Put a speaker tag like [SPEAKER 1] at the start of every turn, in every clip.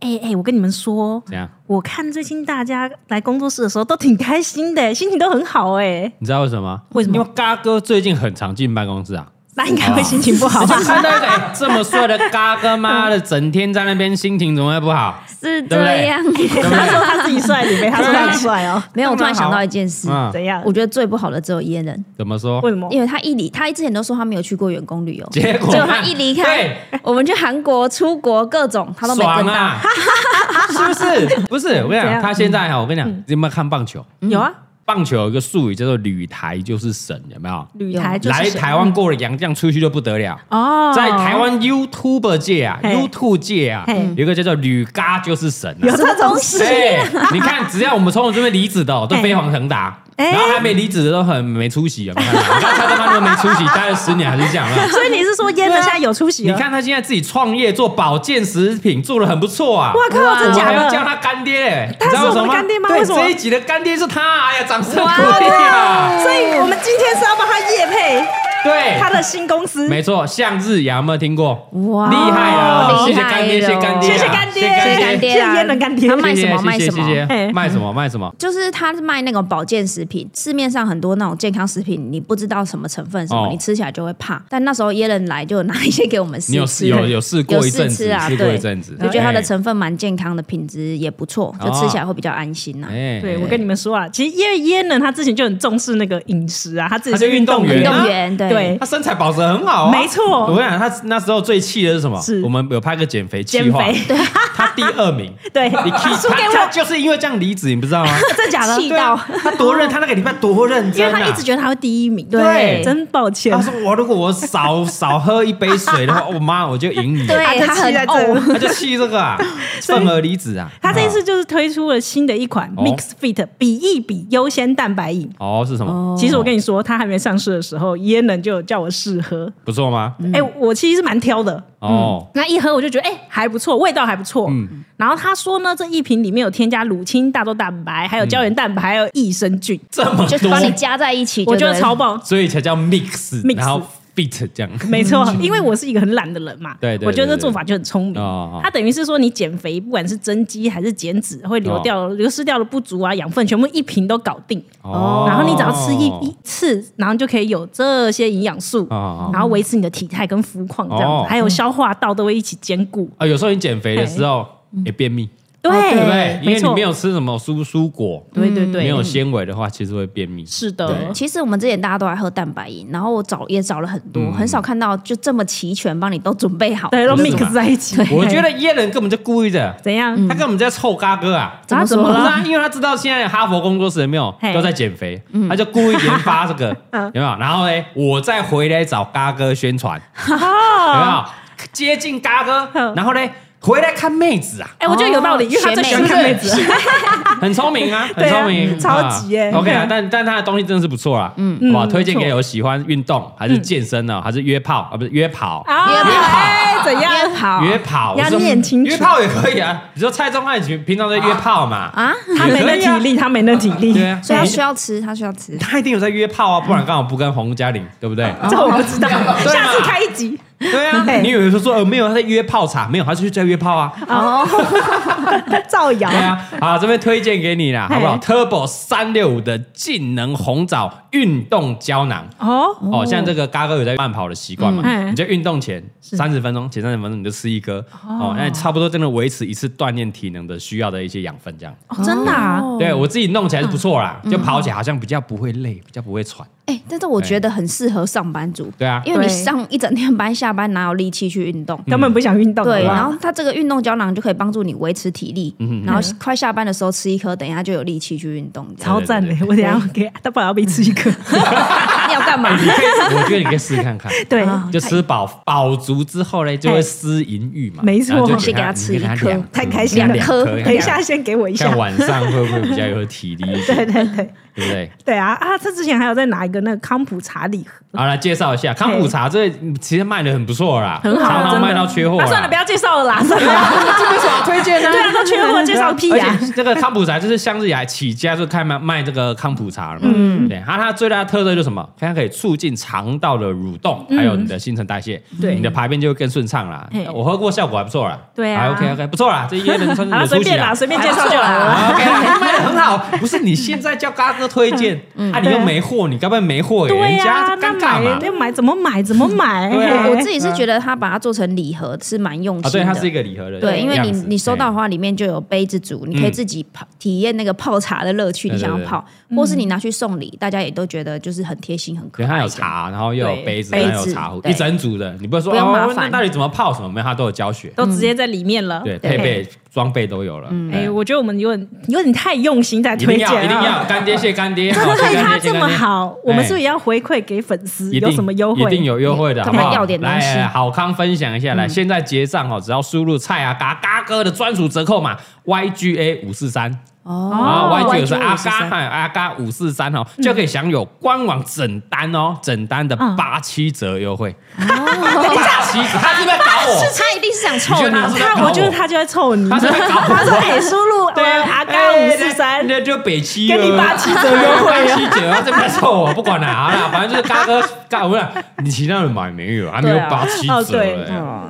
[SPEAKER 1] 哎哎，我跟你们说，
[SPEAKER 2] 怎样？
[SPEAKER 1] 我看最近大家来工作室的时候都挺开心的， 心情都很好哎。
[SPEAKER 2] 你知道为什么吗？
[SPEAKER 1] 为什么
[SPEAKER 2] 因为嘎哥最近很常进办公室啊。
[SPEAKER 1] 那应该会心情不好吧？
[SPEAKER 2] 看到一个哎这么帅的嘎哥，妈的，整天在那边心情怎么会不好？
[SPEAKER 3] 是
[SPEAKER 2] 对不对
[SPEAKER 3] 这样。
[SPEAKER 1] 他说他自己帅， 你没他说他很帅哦。
[SPEAKER 3] 没有，我突然想到一件事，
[SPEAKER 2] 嗯，
[SPEAKER 1] 怎样？
[SPEAKER 3] 我觉得最不好的只有耶人，
[SPEAKER 2] 怎么说
[SPEAKER 1] 为？什么？
[SPEAKER 3] 因为他一离，他之前都说他没有去过员工旅游，
[SPEAKER 2] 结果
[SPEAKER 3] 他一离开
[SPEAKER 2] 对，
[SPEAKER 3] 我们去韩国、出国各种，他都没
[SPEAKER 2] 爽
[SPEAKER 3] 跟到。
[SPEAKER 2] 啊！是不是？不是，我跟你
[SPEAKER 1] 怎
[SPEAKER 2] 讲，
[SPEAKER 1] 样嗯
[SPEAKER 2] 他现在哈，哦我跟你讲，你有没有看棒球？
[SPEAKER 1] 有啊，
[SPEAKER 2] 棒球有一个术语叫做“旅台就是神”，有没有？
[SPEAKER 1] 啊
[SPEAKER 2] 啊
[SPEAKER 1] 旅台就是
[SPEAKER 2] 来
[SPEAKER 1] 神
[SPEAKER 2] 台湾过了洋将出去就不得了。
[SPEAKER 1] 哦，
[SPEAKER 2] 在台湾 YouTube 界啊
[SPEAKER 1] 嘿
[SPEAKER 2] ，YouTube 界啊，
[SPEAKER 1] 嘿
[SPEAKER 2] 有一个叫做“旅嘎就是神”啊。
[SPEAKER 1] 有这种事，
[SPEAKER 2] 哎，
[SPEAKER 1] 啊
[SPEAKER 2] 你看，只要我们从我这边离职的哦， 都飞黄腾达，
[SPEAKER 1] 哎
[SPEAKER 2] 然后还没离职的都很没出息，有没有看到？你看蔡康永都没出息，待了十年还是这样啊。
[SPEAKER 1] 所以你 是说烟的现在有出息啊
[SPEAKER 2] 你
[SPEAKER 1] 了？
[SPEAKER 2] 看他现在自己创业做保健食品，做的很不错啊。
[SPEAKER 1] 哇靠，真
[SPEAKER 2] 我
[SPEAKER 1] 假
[SPEAKER 2] 还要叫
[SPEAKER 1] 的？
[SPEAKER 2] 他干爹嘞，
[SPEAKER 1] 他
[SPEAKER 2] 你知道
[SPEAKER 1] 是
[SPEAKER 2] 为什么
[SPEAKER 1] 我们干爹吗为
[SPEAKER 2] 对，
[SPEAKER 1] 什么
[SPEAKER 2] 这一集的干爹是他，哎呀，掌声鼓
[SPEAKER 3] 哇
[SPEAKER 2] 励啊！
[SPEAKER 1] 所以我们今天是要帮他夜配
[SPEAKER 2] 对，
[SPEAKER 1] 他的新公司。
[SPEAKER 2] 没错，向日阳有没有听过？
[SPEAKER 3] 哇
[SPEAKER 2] 厉害了，谢谢干爹，谢谢干爹啊，
[SPEAKER 1] 哦谢谢干爹
[SPEAKER 3] 谢谢干爹
[SPEAKER 1] 谢
[SPEAKER 3] 啊，
[SPEAKER 1] 谢耶人干爹
[SPEAKER 3] 他卖什么卖
[SPEAKER 2] 谢谢谢谢
[SPEAKER 3] 什么
[SPEAKER 2] 谢。谢，
[SPEAKER 1] 嘿
[SPEAKER 2] 卖什么卖什么？
[SPEAKER 3] 就是他是卖那种保健食品，市面上很多那种健康食品，你不知道什么成分什么，
[SPEAKER 2] 哦
[SPEAKER 3] 你吃起来就会怕。但那时候耶伦来就有拿一些给我们试
[SPEAKER 2] 你有
[SPEAKER 3] 吃，
[SPEAKER 2] 有有 试过一阵子
[SPEAKER 3] 有试吃啊，
[SPEAKER 2] 试过
[SPEAKER 3] 对
[SPEAKER 2] 一阵子
[SPEAKER 3] 我觉得它
[SPEAKER 2] 哎
[SPEAKER 3] 的成分蛮健康的，品质也不错，就吃起来会比较安心啊呐、
[SPEAKER 2] 哎，
[SPEAKER 1] 对，我跟你们说啊，其实因为耶伦他之前就很重视那个饮食啊，他自己
[SPEAKER 2] 他是
[SPEAKER 1] 是
[SPEAKER 2] 运动
[SPEAKER 1] 动
[SPEAKER 2] 员
[SPEAKER 3] 运
[SPEAKER 1] 啊
[SPEAKER 3] 动员对
[SPEAKER 1] 对
[SPEAKER 2] 他身材保持得很好啊，
[SPEAKER 1] 没错
[SPEAKER 2] 我跟你讲，他那时候最气的是什么？
[SPEAKER 1] 是
[SPEAKER 2] 我们有拍个减肥计
[SPEAKER 1] 减
[SPEAKER 2] 划，
[SPEAKER 1] 肥，
[SPEAKER 2] 他第二 名，
[SPEAKER 1] 对，
[SPEAKER 2] 你气
[SPEAKER 1] 输给
[SPEAKER 2] 他他
[SPEAKER 1] 我，
[SPEAKER 2] 就是因为这样离职，你不知 道吗？
[SPEAKER 1] 真假的？
[SPEAKER 3] 气到
[SPEAKER 2] 对啊他多认，他那个礼拜多认
[SPEAKER 1] 因为
[SPEAKER 2] 真
[SPEAKER 1] 他一
[SPEAKER 2] 啊
[SPEAKER 1] 直！觉得他会第一名，
[SPEAKER 2] 对
[SPEAKER 1] 真抱歉
[SPEAKER 2] 他。说我如果我少 少喝一杯 水的话，我妈我就赢你。
[SPEAKER 3] 对，
[SPEAKER 1] 他
[SPEAKER 3] 他
[SPEAKER 1] 就气在
[SPEAKER 3] 很
[SPEAKER 1] 这
[SPEAKER 3] 哦，
[SPEAKER 2] 他就气这 个啊，愤而离职啊！
[SPEAKER 1] 他这一次就是推出了新的一款
[SPEAKER 2] 哦
[SPEAKER 1] Mix Fit 比一比优先蛋白饮。
[SPEAKER 2] 哦是什么？
[SPEAKER 1] 其实我跟你说，他还没上市的时候，耶伦就有叫我试喝。
[SPEAKER 2] 不错吗？
[SPEAKER 1] 哎、我其实是蛮挑的，
[SPEAKER 2] 哦，
[SPEAKER 1] 那一喝我就觉得，哎、还不错，味道还不错。
[SPEAKER 2] 嗯
[SPEAKER 1] 然后他说呢，这一瓶里面有添加乳清、大豆蛋白，还有胶原蛋白，还有益生菌，
[SPEAKER 2] 这么
[SPEAKER 3] 就是把你
[SPEAKER 2] 多，
[SPEAKER 3] 加在一起，
[SPEAKER 1] 嗯我觉得
[SPEAKER 3] 对了
[SPEAKER 1] 超棒。
[SPEAKER 2] 所以才叫 mix，
[SPEAKER 1] Mix
[SPEAKER 2] 然后 fit 这样。
[SPEAKER 1] 没错，因为我是一个很懒的人嘛，
[SPEAKER 2] 对对对
[SPEAKER 1] 我觉得这做法就很聪明。
[SPEAKER 2] 哦哦
[SPEAKER 1] 它等于是说，你减肥不管是增肌还是减脂，会
[SPEAKER 2] 哦
[SPEAKER 1] 流掉、流失掉的不足啊、养分，全部一瓶都搞定。
[SPEAKER 2] 哦
[SPEAKER 1] 然后你只要吃一一次，然后就可以有这些营养素，
[SPEAKER 2] 哦
[SPEAKER 1] 然后维持你的体态跟肤况这样子，
[SPEAKER 2] 哦
[SPEAKER 1] 还有消化道都会一起兼顾。
[SPEAKER 2] 啊，有时候你减肥的时候也便秘，
[SPEAKER 1] 哦对
[SPEAKER 2] 对不对？
[SPEAKER 1] 嗯没
[SPEAKER 2] 因为你
[SPEAKER 1] 错，
[SPEAKER 2] 没有吃什么蔬蔬果，
[SPEAKER 1] 对对对，
[SPEAKER 2] 没有纤维的话，其实会便秘。
[SPEAKER 1] 是的
[SPEAKER 2] 对，
[SPEAKER 3] 其实我们之前大家都爱喝蛋白饮，然后我找也找了很多，
[SPEAKER 2] 嗯
[SPEAKER 3] 很少看到就这么齐全，帮你都准备好。
[SPEAKER 1] 对，都
[SPEAKER 2] 不是嘛
[SPEAKER 1] mix 在一起。
[SPEAKER 2] 我觉得耶伦根本就故意的，
[SPEAKER 1] 怎样？
[SPEAKER 2] 他根本在臭嘎哥啊！
[SPEAKER 3] 怎么
[SPEAKER 1] 嗯啊怎
[SPEAKER 3] 说
[SPEAKER 1] 么
[SPEAKER 2] 不是
[SPEAKER 1] 了？
[SPEAKER 2] 啊，因为他知道现在哈佛工作室有没有
[SPEAKER 1] 嘿嗯
[SPEAKER 2] 都在减肥，他就故意研发这个， 有没有？然后呢，我再回来找嘎哥宣 传，有没有？接近嘎哥，
[SPEAKER 1] 嗯
[SPEAKER 2] 然后呢，回来看妹子啊，
[SPEAKER 1] 哎，我觉得有道理，
[SPEAKER 3] 哦
[SPEAKER 1] 因为他最喜欢
[SPEAKER 2] 学妹
[SPEAKER 1] 看妹子。
[SPEAKER 2] 很聪明啊，
[SPEAKER 1] 对
[SPEAKER 2] 很
[SPEAKER 1] 啊
[SPEAKER 2] 聪明，
[SPEAKER 1] 超级耶
[SPEAKER 2] 啊 OK 啊
[SPEAKER 1] 对，
[SPEAKER 2] 但但他的东西真的是不错啦，嗯，哇，
[SPEAKER 1] 嗯
[SPEAKER 2] 推荐
[SPEAKER 1] 不错嗯
[SPEAKER 2] 给有喜欢运动还是健身呢，还是约炮啊，不是约跑。
[SPEAKER 1] 啊
[SPEAKER 3] 约炮
[SPEAKER 1] 哎，怎样？
[SPEAKER 3] 约跑
[SPEAKER 2] 约跑，
[SPEAKER 1] 要
[SPEAKER 2] 我说
[SPEAKER 1] 念清楚
[SPEAKER 2] 约炮也可以啊。你说蔡宗汉平平常在约炮嘛？
[SPEAKER 3] 啊，
[SPEAKER 1] 他没那
[SPEAKER 2] 也可以啊
[SPEAKER 1] 体力，他没那体力。
[SPEAKER 2] 对啊，
[SPEAKER 3] 所以他
[SPEAKER 2] 你
[SPEAKER 3] 需要吃，他需要吃。
[SPEAKER 2] 他一定有在约炮啊，不然刚好不跟洪嘉玲，对不对？
[SPEAKER 1] 这我不知道，
[SPEAKER 2] 对啊
[SPEAKER 1] 下
[SPEAKER 2] 嘛
[SPEAKER 1] 次开一集。
[SPEAKER 2] 对啊，
[SPEAKER 1] 对
[SPEAKER 2] 你以为说说呃没有他在约炮场，没有他就是在约炮啊。
[SPEAKER 3] 哦，
[SPEAKER 1] 造谣
[SPEAKER 2] 对啊，好，这边推荐给你啦，
[SPEAKER 1] 嘿
[SPEAKER 2] 好不好？Turbo 三六五的劲能红枣运动胶囊。
[SPEAKER 1] 哦，
[SPEAKER 2] 哦，像这个嘎哥有在慢跑的习惯嘛，
[SPEAKER 1] 嗯
[SPEAKER 2] 你就运动前三十分钟，前三十分钟你就吃一颗，哦，那差不多真的维持一次锻炼体能的需要的一些养分，这样。
[SPEAKER 1] 哦嗯真的啊，
[SPEAKER 2] 对我自己弄起来是不错啦，就跑起来好像比较不会累，比较不会喘。
[SPEAKER 3] 哎、但是我觉得很适合上班族，
[SPEAKER 2] 对啊
[SPEAKER 3] 因为你
[SPEAKER 1] 对
[SPEAKER 3] 上一整天班，下班哪有力气去运动？
[SPEAKER 2] 嗯
[SPEAKER 1] 根本不想运动。
[SPEAKER 3] 对，
[SPEAKER 1] 好不好
[SPEAKER 3] 然后它这个运动胶囊就可以帮助你维持体力，
[SPEAKER 2] 嗯
[SPEAKER 3] 然后快下班的时候吃一颗，等一下就有力气去运动。 这样
[SPEAKER 1] 超赞的
[SPEAKER 2] 对，
[SPEAKER 1] 我等一下给他爸要被吃一颗。
[SPEAKER 3] 你要 干嘛？
[SPEAKER 2] 你可以，我觉得你可以试试看看。
[SPEAKER 1] 对，哎
[SPEAKER 3] 啊
[SPEAKER 2] 就吃饱饱足之后呢，就会失淫欲嘛。
[SPEAKER 1] 没错
[SPEAKER 2] 然后就
[SPEAKER 3] 先给他吃一
[SPEAKER 2] 你给他
[SPEAKER 3] 颗
[SPEAKER 2] 两颗
[SPEAKER 1] 太开心了
[SPEAKER 2] 两颗，
[SPEAKER 3] 两颗
[SPEAKER 1] 等一下先给我一下
[SPEAKER 2] 看。晚上会不会比较有体力一些，
[SPEAKER 1] 对对对
[SPEAKER 2] 对不对？
[SPEAKER 1] 对啊啊！他之前还有在拿一个那个康普茶礼盒，
[SPEAKER 2] 好，来介绍一下康普茶，这其实卖的很不错啦，
[SPEAKER 1] 很好，啊
[SPEAKER 2] 常
[SPEAKER 1] 真
[SPEAKER 2] 常
[SPEAKER 1] 的
[SPEAKER 2] 卖到缺货啦。
[SPEAKER 1] 啊，算了，不要介绍了啦，算了，
[SPEAKER 2] 哦这为什么要推荐呢？
[SPEAKER 1] 对啊，都缺货，介绍屁呀、
[SPEAKER 2] 而且这个康普茶就是向日雅起家就开卖卖这个康普茶了嘛。嗯，对，它它最大的特色就是什么？它可以促进肠道的蠕动，还有你的新陈代谢，
[SPEAKER 1] 嗯对
[SPEAKER 2] 你的排便就会更顺畅啦
[SPEAKER 1] 嘿。
[SPEAKER 2] 我喝过，效果还不错啦。
[SPEAKER 1] 对啊
[SPEAKER 2] o k OK，不错啦，这一些人算 是
[SPEAKER 1] 好了，
[SPEAKER 2] 有
[SPEAKER 1] 随
[SPEAKER 2] 出息
[SPEAKER 1] 便
[SPEAKER 2] 啦
[SPEAKER 1] 啦，。随便介绍就好了。
[SPEAKER 2] 啊 OK 啦，卖的很好，不是你现在叫嘎哥 推荐，啊，你又没货，你该不会没货给
[SPEAKER 1] 嗯对
[SPEAKER 2] 人
[SPEAKER 1] 呀、
[SPEAKER 2] 家
[SPEAKER 1] 那
[SPEAKER 2] 尴尬嘛
[SPEAKER 1] 买？要买怎么买怎么买？
[SPEAKER 2] 对啊
[SPEAKER 1] 嘿
[SPEAKER 3] 我自己是觉得他把它做成礼盒是蛮用
[SPEAKER 2] 啊，
[SPEAKER 3] 心
[SPEAKER 2] 对，
[SPEAKER 3] 的。
[SPEAKER 2] 它是一个礼盒的样子，
[SPEAKER 3] 对，因为你你收到的
[SPEAKER 2] 嘿
[SPEAKER 3] 话，里面就有杯子组，你可以自己泡体验那个泡茶的乐趣，
[SPEAKER 2] 嗯对
[SPEAKER 3] 你
[SPEAKER 2] 对
[SPEAKER 3] 想要泡，或是你拿去送礼，大家也都觉得就是很贴心、很可
[SPEAKER 2] 对，它
[SPEAKER 3] 爱
[SPEAKER 2] 有
[SPEAKER 3] 这样。
[SPEAKER 2] 茶，然后又有
[SPEAKER 1] 对
[SPEAKER 2] 杯子，
[SPEAKER 3] 杯
[SPEAKER 2] 然后有
[SPEAKER 3] 子
[SPEAKER 2] 茶壶，
[SPEAKER 3] 对
[SPEAKER 2] 一整组的，你不是说
[SPEAKER 3] 不用麻
[SPEAKER 2] 哦，
[SPEAKER 3] 烦
[SPEAKER 2] 那到底怎么泡什么？没有，它都有教学，
[SPEAKER 1] 都直接在里面了。
[SPEAKER 2] 对，
[SPEAKER 3] 对
[SPEAKER 2] 配备装备都有了。
[SPEAKER 1] 嗯哎、
[SPEAKER 2] 对
[SPEAKER 1] 我觉得我们有点有点太用心在
[SPEAKER 2] 嗯一
[SPEAKER 1] 推
[SPEAKER 2] 定
[SPEAKER 1] 荐、
[SPEAKER 2] 要
[SPEAKER 1] 啊，
[SPEAKER 2] 一定要干爹谢干爹，
[SPEAKER 1] 真的
[SPEAKER 2] 好
[SPEAKER 1] 对
[SPEAKER 2] 谢
[SPEAKER 1] 他
[SPEAKER 2] 干爹哎
[SPEAKER 1] 这么，好，我们是不是也要回馈给粉丝？
[SPEAKER 2] 谢干爹一
[SPEAKER 1] 有
[SPEAKER 2] 定
[SPEAKER 1] 什么优惠？
[SPEAKER 2] 一定有优惠的，好
[SPEAKER 3] 他
[SPEAKER 2] 不
[SPEAKER 3] 们
[SPEAKER 2] 好？
[SPEAKER 3] 要点东
[SPEAKER 2] 来
[SPEAKER 3] 西
[SPEAKER 2] 来，来好康分享一下，
[SPEAKER 1] 嗯
[SPEAKER 2] 来，现在结账哦，只要输入菜啊嘎嘎哥的专属折扣码 YGA 五四三。啊
[SPEAKER 1] 哦
[SPEAKER 2] ，YG 有是
[SPEAKER 3] YG
[SPEAKER 2] 阿
[SPEAKER 3] 五十
[SPEAKER 2] 嘎
[SPEAKER 3] 三
[SPEAKER 2] 还有阿嘎五四三哦，就可以享有官网整单哦，整单的
[SPEAKER 1] 嗯哦
[SPEAKER 2] 八七折优惠。 八七折，他是不是在搞我？
[SPEAKER 3] 是他一定是想
[SPEAKER 2] 你觉
[SPEAKER 3] 臭
[SPEAKER 2] 得他是
[SPEAKER 3] 你，
[SPEAKER 1] 他，我觉得他就在凑你。
[SPEAKER 2] 他是在搞 我
[SPEAKER 1] 他说：“哎，输入
[SPEAKER 2] 对啊，
[SPEAKER 1] 阿刚五四
[SPEAKER 2] 哎
[SPEAKER 1] 三，
[SPEAKER 2] 那那就北七了，
[SPEAKER 1] 给你八七折优惠
[SPEAKER 2] 八七折啊，这边臭我不管了，好啦，反正就是嘎哥嘎，不是你其他人买没有，还没有
[SPEAKER 3] 对啊
[SPEAKER 2] 八七
[SPEAKER 1] 哦
[SPEAKER 2] 折
[SPEAKER 1] 对
[SPEAKER 2] 嘞。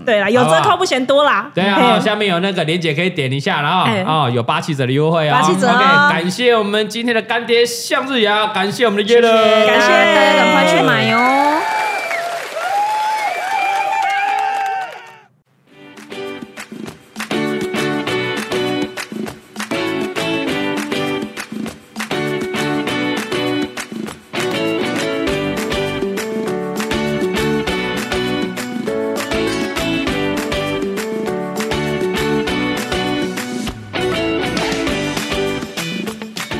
[SPEAKER 1] 对啦，有折扣不嫌多啦。
[SPEAKER 2] 对
[SPEAKER 1] 嘿
[SPEAKER 2] 啊，哦下面有那个链接可以点一下，然后
[SPEAKER 1] 哎
[SPEAKER 2] 啊有八七折的优惠哦。
[SPEAKER 1] 八七折哦
[SPEAKER 2] OK，感谢我们今天的干爹向日雅，感谢我们的耶
[SPEAKER 3] 大
[SPEAKER 2] 乐，
[SPEAKER 1] 感谢
[SPEAKER 3] 家大家赶快去买哦。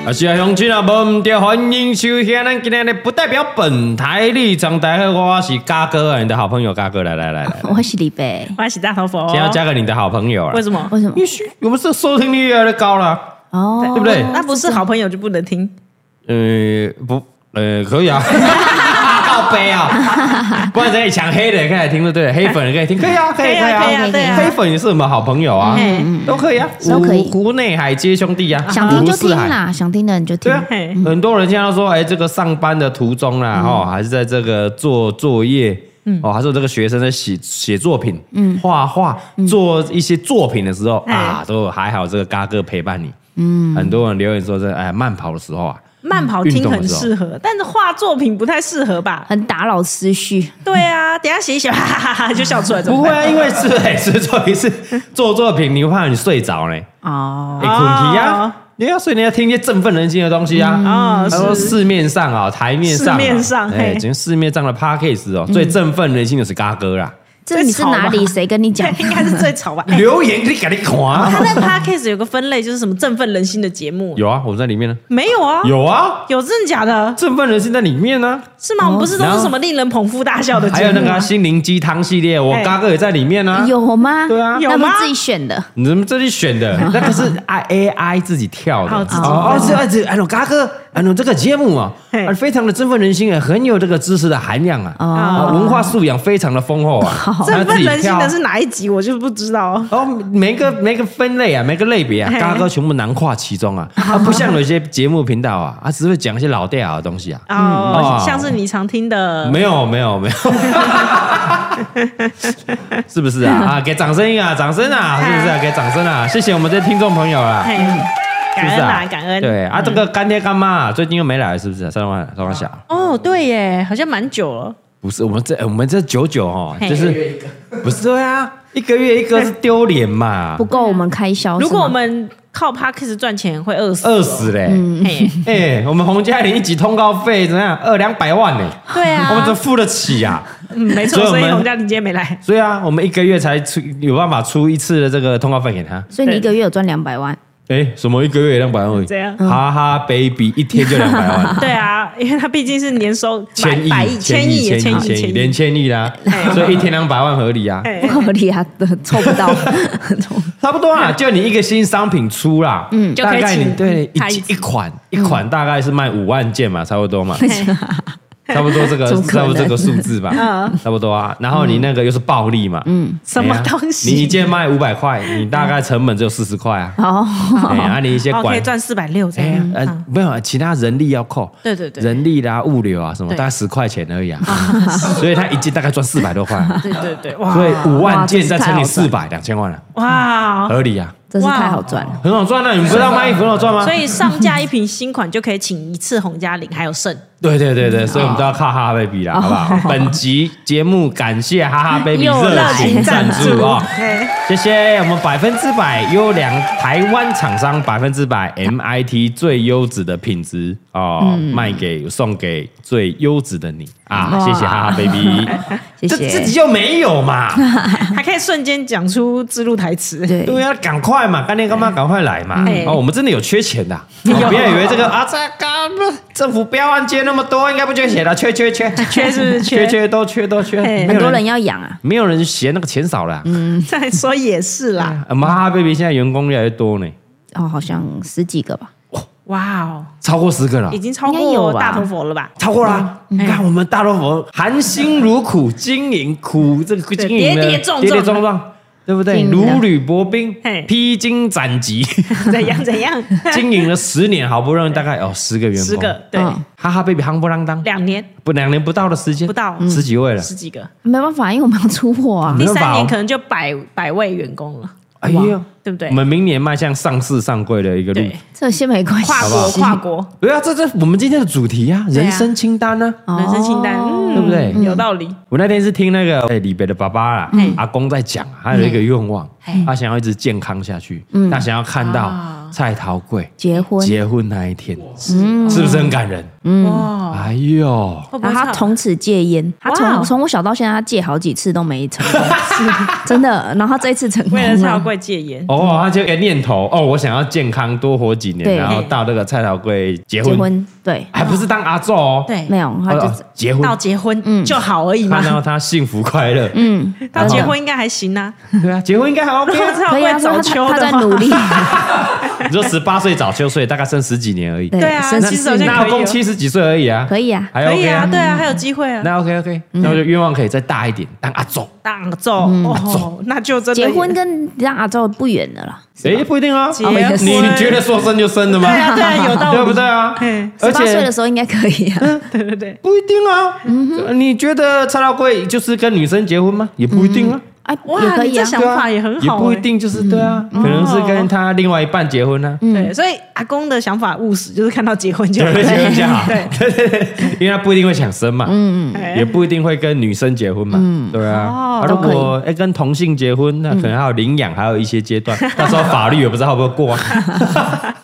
[SPEAKER 2] 啊，是啊，乡亲啊，无唔对，欢迎收听咱今天的不代表本台立场。大家好，我是嘎哥啊，你的好朋友嘎哥，来来来来，
[SPEAKER 1] 嗯
[SPEAKER 3] 我是李贝，
[SPEAKER 1] 欢喜大头佛，哦
[SPEAKER 2] 先要加个你的好朋友啊
[SPEAKER 1] 为。什么？
[SPEAKER 3] 为什么
[SPEAKER 2] 哦因？为是我们这收听率越来越高了，
[SPEAKER 3] 哦，
[SPEAKER 2] 对不对？
[SPEAKER 1] 那不是好朋友就不能听，
[SPEAKER 2] 呃，不，呃，可以 啊，告杯啊，不然这里抢黑的也可以来听，对不对？黑粉也可以听，可以啊，可
[SPEAKER 1] 可
[SPEAKER 2] 以，
[SPEAKER 1] 以啊
[SPEAKER 2] 可
[SPEAKER 1] 可
[SPEAKER 2] 以
[SPEAKER 1] 以啊
[SPEAKER 2] 啊
[SPEAKER 1] 对啊
[SPEAKER 2] 黑粉也是我们好朋友啊，
[SPEAKER 1] 嘿
[SPEAKER 2] 都可以啊，
[SPEAKER 3] 都可以
[SPEAKER 2] 五湖内海皆兄弟啊，
[SPEAKER 3] 嗯想听就听
[SPEAKER 2] 五湖四海
[SPEAKER 3] 啦，想听的你就听
[SPEAKER 2] 对。啊
[SPEAKER 1] 嘿，
[SPEAKER 2] 很多人现在都说，哎，这个上班的途中
[SPEAKER 1] 嗯
[SPEAKER 2] 啦，哦，还是在这个做作业，哦，还是有这个学生在写写作品，嗯，画画，做一些作品的时候
[SPEAKER 1] 哎
[SPEAKER 2] 啊，都还好，这个嘎哥陪伴你。嗯，很多人留言说这，哎，慢跑的时 候啊，
[SPEAKER 1] 慢跑听很适合，但是画作品不太适合吧？
[SPEAKER 3] 很打扰思绪，
[SPEAKER 1] 对啊，等一下写一写，哈哈哈哈就笑出来，怎
[SPEAKER 2] 不
[SPEAKER 1] 么
[SPEAKER 2] 会
[SPEAKER 1] 办？
[SPEAKER 2] 啊，因为是哎，是 做一次做作品，你会怕你睡着呢，
[SPEAKER 3] 哦，
[SPEAKER 2] 哎，困题啊。你要睡，你要听一些振奋人心的东西啊！
[SPEAKER 1] 哦
[SPEAKER 2] 他说
[SPEAKER 1] 是
[SPEAKER 2] 市面上啊，台面上啊，
[SPEAKER 1] 市面上
[SPEAKER 2] 哎，
[SPEAKER 1] 嘿嗯
[SPEAKER 2] 整个市面上的 p a c k a g e 哦，最振奋人心的是嘎哥啦。
[SPEAKER 3] 这你是哪
[SPEAKER 1] 在吵啊
[SPEAKER 3] 里？谁跟你讲
[SPEAKER 1] 对？应该是最吵吧？哎
[SPEAKER 2] 留言你赶紧看啊！
[SPEAKER 1] 他在 podcast 有个分类，就是什么振奋人心的节目，
[SPEAKER 2] 有啊，我在里面呢。
[SPEAKER 1] 没有啊？
[SPEAKER 2] 有啊，
[SPEAKER 1] 有真的假的？
[SPEAKER 2] 振奋人心在里面呢、
[SPEAKER 1] 是吗？我们不是都
[SPEAKER 2] 然
[SPEAKER 1] 是
[SPEAKER 2] 后
[SPEAKER 1] 什么令人捧腹大笑的节目？
[SPEAKER 2] 哦还有那个啊、心灵鸡汤系列，我
[SPEAKER 1] 哎
[SPEAKER 2] 嘎哥也在里面呢、啊。
[SPEAKER 3] 有吗？
[SPEAKER 2] 对啊
[SPEAKER 1] 有
[SPEAKER 3] 那
[SPEAKER 1] 吗
[SPEAKER 3] 不是自己选的。
[SPEAKER 2] 你怎么自己 选的？那个是 I A I 自己跳的
[SPEAKER 1] 哦自己
[SPEAKER 2] 哦，这这哎呦嘎哥，哎呦这个节目啊，
[SPEAKER 1] 嘿哦
[SPEAKER 2] 啊非常的振奋人心啊，很有这个知识的含量啊，啊文化素养非常的丰厚啊。
[SPEAKER 1] 振奋
[SPEAKER 2] 他自
[SPEAKER 1] 人心
[SPEAKER 2] 己跳啊
[SPEAKER 1] 的是哪一集？我就不知道。
[SPEAKER 2] 哦，每个每个分类啊，每个类别啊
[SPEAKER 1] 嘿，
[SPEAKER 2] 嘎哥全部囊括其中啊，啊不像有些节目频道啊，啊只会讲一些老掉牙的东西啊。
[SPEAKER 1] 哦，
[SPEAKER 2] 哦
[SPEAKER 1] 像是你常听的，
[SPEAKER 2] 没有没有 没有，是不是啊？ 啊，给掌声啊，掌声啊，
[SPEAKER 1] 哎
[SPEAKER 2] 是不是啊？给掌声啊！谢谢我们这听众朋友啦，
[SPEAKER 1] 嘿，
[SPEAKER 2] 是
[SPEAKER 1] 感
[SPEAKER 2] 不是
[SPEAKER 1] 恩
[SPEAKER 2] 啊
[SPEAKER 1] 啊，？感恩。
[SPEAKER 2] 对啊，这个干爹干妈啊最近又没来，是不是啊？三万三万小，
[SPEAKER 1] 哦，对耶，好像蛮久了。
[SPEAKER 2] 不是我们这我们这九九哦，
[SPEAKER 1] 嘿
[SPEAKER 2] 就是不是对啊？一个月一个是丢脸嘛
[SPEAKER 3] 不，够我们开
[SPEAKER 2] 哦
[SPEAKER 3] 销。
[SPEAKER 1] 如果我
[SPEAKER 3] 是吗
[SPEAKER 1] 们靠 podcast 赚钱，会饿死。
[SPEAKER 2] 饿死嘞！
[SPEAKER 1] 嘿，
[SPEAKER 2] 哎，我们洪嘉玲一集通告费怎么样？二两百万呢，
[SPEAKER 1] 对
[SPEAKER 2] 我们
[SPEAKER 1] 啊
[SPEAKER 2] 都，付得起啊！
[SPEAKER 1] 嗯，没错
[SPEAKER 2] 所以。我
[SPEAKER 1] 所
[SPEAKER 2] 们
[SPEAKER 1] 以洪嘉玲今天没 来，
[SPEAKER 2] 所以啊，我们一个月才出有办法出一次的这个通告费给他。
[SPEAKER 3] 所以你一个月有赚两百万，
[SPEAKER 2] 哎，什么一个月两百万？
[SPEAKER 1] 这样
[SPEAKER 2] 哈哈，baby，一 天就两百万，
[SPEAKER 1] 对啊，因为他毕竟是年收
[SPEAKER 2] 千亿、
[SPEAKER 1] 百亿、
[SPEAKER 2] 千
[SPEAKER 1] 亿、
[SPEAKER 2] 千
[SPEAKER 1] 千
[SPEAKER 2] 亿、
[SPEAKER 1] 千
[SPEAKER 2] 千亿，连千亿啦
[SPEAKER 1] 哎，
[SPEAKER 2] 所以一天两百万合理啊，
[SPEAKER 1] 嘿
[SPEAKER 3] 不合理啊，凑 不到，凑
[SPEAKER 2] 差不多啦。就你一个新商品出啦，嗯，
[SPEAKER 1] 哎就可
[SPEAKER 2] 大
[SPEAKER 1] 以
[SPEAKER 2] 概你
[SPEAKER 1] 请
[SPEAKER 2] 对
[SPEAKER 1] 他
[SPEAKER 2] 一
[SPEAKER 1] 一嗯
[SPEAKER 2] 一款一款大概是卖五万件嘛，差不多嘛。差不多这个，
[SPEAKER 3] 怎么可
[SPEAKER 2] 差不
[SPEAKER 3] 能
[SPEAKER 2] 多这个数字吧，差不多啊。然后你那个又是暴利嘛，嗯，
[SPEAKER 1] 嗯什么东西
[SPEAKER 2] 你一件卖五百块，你大概成本只有四十 块啊。
[SPEAKER 3] 哦，
[SPEAKER 2] 哎呀，啊你一些
[SPEAKER 1] 哦，可
[SPEAKER 2] 管
[SPEAKER 1] 以，赚嗯四百六这
[SPEAKER 2] 哎呀
[SPEAKER 1] 样，。
[SPEAKER 2] 呃，没有啊，其他人力要扣，
[SPEAKER 1] 对对对
[SPEAKER 2] 人力啦、物流啊什么，
[SPEAKER 1] 对
[SPEAKER 2] 大概十块钱而已啊。 所以他一件大概赚四百多块啊，
[SPEAKER 1] 对对对，哇
[SPEAKER 2] 所以五万
[SPEAKER 3] 哇
[SPEAKER 2] 件再乘以
[SPEAKER 3] 这是
[SPEAKER 2] 四百，两千万了，
[SPEAKER 1] 哇，
[SPEAKER 2] 合理啊，
[SPEAKER 3] 真是太好赚了。
[SPEAKER 2] 很好赚啊！你们不知道卖衣服很好赚吗？
[SPEAKER 1] 所以上架一瓶新款就可以请一次红加零，还有剩。
[SPEAKER 2] 对对对对，所以我们都要靠哈哈 baby 啦，好不好？本集节目感谢哈哈 baby
[SPEAKER 1] 又
[SPEAKER 2] 热情赞助啊、
[SPEAKER 1] 对
[SPEAKER 2] 谢谢我们百分之百优良台湾厂商百分之百 MIT 最优质的品质哦，卖给送给最优质的你啊！
[SPEAKER 3] 哇
[SPEAKER 2] 谢谢哈哈 baby，
[SPEAKER 3] 谢
[SPEAKER 2] 这自己
[SPEAKER 3] 谢。
[SPEAKER 2] 就没有嘛？
[SPEAKER 1] 还可以瞬间讲出自录台词。
[SPEAKER 3] 对，
[SPEAKER 2] 对啊，赶快嘛，干爹干妈赶快来嘛！
[SPEAKER 1] 嗯
[SPEAKER 2] 哦，我们真的有缺 钱的啊，哦不要以为这个啊，这干政府标案接那么多，应该不缺钱 啊了，缺缺缺
[SPEAKER 1] 缺是不 是
[SPEAKER 2] 缺
[SPEAKER 1] 缺
[SPEAKER 2] 缺都缺都缺，
[SPEAKER 1] 嘿
[SPEAKER 2] 没
[SPEAKER 3] 很
[SPEAKER 2] 有
[SPEAKER 3] 多人
[SPEAKER 2] 人
[SPEAKER 3] 要养啊，
[SPEAKER 2] 没有人嫌那个钱少了啊。
[SPEAKER 1] 再说也是啦，
[SPEAKER 2] 啊我们哈哈 baby 现在员工越来越多呢，
[SPEAKER 3] 哦，好像十几个吧。
[SPEAKER 1] 哇哦，
[SPEAKER 2] 超过十个了
[SPEAKER 1] 已。经超
[SPEAKER 3] 应该有
[SPEAKER 1] 过
[SPEAKER 3] 吧
[SPEAKER 1] 大头佛了吧？
[SPEAKER 2] 超过啦！
[SPEAKER 1] 嗯
[SPEAKER 2] 你看我们大罗佛含辛茹苦经营苦这个
[SPEAKER 1] 对
[SPEAKER 2] 经营的
[SPEAKER 1] 跌跌撞撞
[SPEAKER 2] 跌跌撞撞，对不对？
[SPEAKER 3] 经营
[SPEAKER 2] 如
[SPEAKER 3] 的
[SPEAKER 2] 履薄冰
[SPEAKER 1] 嘿，
[SPEAKER 2] 披荆斩 棘，
[SPEAKER 1] 怎 样怎样？
[SPEAKER 2] 经营了十年，好不容易大概哦十个员工，
[SPEAKER 1] 十个，对，
[SPEAKER 3] 嗯
[SPEAKER 2] 哈哈 baby 夯不啷当，
[SPEAKER 1] 两年
[SPEAKER 2] 不两年不到的时间，
[SPEAKER 1] 不到
[SPEAKER 2] 十几位了。
[SPEAKER 1] 十几个，
[SPEAKER 3] 没办法，因为我们要出货啊
[SPEAKER 2] 没
[SPEAKER 1] 第
[SPEAKER 2] 办法
[SPEAKER 1] 三
[SPEAKER 2] 哦
[SPEAKER 1] 年可能就百百位员工了，
[SPEAKER 2] 哎呦，
[SPEAKER 1] 对不对
[SPEAKER 2] 我？们明年迈向上市上柜的一个路
[SPEAKER 1] 对。，
[SPEAKER 3] 这些没关系。
[SPEAKER 1] 跨国跨国
[SPEAKER 2] 对啊，这这我们今天的主题啊，人生清单呢、啊。
[SPEAKER 3] 哦
[SPEAKER 1] 人生清单，嗯
[SPEAKER 2] 对不对
[SPEAKER 1] 有道理，
[SPEAKER 2] 我那天是听那个哎李北的爸爸啦，阿公在讲啊，他有一个愿望，他想要一直健康下去，他想要看到蔡桃贵
[SPEAKER 3] 结婚，嗯
[SPEAKER 2] 结婚那一天，是不是很感人？
[SPEAKER 1] 哇，
[SPEAKER 2] 哎呦，
[SPEAKER 1] 哦会不
[SPEAKER 3] 然
[SPEAKER 1] 会
[SPEAKER 3] 后
[SPEAKER 1] 唱
[SPEAKER 3] 他从此戒烟，他
[SPEAKER 1] 哇哦
[SPEAKER 3] 从从我小到现在，他戒好几次都没成功， 真的。然后这一次成功
[SPEAKER 1] 为了超
[SPEAKER 3] 了，
[SPEAKER 1] 怪戒烟？
[SPEAKER 2] 哦，他就有个念头，哦，我想要健康多活几年，
[SPEAKER 3] 对
[SPEAKER 2] 然后到那个蔡桃贵结
[SPEAKER 3] 结
[SPEAKER 2] 婚，
[SPEAKER 3] 婚对，
[SPEAKER 2] 还不是当阿昼哦，
[SPEAKER 1] 对，
[SPEAKER 3] 没有，他
[SPEAKER 2] 哦，
[SPEAKER 3] 就
[SPEAKER 2] 哦结婚
[SPEAKER 1] 到结
[SPEAKER 2] 嗯
[SPEAKER 1] 婚就好而已嘛
[SPEAKER 2] 看，到他幸福快乐，
[SPEAKER 3] 嗯，
[SPEAKER 1] 到
[SPEAKER 3] 真
[SPEAKER 1] 结
[SPEAKER 3] 的
[SPEAKER 1] 婚应该还行啊。
[SPEAKER 2] 对啊，结婚应该还 OK
[SPEAKER 1] 如果
[SPEAKER 2] 啊。
[SPEAKER 1] 超
[SPEAKER 3] 可以
[SPEAKER 1] 怪
[SPEAKER 3] 啊，
[SPEAKER 1] 早
[SPEAKER 3] 他
[SPEAKER 1] 秋
[SPEAKER 3] 他他
[SPEAKER 1] 的
[SPEAKER 3] 在
[SPEAKER 1] 话，
[SPEAKER 3] 努力，
[SPEAKER 2] 你说十八岁早秋岁，大概剩十几年而已，
[SPEAKER 1] 对啊
[SPEAKER 3] 生
[SPEAKER 1] 其实好像那
[SPEAKER 3] 四女
[SPEAKER 2] 那我公七十几岁而已啊，
[SPEAKER 3] 可以啊，
[SPEAKER 2] 还
[SPEAKER 1] 可以
[SPEAKER 2] OK
[SPEAKER 1] 啊，对啊，还有机会啊。
[SPEAKER 2] 那 OK OK，那我就愿望可以再大一点，当阿总。
[SPEAKER 1] 挡走
[SPEAKER 2] 嗯
[SPEAKER 1] 哦，那就真的
[SPEAKER 3] 结婚
[SPEAKER 1] 也
[SPEAKER 3] 跟让阿赵不远了啦，
[SPEAKER 2] 哎，不一定啊，
[SPEAKER 1] 结婚
[SPEAKER 2] 你你觉得说生就生的吗？
[SPEAKER 1] 对啊，对啊，有道理，
[SPEAKER 2] 对不对？啊？而
[SPEAKER 3] 十八岁的
[SPEAKER 2] 且嗯
[SPEAKER 3] 时候应该可以啊，
[SPEAKER 1] 对对对，
[SPEAKER 2] 不一定啊，你觉得蔡老贵就是跟女生结婚吗？也不一定啊，
[SPEAKER 3] 哎，也
[SPEAKER 1] 哇，
[SPEAKER 3] 可
[SPEAKER 1] 你
[SPEAKER 3] 以
[SPEAKER 1] 这
[SPEAKER 3] 啊，
[SPEAKER 1] 想
[SPEAKER 2] 对啊
[SPEAKER 1] 法也很
[SPEAKER 2] 也
[SPEAKER 1] 好，
[SPEAKER 2] 不一。定就是对啊，可能是跟他另外一半结婚啊。
[SPEAKER 1] 对，所以阿公的想法务实，就是看到结婚就
[SPEAKER 2] 结婚结婚就好，
[SPEAKER 1] 对，
[SPEAKER 2] 对 对对，因为他不一定会想生嘛，嗯
[SPEAKER 1] 哎嗯哦
[SPEAKER 2] 也不一定会跟女生结婚嘛，对啊。啊如果哎跟同性结婚，那可能还有领养，还有一些阶段，
[SPEAKER 1] 嗯
[SPEAKER 2] 到时候法律也不知道会不会 过啊。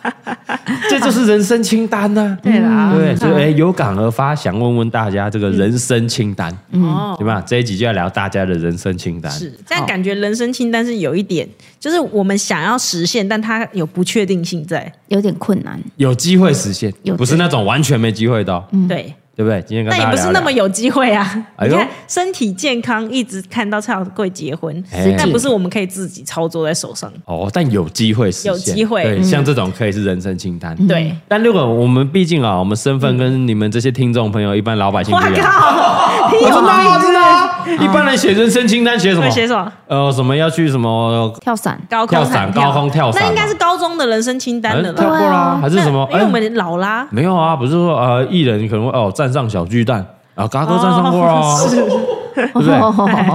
[SPEAKER 2] 这就是人生清单呐，
[SPEAKER 1] 对啦嗯
[SPEAKER 2] 对，所以哎有感而发，想问问大家这个人生清单，
[SPEAKER 1] 哦
[SPEAKER 2] 对，吧？这一集就要聊大家的人生清单，
[SPEAKER 1] 是这样感觉人生清单是有一点，就是我们想要实现，但它有不确定性在，
[SPEAKER 3] 有点困难，
[SPEAKER 2] 有机会实现
[SPEAKER 3] 有，
[SPEAKER 2] 不是那种完全没机会的哦，
[SPEAKER 1] 对。
[SPEAKER 2] 对不对？今天跟
[SPEAKER 1] 但
[SPEAKER 2] 大
[SPEAKER 1] 也不
[SPEAKER 2] 家
[SPEAKER 1] 是嗯
[SPEAKER 2] 聊
[SPEAKER 1] 那
[SPEAKER 2] 聊
[SPEAKER 1] 么。有机会啊！
[SPEAKER 2] 哎
[SPEAKER 1] 你
[SPEAKER 2] 呦
[SPEAKER 1] 看身体健康，一直看到蔡小贵结婚
[SPEAKER 2] 哎，
[SPEAKER 1] 但不是我们可以自己操作在手上。
[SPEAKER 2] 哦，但有机会实现，
[SPEAKER 1] 有机会嗯
[SPEAKER 2] 对，像这种可以是人生清单。
[SPEAKER 1] 对，
[SPEAKER 2] 但如果我们毕竟啊，我们身份跟你们这些听众朋友、一般老百姓
[SPEAKER 1] 哇
[SPEAKER 2] 不一样。
[SPEAKER 1] 靠，你
[SPEAKER 2] 我
[SPEAKER 1] 有
[SPEAKER 2] 真的
[SPEAKER 1] 病
[SPEAKER 2] 啊，真的啊！一般人写人生清单写什么
[SPEAKER 1] 会？写什么？
[SPEAKER 2] 呃，什么要去什么
[SPEAKER 3] 跳伞，
[SPEAKER 1] 高空
[SPEAKER 2] 跳
[SPEAKER 1] 弹
[SPEAKER 2] 伞、
[SPEAKER 1] 跳
[SPEAKER 2] 高空跳伞啊？
[SPEAKER 1] 那应该是高中的人生清单
[SPEAKER 2] 呃
[SPEAKER 1] 了
[SPEAKER 2] 跳
[SPEAKER 1] 啦。
[SPEAKER 2] 过啦，还是什么？
[SPEAKER 1] 那因为我
[SPEAKER 2] 哎
[SPEAKER 1] 们老啦，
[SPEAKER 2] 没有啊，不是说呃，艺人可能会哦，站上小巨蛋啊，嘎哥站上过啊，
[SPEAKER 1] 哦
[SPEAKER 2] 对不对？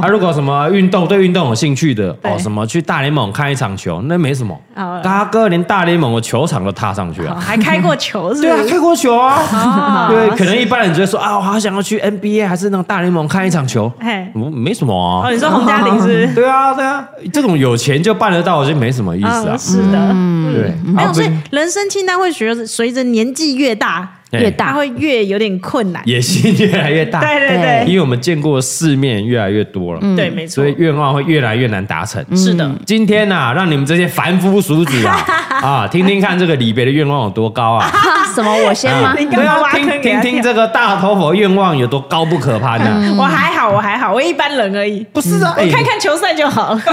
[SPEAKER 2] 他如果什么运动对运动有兴趣的哦，
[SPEAKER 1] 对
[SPEAKER 2] 什么去大联盟看一场球，那没什么
[SPEAKER 1] 哦。
[SPEAKER 2] 嘎哥连大联盟的球场都踏上去
[SPEAKER 1] 哦
[SPEAKER 2] 啊，
[SPEAKER 1] 还开过球是
[SPEAKER 2] 对啊
[SPEAKER 1] 不，是？
[SPEAKER 2] 开过球啊
[SPEAKER 1] 哦，
[SPEAKER 2] 对，可能一般人觉得说啊，我好想要去 NBA 还是那种大联盟看一场球，
[SPEAKER 1] 嘿
[SPEAKER 2] 嗯，没什么
[SPEAKER 1] 哦，
[SPEAKER 2] 啊。
[SPEAKER 1] 你说洪嘉玲是不 是？
[SPEAKER 2] 对啊，对啊，这种有钱就办得到，我觉得没什么意思啊
[SPEAKER 1] 嗯，。是的，
[SPEAKER 2] 对，
[SPEAKER 1] 嗯没
[SPEAKER 2] 啊
[SPEAKER 1] 有，
[SPEAKER 2] 不
[SPEAKER 1] 所以人生清单会随着随着年纪越大，
[SPEAKER 2] 哎
[SPEAKER 3] 越
[SPEAKER 1] 它
[SPEAKER 3] 大
[SPEAKER 1] 会越有点困难。
[SPEAKER 2] 野心越来越大，
[SPEAKER 1] 对对
[SPEAKER 3] 对
[SPEAKER 1] 对
[SPEAKER 2] 因为我们见过世面越来越多了，
[SPEAKER 1] 对，没错
[SPEAKER 2] 所以，愿望会越来越难达成。
[SPEAKER 1] 是的，
[SPEAKER 2] 今天呐、啊，让你们这些凡夫俗子啊，啊，听听看这个李白的愿望有多高啊！
[SPEAKER 3] 什么我先吗
[SPEAKER 2] 啊？
[SPEAKER 1] 哎你干
[SPEAKER 2] 对
[SPEAKER 1] 嘛
[SPEAKER 2] 啊，
[SPEAKER 1] 挖坑
[SPEAKER 2] 听
[SPEAKER 1] 给
[SPEAKER 2] 听
[SPEAKER 1] 他
[SPEAKER 2] 听
[SPEAKER 1] 跳
[SPEAKER 2] 这个大头佛愿望有多高不可攀呢？
[SPEAKER 1] 我还好，我还好，我一般人而已。
[SPEAKER 2] 不是啊，
[SPEAKER 1] 我
[SPEAKER 2] 哎
[SPEAKER 1] 看看球赛就 好了。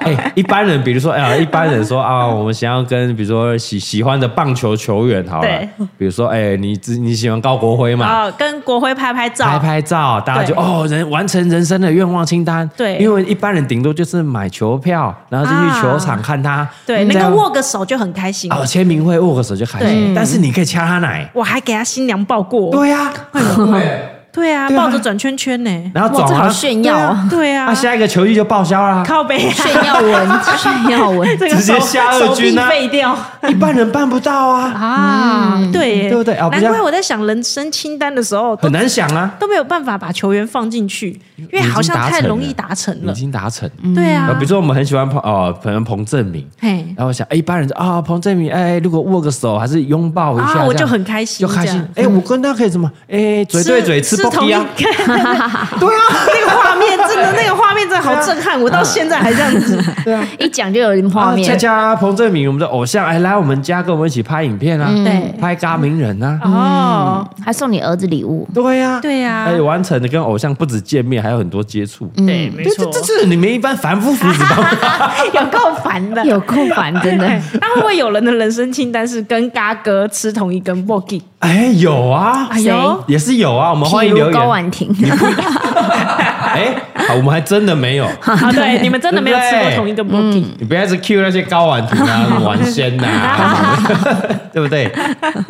[SPEAKER 2] 哎、一般人，比如说，哎、呀，一般人说啊，我们想要跟比如说喜喜欢的棒球球员好了
[SPEAKER 1] 对，
[SPEAKER 2] 比如说，哎、你只你喜欢高国辉嘛，
[SPEAKER 1] 啊，跟国徽拍拍照，
[SPEAKER 2] 拍拍照，大家就
[SPEAKER 1] 对
[SPEAKER 2] 哦，人完成人生的愿望清单。
[SPEAKER 1] 对
[SPEAKER 2] 因为一般人顶多就是买球票，然后进去球场看他，
[SPEAKER 1] 啊
[SPEAKER 2] 嗯
[SPEAKER 1] 对，
[SPEAKER 2] 这
[SPEAKER 1] 能
[SPEAKER 2] 样
[SPEAKER 1] 够握个手就很开心。
[SPEAKER 2] 哦签名会握个手就开心，但是你可以掐他奶，
[SPEAKER 1] 我还给他新娘抱过，
[SPEAKER 2] 对呀、哎
[SPEAKER 1] 对啊，
[SPEAKER 2] 对啊
[SPEAKER 1] 抱着转圈圈呢。
[SPEAKER 2] 然后
[SPEAKER 3] 哇，
[SPEAKER 2] 转
[SPEAKER 3] 这好
[SPEAKER 2] 完，
[SPEAKER 3] 炫耀哦，
[SPEAKER 1] 对
[SPEAKER 2] 那、
[SPEAKER 1] 啊，
[SPEAKER 2] 下一个球衣就报销啦。
[SPEAKER 1] 靠背 啊，
[SPEAKER 3] 炫耀文， 炫耀文
[SPEAKER 1] 这个
[SPEAKER 2] 直接
[SPEAKER 1] 手
[SPEAKER 2] 下二
[SPEAKER 1] 手臂
[SPEAKER 2] 军啊
[SPEAKER 1] 废掉。嗯
[SPEAKER 2] 一般人办不到 啊，
[SPEAKER 3] 啊，
[SPEAKER 1] 对耶，
[SPEAKER 2] 对不对啊不
[SPEAKER 1] 难
[SPEAKER 2] 像
[SPEAKER 1] 怪我在想人生清单的时候，都
[SPEAKER 2] 很难想啊，
[SPEAKER 1] 都没有办法把球员放进去，因为好像太容易达成
[SPEAKER 2] 已
[SPEAKER 1] 了。
[SPEAKER 2] 经达成。
[SPEAKER 1] 对
[SPEAKER 2] 呃，
[SPEAKER 1] 啊
[SPEAKER 2] 比如，说我们很喜欢彭哦，可能彭正明，
[SPEAKER 1] 嘿，
[SPEAKER 2] 然后我想，哎，一般人就啊、彭正明，哎，如果握个手还是拥抱一下，
[SPEAKER 1] 啊，我
[SPEAKER 2] 这样
[SPEAKER 1] 就很开心，
[SPEAKER 2] 就开
[SPEAKER 1] 这
[SPEAKER 2] 心
[SPEAKER 1] 样。
[SPEAKER 2] 哎，我跟他可以怎么？哎，嘴对嘴吃
[SPEAKER 1] 吃同
[SPEAKER 2] b
[SPEAKER 1] 一
[SPEAKER 2] 啊，
[SPEAKER 1] 个，
[SPEAKER 2] 对啊，
[SPEAKER 1] 那个画面真的，那个画面真的好震撼，我到现在还这样子。
[SPEAKER 2] 对啊。
[SPEAKER 3] 一讲就有画
[SPEAKER 2] 啊，恰
[SPEAKER 3] 面，
[SPEAKER 2] 恰彭正明，我们的偶像，哎，来我们家跟我们一起拍影片啊，
[SPEAKER 1] 对
[SPEAKER 2] 拍嘎名人啊，
[SPEAKER 1] 哦，
[SPEAKER 3] 还送你儿子礼物，
[SPEAKER 2] 对呀，
[SPEAKER 1] 对啊呀
[SPEAKER 2] 哎，完成的跟偶像不止见面，还有很多接触，
[SPEAKER 1] 对，没
[SPEAKER 2] 对，这这是你们一般凡夫俗子帮
[SPEAKER 1] 有够烦的。
[SPEAKER 3] 有够烦，真的。
[SPEAKER 1] 那会不会有人的人生清单是跟嘎哥吃同一根 bogey？
[SPEAKER 2] 哎，有啊，
[SPEAKER 1] 哎 呦，
[SPEAKER 2] 也是有啊，我们欢
[SPEAKER 3] 譬
[SPEAKER 2] 迎留
[SPEAKER 3] 如高
[SPEAKER 2] 言。
[SPEAKER 3] 婉婷，
[SPEAKER 2] 哎，好，我们还真的没有。
[SPEAKER 1] 啊，对，你们真的没有吃过同一根 bogey？
[SPEAKER 2] 你不要一直 Q 那些高玩图啊、什么玩仙呐、 对不对？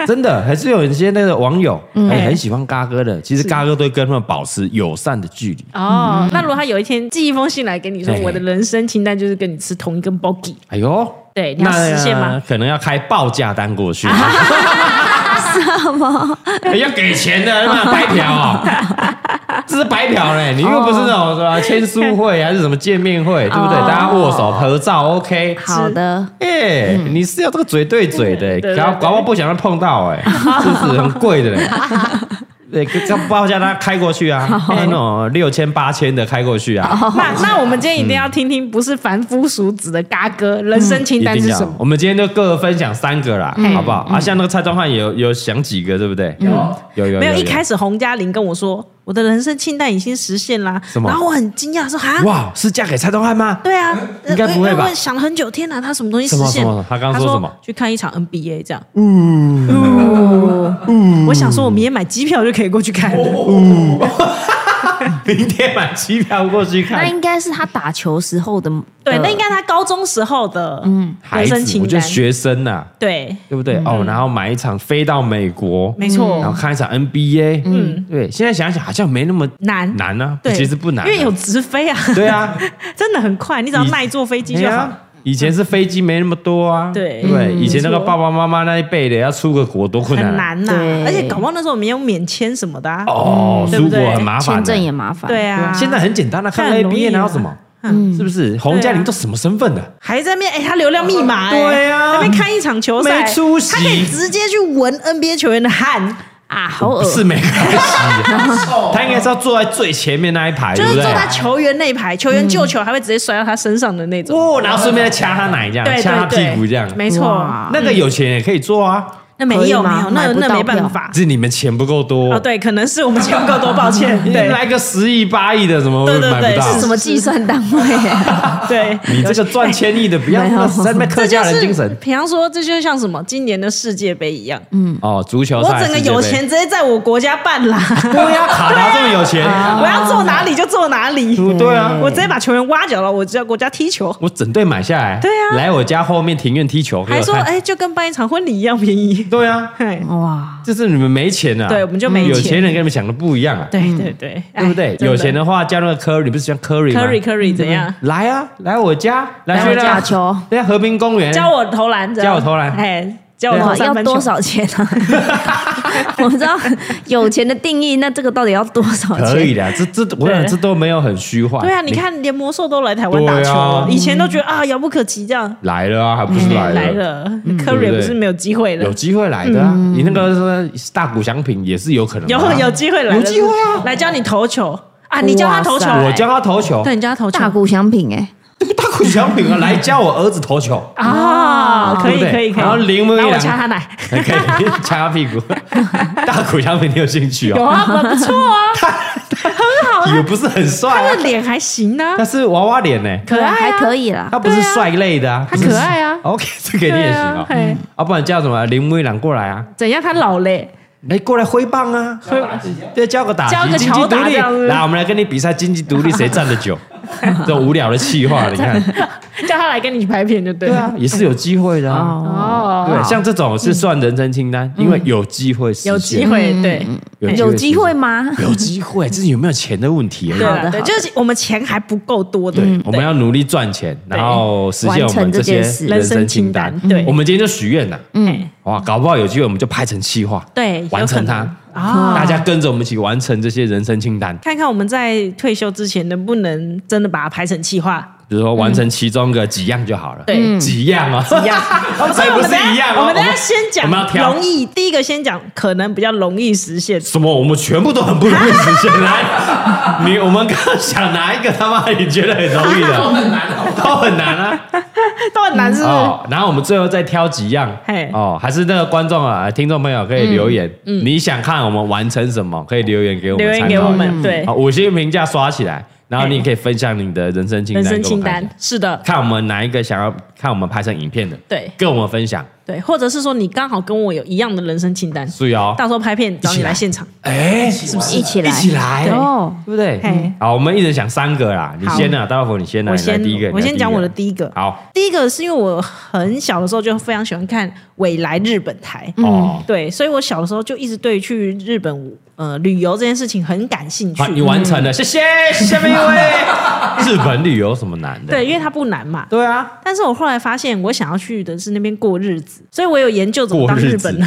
[SPEAKER 2] 真的，还是有一些那个网友哎、很喜欢嘎哥的，其实嘎哥都会跟他们保持友善的距离。
[SPEAKER 1] 哦，那如果他有一天寄一封信来给你说，
[SPEAKER 2] 哎
[SPEAKER 1] 我的人生清单就是跟你吃同一根 bogey，
[SPEAKER 2] 哎呦，
[SPEAKER 1] 对你要实现吗
[SPEAKER 2] 那可能要开报价单过去。 什么？要给钱的，那白嫖啊、 这是白嫖嘞！你又不是那种什么签书会还是什么见面会，对不对？
[SPEAKER 3] 哦
[SPEAKER 2] 大家握手合照，OK。
[SPEAKER 3] 好的，
[SPEAKER 2] 哎、你是要这个嘴对嘴的、
[SPEAKER 1] 对对
[SPEAKER 2] 搞
[SPEAKER 1] 对
[SPEAKER 2] 搞不好不想要碰到哎、是不是很贵的嘞、对，这报价单开过去啊，那种六千八千的开过去啊，
[SPEAKER 1] 那那我们今天一定要听听，不是凡夫俗子的嘎哥人生
[SPEAKER 2] 嗯一
[SPEAKER 1] 清单
[SPEAKER 2] 定
[SPEAKER 1] 是
[SPEAKER 2] 要
[SPEAKER 1] 什么。？
[SPEAKER 2] 我们今天就各分享三个啦，好不好？啊，像那个蔡宗汉有有想几个，对不对？有有有
[SPEAKER 1] 没有，一开始洪嘉玲跟我说，我的人生清单已经实现啦
[SPEAKER 2] 什，么
[SPEAKER 1] 然后我很惊讶说哈，
[SPEAKER 2] 哇，是嫁给蔡宗汉吗？
[SPEAKER 1] 对啊，
[SPEAKER 2] 应该不会吧
[SPEAKER 1] 因为我想了很久，天哪，他什么东西实现
[SPEAKER 2] 什么什么？他刚刚说什么
[SPEAKER 1] 去看一场 NBA 这样。呜呜，我想说，我明天买机票就可以过去看了。
[SPEAKER 2] 明天买机票过去
[SPEAKER 3] 那
[SPEAKER 2] 看。
[SPEAKER 3] 应该是他打球时候的，呃
[SPEAKER 1] 对，那应
[SPEAKER 3] 该
[SPEAKER 1] 该他高中时候的嗯
[SPEAKER 2] 孩
[SPEAKER 1] 人生
[SPEAKER 2] 子，
[SPEAKER 1] 清
[SPEAKER 2] 我觉
[SPEAKER 1] 单
[SPEAKER 2] 得。学生呐、啊
[SPEAKER 1] 对，
[SPEAKER 2] 对不对？哦，然后买一场飞到美国，
[SPEAKER 1] 没错
[SPEAKER 2] 然后看一场 NBA，嗯
[SPEAKER 1] 哦嗯，
[SPEAKER 2] 对，现在想想好像没那么
[SPEAKER 1] 难
[SPEAKER 2] 难呢、
[SPEAKER 1] 对，
[SPEAKER 2] 其实不难啊、
[SPEAKER 1] 因为有直飞啊。
[SPEAKER 2] 对啊，
[SPEAKER 1] 真的很快，你只要耐坐飞机
[SPEAKER 2] 哎
[SPEAKER 1] 就好
[SPEAKER 2] 呀。以前是飞机没那么多啊，
[SPEAKER 1] 对嗯
[SPEAKER 2] 对，以前那个
[SPEAKER 1] 没错
[SPEAKER 2] 爸爸妈妈那一辈的要出个国多困难啊、
[SPEAKER 1] 很难呐、
[SPEAKER 3] 对
[SPEAKER 1] 而且搞不好那时候没有免签什么的啊。
[SPEAKER 2] 哦，
[SPEAKER 1] 对
[SPEAKER 2] 出
[SPEAKER 1] 不
[SPEAKER 2] 国
[SPEAKER 1] 对
[SPEAKER 2] 很麻烦、
[SPEAKER 3] 签
[SPEAKER 2] 的。
[SPEAKER 3] 证也麻烦，
[SPEAKER 1] 对啊，
[SPEAKER 2] 现在很简单了、看
[SPEAKER 1] 现在很容易
[SPEAKER 2] NBA
[SPEAKER 1] 啊
[SPEAKER 2] 哪有什么？是不是？洪嘉玲都什么身份啊的、
[SPEAKER 1] 还在面哎、他流量密码、哎
[SPEAKER 2] 对啊
[SPEAKER 1] 那边看一场球赛，
[SPEAKER 2] 没出息哎
[SPEAKER 1] 他可以直接去闻 NBA 球员的汗，
[SPEAKER 3] 啊，好恶
[SPEAKER 2] 不是没关 系，他应该是要坐在最前面那一排，
[SPEAKER 1] 就是
[SPEAKER 2] 对不啊
[SPEAKER 1] 坐
[SPEAKER 2] 对？
[SPEAKER 1] 在球员那一排，球员救球还会直接摔到他身上的那种。
[SPEAKER 2] 哦，然后顺便再掐他奶这样，
[SPEAKER 1] 对
[SPEAKER 2] 掐他
[SPEAKER 1] 对对，
[SPEAKER 2] 屁股这样。
[SPEAKER 1] 没错
[SPEAKER 3] 哇。
[SPEAKER 2] 那个有钱人也可以做啊，
[SPEAKER 1] 那没
[SPEAKER 3] 可以
[SPEAKER 1] 有
[SPEAKER 3] 吗
[SPEAKER 1] 没有，那
[SPEAKER 3] 买不
[SPEAKER 1] 那
[SPEAKER 3] 到
[SPEAKER 1] 没办法
[SPEAKER 2] 只。是你们钱不够多
[SPEAKER 1] 啊哦，。对，可能是我们钱不够多，抱歉。
[SPEAKER 2] 你
[SPEAKER 1] 对
[SPEAKER 2] 来个十亿八亿的怎么会
[SPEAKER 1] 对对
[SPEAKER 2] 买不
[SPEAKER 1] 对
[SPEAKER 2] 到
[SPEAKER 1] 是？
[SPEAKER 3] 什么计算单 位啊？
[SPEAKER 1] 对，
[SPEAKER 2] 你 这个赚千亿的，不要
[SPEAKER 3] 没有
[SPEAKER 2] 那在那边客
[SPEAKER 1] 这
[SPEAKER 2] 家
[SPEAKER 1] 就
[SPEAKER 2] 人精
[SPEAKER 1] 是
[SPEAKER 2] 神
[SPEAKER 1] 比方说，这就像什么今年的世界杯一样，
[SPEAKER 2] 哦，足球
[SPEAKER 1] 我
[SPEAKER 2] 赛
[SPEAKER 1] 整个有，钱直接在我国家办啦，
[SPEAKER 2] 世界杯对呀，卡达这么有钱，
[SPEAKER 1] 我要坐哪里就坐哪里。
[SPEAKER 2] 对啊，
[SPEAKER 1] 我直接把球员挖角了，我只要国家踢球，
[SPEAKER 2] 我整队买下来，
[SPEAKER 1] 对啊
[SPEAKER 2] 来我家后面庭院踢球，给
[SPEAKER 1] 还
[SPEAKER 2] 我
[SPEAKER 1] 说
[SPEAKER 2] 看
[SPEAKER 1] 哎、就跟办一场婚礼一样便宜。哎
[SPEAKER 2] 对啊，
[SPEAKER 1] 嘿
[SPEAKER 3] 哇，
[SPEAKER 2] 就是你们没钱啊，
[SPEAKER 1] 对我们就没钱
[SPEAKER 2] 有钱人跟你们想的不一样啊，
[SPEAKER 1] 对对对，哎
[SPEAKER 2] 对不对？有钱
[SPEAKER 1] 的
[SPEAKER 2] 的话叫那个 Curry，你不是喜欢 Curry 吗
[SPEAKER 1] Curry Curry 怎样？
[SPEAKER 2] 来啊，来我家，来
[SPEAKER 3] 来
[SPEAKER 2] 去
[SPEAKER 3] 我
[SPEAKER 2] 那
[SPEAKER 3] 家球
[SPEAKER 2] 对啊，和平公园，
[SPEAKER 1] 教我投篮，
[SPEAKER 2] 教我投篮
[SPEAKER 1] 哎，教我投
[SPEAKER 3] 哇，
[SPEAKER 1] 三
[SPEAKER 3] 啊要
[SPEAKER 1] 分球
[SPEAKER 3] 多？少钱啊？ 我知道有钱的定义，那这个到底要多少
[SPEAKER 2] 可以
[SPEAKER 3] 钱？
[SPEAKER 2] 的，这这我想
[SPEAKER 1] 对
[SPEAKER 2] 这都没有很虚幻，
[SPEAKER 1] 对啊，你看连魔兽都来台湾打球了，
[SPEAKER 2] 对啊
[SPEAKER 1] 以前都觉得啊遥不可及这样，
[SPEAKER 2] 来了啊，还不是来
[SPEAKER 1] 嗯来
[SPEAKER 2] 了。嗯
[SPEAKER 1] 了，Curry 也不是没有机会了
[SPEAKER 2] 有，机会来的啊！你那个是大谷翔平也是有可能的
[SPEAKER 1] 有
[SPEAKER 2] 啊，
[SPEAKER 1] 有机会来了，
[SPEAKER 2] 有机会啊！
[SPEAKER 1] 来教你投球啊，你教他投球，
[SPEAKER 3] 哇塞
[SPEAKER 2] 我教他投球，
[SPEAKER 1] 对，你教他投球
[SPEAKER 3] 大，谷翔平哎，
[SPEAKER 2] 大谷翔平啊，来教我儿子投球，
[SPEAKER 1] 啊，哦，可以
[SPEAKER 2] 对不对
[SPEAKER 1] 可以可以。
[SPEAKER 2] 然后铃木一
[SPEAKER 1] 然
[SPEAKER 2] 朗
[SPEAKER 1] 后我掐他奶，
[SPEAKER 2] 可以掐他屁 股，大苦相对你有兴趣
[SPEAKER 1] 有
[SPEAKER 2] 哦？
[SPEAKER 1] 啊，不错啊，
[SPEAKER 2] 也不是很帅
[SPEAKER 1] 他
[SPEAKER 2] 啊
[SPEAKER 1] 的，脸还行啊
[SPEAKER 2] 但，是娃娃脸呢？
[SPEAKER 1] 可爱啊
[SPEAKER 3] 还可以啦。
[SPEAKER 2] 他不是帅类的啊，
[SPEAKER 1] 他可爱啊
[SPEAKER 2] 不是 OK，这个你也行哦
[SPEAKER 1] 对啊嘿。
[SPEAKER 2] 啊，不然叫什么铃木一朗过来啊？
[SPEAKER 1] 怎样？他老嘞，
[SPEAKER 2] 来过来挥棒啊，挥对，教个打击，
[SPEAKER 1] 教个
[SPEAKER 2] 经济
[SPEAKER 1] 乔
[SPEAKER 2] 独
[SPEAKER 1] 打
[SPEAKER 2] 立
[SPEAKER 1] 这样。子
[SPEAKER 2] 来，我们来跟你比赛经济独立谁站得 久，这种无聊的气话，你看，
[SPEAKER 1] 叫他来跟你拍片就对
[SPEAKER 2] 对
[SPEAKER 1] 了。
[SPEAKER 2] 啊，也是有机会的啊。
[SPEAKER 3] 哦，
[SPEAKER 1] 哦，嗯
[SPEAKER 2] 对，像这种是算人生清单，因为有机会实现，
[SPEAKER 1] 有机会，
[SPEAKER 2] 嗯
[SPEAKER 1] 对
[SPEAKER 2] 有
[SPEAKER 3] 有机会吗？
[SPEAKER 2] 实现，有机会，这是有没有钱的问题而已。
[SPEAKER 1] 对嗯
[SPEAKER 3] 好
[SPEAKER 1] 啊
[SPEAKER 3] 的
[SPEAKER 1] 对，
[SPEAKER 3] 好的
[SPEAKER 1] 就是我们钱还不够多的
[SPEAKER 2] 对，，我们要努力赚钱，然后实现我们
[SPEAKER 3] 完成
[SPEAKER 2] 这
[SPEAKER 3] 这
[SPEAKER 2] 些
[SPEAKER 3] 件事
[SPEAKER 2] 人生清单
[SPEAKER 1] 人生清。单对
[SPEAKER 2] 我们今天就许愿了，
[SPEAKER 1] 嗯，
[SPEAKER 2] 哇，搞不好有机会我们就拍成企划，
[SPEAKER 1] 对，
[SPEAKER 2] 完成它，
[SPEAKER 1] 啊，
[SPEAKER 2] 大家跟着我们一起完成这些人生清单。
[SPEAKER 1] 看看我们在退休之前能不能真的把它拍成企划。
[SPEAKER 2] 比如说完成其中个几样就好了。
[SPEAKER 1] 对嗯
[SPEAKER 2] 几样啊？
[SPEAKER 1] 一样，
[SPEAKER 2] 才不是一样哦
[SPEAKER 1] 我们等一下先
[SPEAKER 2] 我们要
[SPEAKER 1] 讲
[SPEAKER 2] 挑嗯
[SPEAKER 1] 容易，第一个先讲可能比较容易实现。
[SPEAKER 2] 什么？我们全部都很不容易实现。来， 你我们刚刚想哪一个他妈你觉得很容 易的？都很难，都很难啊！
[SPEAKER 1] 都很难是不是？
[SPEAKER 2] 哦，然后我们最后再挑几样
[SPEAKER 1] 嘿。嗯
[SPEAKER 2] 哦，还是那个观众啊，听众朋友可以留言，你想看我们完成什么，可以留言给我们
[SPEAKER 1] 留言
[SPEAKER 2] 参考
[SPEAKER 1] 给我们
[SPEAKER 2] 一下
[SPEAKER 1] 对
[SPEAKER 2] 好五星评价刷起来，然后你也
[SPEAKER 1] 嘿
[SPEAKER 2] 可以分享你的人生清单，
[SPEAKER 1] 人生清单，是的，
[SPEAKER 2] 看我们哪一个想要看我们拍成影片的，
[SPEAKER 1] 对
[SPEAKER 2] 跟我们分享。
[SPEAKER 1] 对，或者是说你刚好跟我有一样的人生清单，
[SPEAKER 2] 注意哦，
[SPEAKER 1] 到时候拍片找你来现场。
[SPEAKER 2] 哎，是不是
[SPEAKER 3] 一起来
[SPEAKER 2] 一起来
[SPEAKER 1] 对
[SPEAKER 3] 哦，
[SPEAKER 2] 对不对
[SPEAKER 1] 嘿？
[SPEAKER 2] 好，我们一人想三个啦，你
[SPEAKER 1] 好
[SPEAKER 2] 先啊，大老虎你先来，
[SPEAKER 1] 我
[SPEAKER 2] 你来
[SPEAKER 1] 先
[SPEAKER 2] 第一个，
[SPEAKER 1] 我
[SPEAKER 2] 你来
[SPEAKER 1] 先讲
[SPEAKER 2] 第一个
[SPEAKER 1] 我的第一个。
[SPEAKER 2] 好
[SPEAKER 1] 第一个是因为我很小的时候就非常喜欢看未来日本台，
[SPEAKER 2] 哦，
[SPEAKER 1] 对，所以我小的时候就一直对去日本呃旅游这件事情很感兴趣
[SPEAKER 2] 好，。啊你完成了，谢谢。下面一 位，日本旅游什么难
[SPEAKER 1] 嗯
[SPEAKER 2] 的？
[SPEAKER 1] 对，因为它不难嘛。
[SPEAKER 2] 对啊，
[SPEAKER 1] 但是我后来发现，我想要去的是那边过日子，所以我有研究怎么
[SPEAKER 2] 过
[SPEAKER 1] 当
[SPEAKER 2] 日
[SPEAKER 1] 日
[SPEAKER 2] 子啊
[SPEAKER 1] 本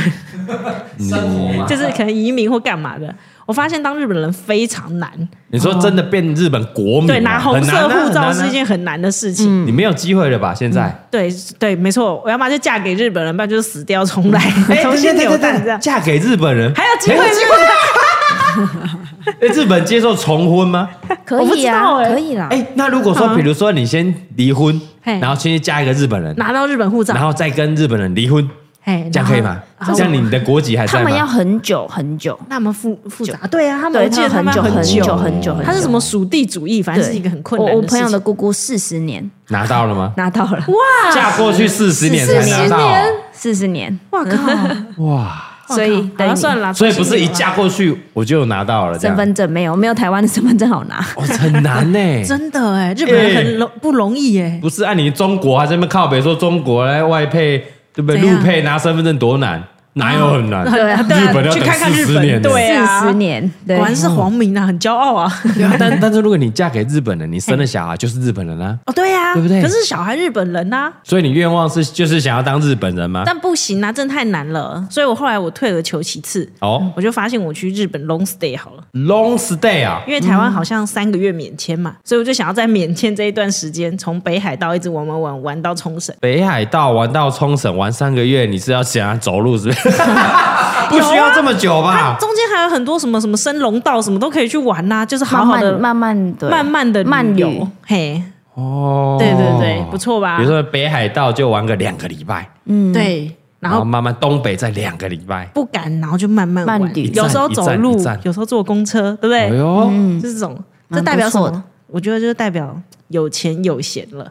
[SPEAKER 1] 人，
[SPEAKER 4] 生活嘛，
[SPEAKER 1] 就是可能移民或干嘛的。我发现当日本人非常难，
[SPEAKER 2] 你说真的变日本国民啊，
[SPEAKER 1] 对，拿红
[SPEAKER 2] 很难
[SPEAKER 1] 色
[SPEAKER 2] 啊
[SPEAKER 1] 护照是一，
[SPEAKER 2] 很难
[SPEAKER 1] 件很难的事情。
[SPEAKER 2] 啊你没有机会了吧？现在，
[SPEAKER 1] 对对，没错，我要么就嫁给日本人，不然就是死掉重来， 嗯重新
[SPEAKER 2] 嗯对对
[SPEAKER 1] 扭
[SPEAKER 2] 对
[SPEAKER 1] 蛋这
[SPEAKER 2] 对
[SPEAKER 1] 样，
[SPEAKER 2] 哎嫁给日本人
[SPEAKER 1] 还有机会
[SPEAKER 2] 还有机
[SPEAKER 1] 吗？
[SPEAKER 2] 哎日本接受重婚吗？
[SPEAKER 3] 可
[SPEAKER 1] 我不
[SPEAKER 3] 以
[SPEAKER 1] 知道
[SPEAKER 3] 啊，
[SPEAKER 1] 欸
[SPEAKER 3] 可以啦。
[SPEAKER 2] 哎，那如果说，
[SPEAKER 1] 嗯
[SPEAKER 2] 比如说你先离婚，
[SPEAKER 1] 嘿
[SPEAKER 2] 然后先去嫁一个日本人，
[SPEAKER 1] 拿到日本护照
[SPEAKER 2] 然，后再跟日本人离婚，
[SPEAKER 1] 哎，
[SPEAKER 2] 这样可以吗？
[SPEAKER 1] 然后
[SPEAKER 2] 这样你的国籍还
[SPEAKER 3] 他
[SPEAKER 2] 在
[SPEAKER 3] 们要
[SPEAKER 2] 吗？
[SPEAKER 3] 很久很久，
[SPEAKER 1] 那么复复杂，对啊，他们
[SPEAKER 3] 对，
[SPEAKER 1] 我记得他
[SPEAKER 3] 很
[SPEAKER 1] 们
[SPEAKER 3] 久
[SPEAKER 1] 要
[SPEAKER 3] 很久
[SPEAKER 1] 久，
[SPEAKER 3] 很久，
[SPEAKER 1] 他是什么属地主义，反
[SPEAKER 3] 很久？
[SPEAKER 1] 正是一个很困
[SPEAKER 3] 我
[SPEAKER 1] 难
[SPEAKER 3] 我
[SPEAKER 1] 的
[SPEAKER 3] 朋
[SPEAKER 1] 事
[SPEAKER 3] 友的
[SPEAKER 1] 情。
[SPEAKER 3] 姑姑四十年
[SPEAKER 2] 拿到了吗？
[SPEAKER 3] 拿到了，
[SPEAKER 2] 嫁过去四十年才拿到哦，
[SPEAKER 3] 四十年，
[SPEAKER 1] 哇 靠！
[SPEAKER 2] 哇！
[SPEAKER 3] 所以
[SPEAKER 1] 好
[SPEAKER 3] 等
[SPEAKER 1] 了
[SPEAKER 3] 于
[SPEAKER 1] 算了啦，
[SPEAKER 2] 所以不是
[SPEAKER 1] 恭喜
[SPEAKER 2] 一
[SPEAKER 1] 你了
[SPEAKER 2] 嫁过去我就有拿到了，这
[SPEAKER 3] 身
[SPEAKER 2] 样
[SPEAKER 3] 份证没有没有台湾的身份证好拿，
[SPEAKER 2] 哦很难呢。
[SPEAKER 1] 真的哎，日本人
[SPEAKER 2] 哎
[SPEAKER 1] 很容不容易哎，
[SPEAKER 2] 不是按你中国还在那边靠北说中国来外配，对不对？
[SPEAKER 1] 怎样
[SPEAKER 2] 陆配拿身份证多难，哪有很难？
[SPEAKER 3] 对啊
[SPEAKER 1] 对啊
[SPEAKER 2] 日本要
[SPEAKER 1] 去
[SPEAKER 2] 等
[SPEAKER 1] 看看日
[SPEAKER 2] 40年
[SPEAKER 1] 本，
[SPEAKER 2] 呢
[SPEAKER 1] 对啊，
[SPEAKER 3] 四十年，对
[SPEAKER 1] 果，然是皇民啊，很骄傲啊。
[SPEAKER 2] 对啊但但是如果你嫁给日本人，你生了小孩就是日本人啊，
[SPEAKER 1] 哦，对呀、啊，
[SPEAKER 2] 对不对
[SPEAKER 1] 可是小孩日本人啊呐、
[SPEAKER 2] 所以你愿望是就是想要当日本人吗？
[SPEAKER 1] 但不行啊，真的太难了。所以我后来我退而求其次，
[SPEAKER 2] 哦
[SPEAKER 1] 我就发现我去日本 long stay 好了，
[SPEAKER 2] ，long stay 啊，
[SPEAKER 1] 因为台湾好像三个月免签
[SPEAKER 2] 嗯
[SPEAKER 1] 嘛，所以我就想要在免签这一段时间，从北海道一直玩玩玩玩到冲绳。
[SPEAKER 2] 北海道玩到冲绳玩三个月，你是要想要走路是不是？ 不需要这么久吧？
[SPEAKER 1] 中间还有很多什么什么升龙道什么都可以去玩呐、就是好
[SPEAKER 3] 慢
[SPEAKER 1] 好的
[SPEAKER 3] 慢慢慢的
[SPEAKER 1] 慢慢的
[SPEAKER 3] 慢
[SPEAKER 1] 游
[SPEAKER 3] 游，。
[SPEAKER 1] 嘿，
[SPEAKER 2] 哦，
[SPEAKER 1] 对对对，不错吧？
[SPEAKER 2] 比如说北海道就玩个两个礼拜，
[SPEAKER 1] 对，然
[SPEAKER 2] 然
[SPEAKER 1] 后
[SPEAKER 2] 后慢慢东北再两个礼拜。
[SPEAKER 1] 不敢，然后就慢慢玩
[SPEAKER 3] 慢，旅
[SPEAKER 1] 有时候走路
[SPEAKER 2] 一站一站，
[SPEAKER 1] 有时候坐公车，对不对？嗯
[SPEAKER 2] 哎呦，
[SPEAKER 1] 就是这种，
[SPEAKER 3] 嗯蛮
[SPEAKER 1] 这代表什
[SPEAKER 3] 不错
[SPEAKER 1] 么
[SPEAKER 3] 的？
[SPEAKER 1] 我觉得就是代表有钱有闲了，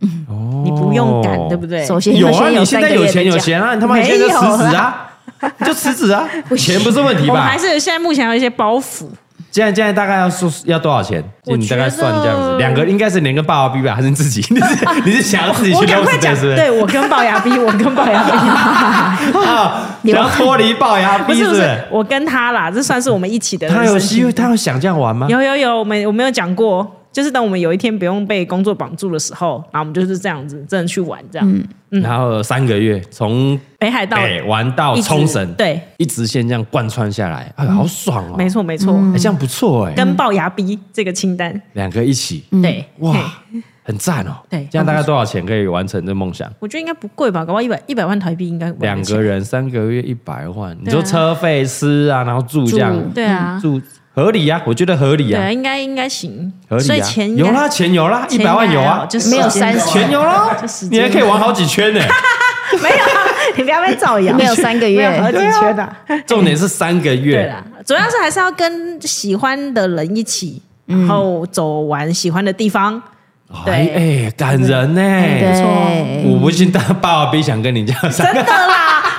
[SPEAKER 1] 你不用赶，对不对？
[SPEAKER 3] 哦首先
[SPEAKER 2] 有啊，
[SPEAKER 3] 先
[SPEAKER 2] 你现
[SPEAKER 3] 三
[SPEAKER 2] 在
[SPEAKER 3] 个
[SPEAKER 2] 有
[SPEAKER 3] 月的
[SPEAKER 2] 钱有
[SPEAKER 3] 假，
[SPEAKER 2] 闲啊，你他妈
[SPEAKER 1] 没
[SPEAKER 2] 你现在就辞
[SPEAKER 1] 有
[SPEAKER 2] 职啊，你 就辞职啊，钱不是问题
[SPEAKER 1] 我们还
[SPEAKER 2] 吧？
[SPEAKER 1] 是现在目前还有一些包袱，
[SPEAKER 2] 现在现在大概要说要多少钱？
[SPEAKER 1] 我
[SPEAKER 2] 你大概
[SPEAKER 1] 觉得
[SPEAKER 2] 算这样子，两个应该是连个爸爸比吧，还是你自己？ 你是你是想要自己
[SPEAKER 1] 我
[SPEAKER 2] 去
[SPEAKER 1] 赶
[SPEAKER 2] 弄
[SPEAKER 1] 快
[SPEAKER 2] 死
[SPEAKER 1] 讲，
[SPEAKER 2] 是不是？
[SPEAKER 1] 对我跟龅牙 逼，我跟龅牙逼，
[SPEAKER 2] 啊，想要脱离龅牙
[SPEAKER 1] 不
[SPEAKER 2] 逼
[SPEAKER 1] 是
[SPEAKER 2] 是
[SPEAKER 1] 不
[SPEAKER 2] 不
[SPEAKER 1] 是
[SPEAKER 2] 是？，
[SPEAKER 1] 我跟他啦，这算是我们一起的人
[SPEAKER 2] 他
[SPEAKER 1] 生。
[SPEAKER 2] 有机会，他有想这样玩吗？
[SPEAKER 1] 有有有，我们我没有讲过，就是等我们有一天不用被工作绑住的时候，然后我们就是这样子真的去玩，这
[SPEAKER 3] 嗯
[SPEAKER 1] 样
[SPEAKER 2] 然后三个月从
[SPEAKER 1] 北海道
[SPEAKER 2] 北玩到
[SPEAKER 1] 一直
[SPEAKER 2] 冲绳，
[SPEAKER 1] 对，嗯
[SPEAKER 2] 一直线这样贯穿下来，哎，好爽哦！
[SPEAKER 1] 没错没错，
[SPEAKER 3] 嗯
[SPEAKER 2] 哎，这样不错哎，
[SPEAKER 1] 跟龅牙逼这个清单，
[SPEAKER 2] 两个一起，
[SPEAKER 3] 嗯
[SPEAKER 1] 对嘿
[SPEAKER 2] 哇，很赞哦！
[SPEAKER 1] 对
[SPEAKER 2] 这样大概多少钱可以完成这梦想？
[SPEAKER 1] 我觉得应该不贵吧，搞不好一百一百万台币应该玩得
[SPEAKER 2] 两
[SPEAKER 1] 起
[SPEAKER 2] 个人三个月一百万，你说车费、吃啊，然后住这样
[SPEAKER 3] 住
[SPEAKER 1] 对啊，
[SPEAKER 2] 住合理呀，我觉得合理
[SPEAKER 1] 对
[SPEAKER 2] 呀
[SPEAKER 1] 啊，，应该应该行
[SPEAKER 2] 合，理
[SPEAKER 1] 所以
[SPEAKER 2] 呀
[SPEAKER 1] 钱，应
[SPEAKER 2] 有啊
[SPEAKER 1] 该
[SPEAKER 2] 啦，钱有啦，一
[SPEAKER 1] 钱
[SPEAKER 2] 百万
[SPEAKER 1] 应该
[SPEAKER 2] 有
[SPEAKER 1] 还
[SPEAKER 2] 啊
[SPEAKER 1] 好，就是
[SPEAKER 3] 没有
[SPEAKER 1] 时间
[SPEAKER 3] 30
[SPEAKER 1] 够
[SPEAKER 2] 钱有啦
[SPEAKER 1] 就时，间
[SPEAKER 2] 你还可以玩好几圈呢，
[SPEAKER 1] 没有，你不要被造谣，
[SPEAKER 3] 没有三个月
[SPEAKER 2] 啊
[SPEAKER 1] 没有好几圈的、
[SPEAKER 2] 重点是三个
[SPEAKER 1] 对
[SPEAKER 2] 月，
[SPEAKER 1] 啦，主要是还是要跟喜欢的人一起，然后走完喜欢的地方。
[SPEAKER 2] 哎哎，感人呢、
[SPEAKER 1] 哎
[SPEAKER 3] 对，
[SPEAKER 2] 我不信大爸爸比想跟你这样
[SPEAKER 1] 真
[SPEAKER 2] 上。
[SPEAKER 1] 的啦，